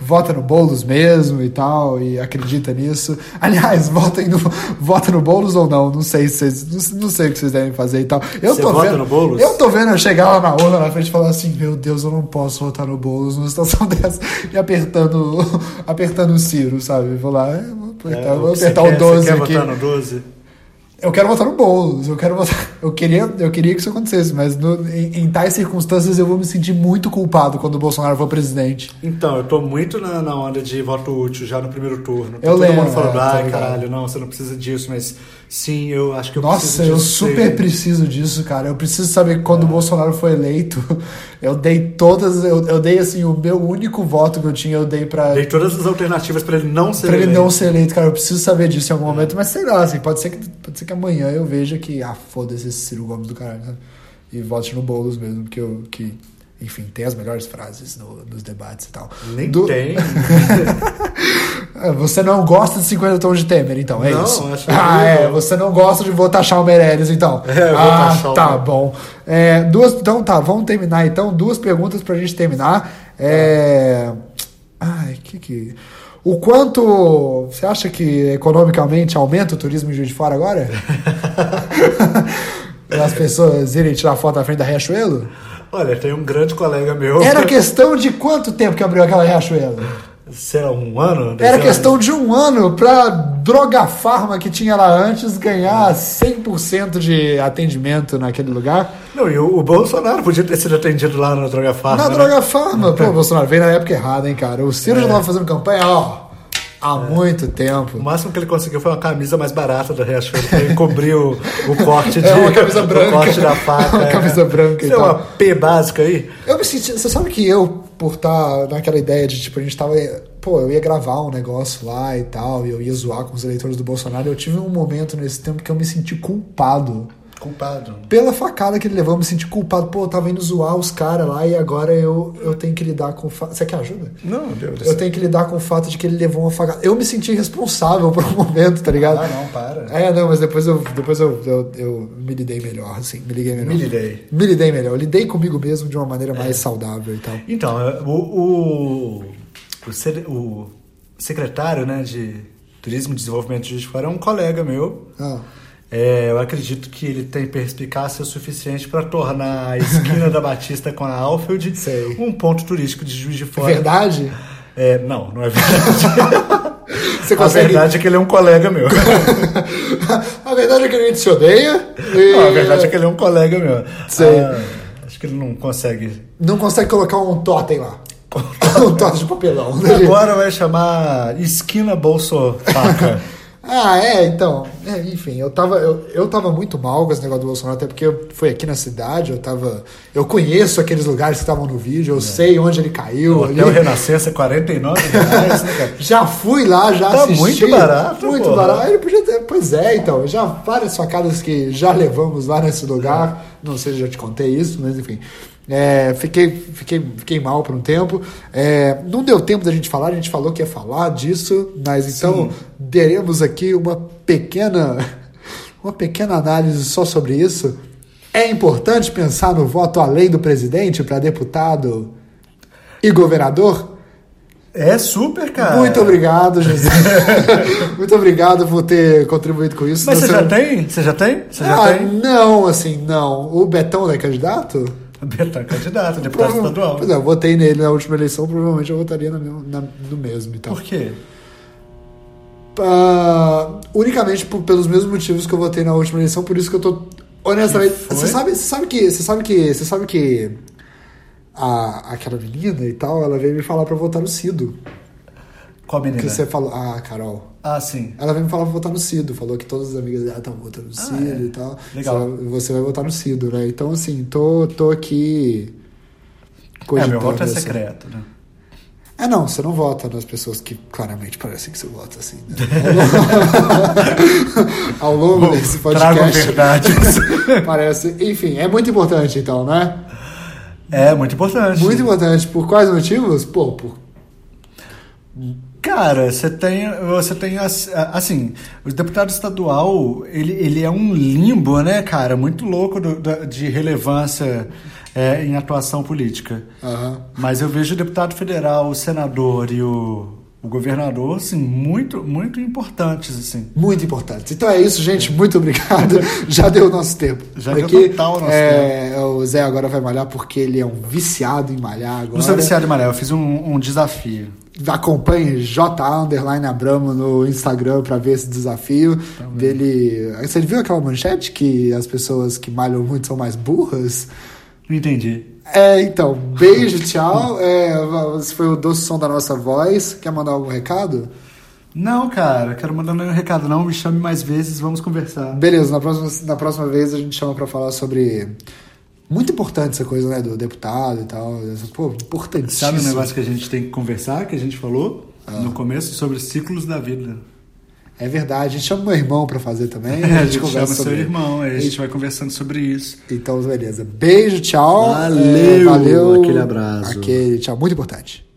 vota no Boulos mesmo e tal, e acredita nisso. Aliás, votem no, vota no Boulos ou não, não sei se vocês, não, não sei o que vocês devem fazer e tal. Eu Você tô vota vendo, no Boulos? Eu tô vendo eu chegar lá na urna na frente e falar assim, meu Deus, eu não posso votar no Boulos numa situação dessa, e apertando, apertando o Ciro, sabe? Vou lá, "É, vou apertar, vou você apertar quer- o 12 Você quer aqui. votar no 12? Eu quero votar no Boulos, eu quero votar. Eu queria, eu queria que isso acontecesse, mas no- em, em tais circunstâncias eu vou me sentir muito culpado quando o Bolsonaro for presidente. Então, eu tô muito na, na onda de voto útil já no primeiro turno. Tá Eu todo lembro, mundo falando, é, tá ai, ligado. caralho, não, você não precisa disso, mas sim, eu acho que eu Nossa, preciso eu disso, super sim. preciso disso, cara. Eu preciso saber que É. quando o Bolsonaro foi eleito, eu dei todas, eu, eu dei assim, o meu único voto que eu tinha, eu dei pra. Dei todas as alternativas pra ele não ser Pra ele eleito. não ser eleito, cara, eu preciso saber disso em algum momento, mas sei lá, assim, pode ser que, pode ser que amanhã eu veja que, ah, foda-se esse Ciro Gomes do caralho, sabe? E vote no Boulos mesmo, que eu, que, enfim, tem as melhores frases no- nos debates e tal. Nem Do- tem. Ah, Você não gosta de 50 tons de Temer, então, é Não, isso? acho que ah, não. é, você não gosta de vou taxar o Meirelles, então. É, vou ah, taxar o tá Meirelles. bom. É, duas, então tá, vamos terminar então, duas perguntas pra gente terminar. É... Ai, que que... O quanto você acha que economicamente aumenta o turismo em Juiz de Fora agora? As pessoas irem tirar foto na frente da Riachuelo? Olha, tem um grande colega meu. Era questão de quanto tempo que abriu aquela Riachuelo? Será um ano? dois Era anos? questão de um ano pra Droga Farma que tinha lá antes ganhar 100% de atendimento naquele lugar. Não, e o, o Bolsonaro podia ter sido atendido lá na Droga Farma. Na né? Droga Farma, pô, Bolsonaro, veio na época errada, hein, cara. O Ciro já tava fazendo campanha, ó, há muito O tempo. máximo que ele conseguiu foi uma camisa mais barata da Riachuelo pra ele cobrir o, o corte de, É, uma camisa branca. o corte da faca. Uma é. camisa branca e Isso é uma tal. P básica aí? Eu me senti. Você sabe que eu, por estar naquela ideia de, tipo, a gente tava. Pô, eu ia gravar um negócio lá e tal, e eu ia zoar com os eleitores do Bolsonaro. Eu tive um momento nesse tempo que eu me senti culpado. Culpado. pela facada que ele levou, eu me senti culpado. Pô, eu tava indo zoar os caras lá e agora eu, eu tenho que lidar com. o fa- Você quer ajuda? Não, Deus do Eu tenho que lidar com o fato de que ele levou uma facada. Eu me senti responsável por um momento, tá ligado? Ah, não, para. É, não, mas depois eu, depois eu, eu, eu me lidei melhor, assim. Me liguei melhor. Me lidei. É. Me lidei melhor. Eu lidei comigo mesmo de uma maneira mais saudável e tal. Então, é, o, o, o, se- o secretário né, de Turismo e Desenvolvimento de Juiz de Fora é um colega meu. Ah. É, eu acredito que ele tem perspicácia o suficiente para tornar a esquina da Batista com a Alfield Sei. um ponto turístico de Juiz de Fora. Verdade? É, não, não é verdade. Você a consegue. verdade é que ele é um colega meu. a verdade é que a gente se odeia. E... Não, a verdade é que ele é um colega meu. Sei. Ah, acho que ele não consegue. Não consegue colocar um totem lá. um totem de papelão. né, gente? Agora vai chamar Esquina Bolso Faca. Ah, é, então. É, enfim, eu tava, eu, eu tava muito mal com esse negócio do Bolsonaro, até porque eu fui aqui na cidade, eu tava. Eu conheço aqueles lugares que estavam no vídeo, eu sei onde ele caiu ali. Hotel é Renascença, 49 reais, né, cara? Já fui lá, já Tá assisti. muito barato, Muito porra. barato. Ele podia ter, pois é, então. Já várias facadas que já levamos lá nesse lugar. É. Não sei se eu já te contei isso, mas enfim. É, fiquei, fiquei, fiquei mal por um tempo. É, não deu tempo da gente falar, a gente falou que ia falar disso, mas então teremos aqui uma pequena, uma pequena análise só sobre isso. É importante pensar no voto além do presidente para deputado e governador? É super, cara. Muito obrigado, José. Muito obrigado por ter contribuído com isso. Mas você Não já sei- tem? Você já tem? Você já Ah, tem? não, assim, não. O Betão não é candidato? Betão é candidato, deputado estadual. Pois é, eu votei nele na última eleição, provavelmente eu votaria na mesma- na- no mesmo então. e tal. Por quê? Ah, unicamente por- pelos mesmos motivos que eu votei na última eleição, por isso que eu tô. Honestamente, Que foi? você sabe, você sabe que. Você sabe que. Você sabe que. a, aquela menina e tal, ela veio me falar pra votar no Cido. Qual menina? Que você falou. Ah, Carol. Ah, sim. Ela veio me falar pra votar no Cido, falou que todas as amigas dela estavam votando no Cido é. e tal. Legal. Você, você vai votar no Cido, né? Então, assim, tô, tô aqui. é, meu voto é essa- secreto, né? É, não, você não vota nas pessoas que claramente parecem que você vota assim. Né? Ao longo desse Trago podcast. verdades. Parece. Enfim, é muito importante então, né? é muito importante. Muito importante. Por quais motivos? Pô, por. Cara, você tem, você tem as- assim, o deputado estadual, ele, ele é um limbo, né, cara, muito louco do- da- de relevância é, em atuação política. Aham. Mas eu vejo o deputado federal, o senador e o, o governador, assim, muito, muito importantes, assim. Muito importante. Então é isso, gente. Muito obrigado. Já deu o nosso tempo. Já deu Aqui, total o nosso é, O Zé agora vai malhar porque ele é um viciado em malhar agora. Não sei se é Maré, eu fiz um, um desafio. Acompanhe J Underline Abramo no Instagram pra ver esse desafio dele. Você viu aquela manchete que as pessoas que malham muito são mais burras? Não entendi. É, então, beijo, tchau. É, esse foi o doce som da nossa voz. Quer mandar algum recado? Não, cara, quero mandar nenhum recado, não. Me chame mais vezes, vamos conversar. Beleza, na próxima, na próxima vez a gente chama pra falar sobre. Muito importante essa coisa, né? Do deputado e tal. Essa- Pô, importantíssimo. Sabe o negócio que a gente tem que conversar, que a gente falou no começo, sobre ciclos da vida? É verdade. A gente chama meu irmão pra fazer também. a gente chama seu sobre- irmão, aí a gente vai conversando sobre isso. Então, beleza. Beijo, tchau. Valeu. valeu. Aquele abraço. Aquele tchau. Muito importante.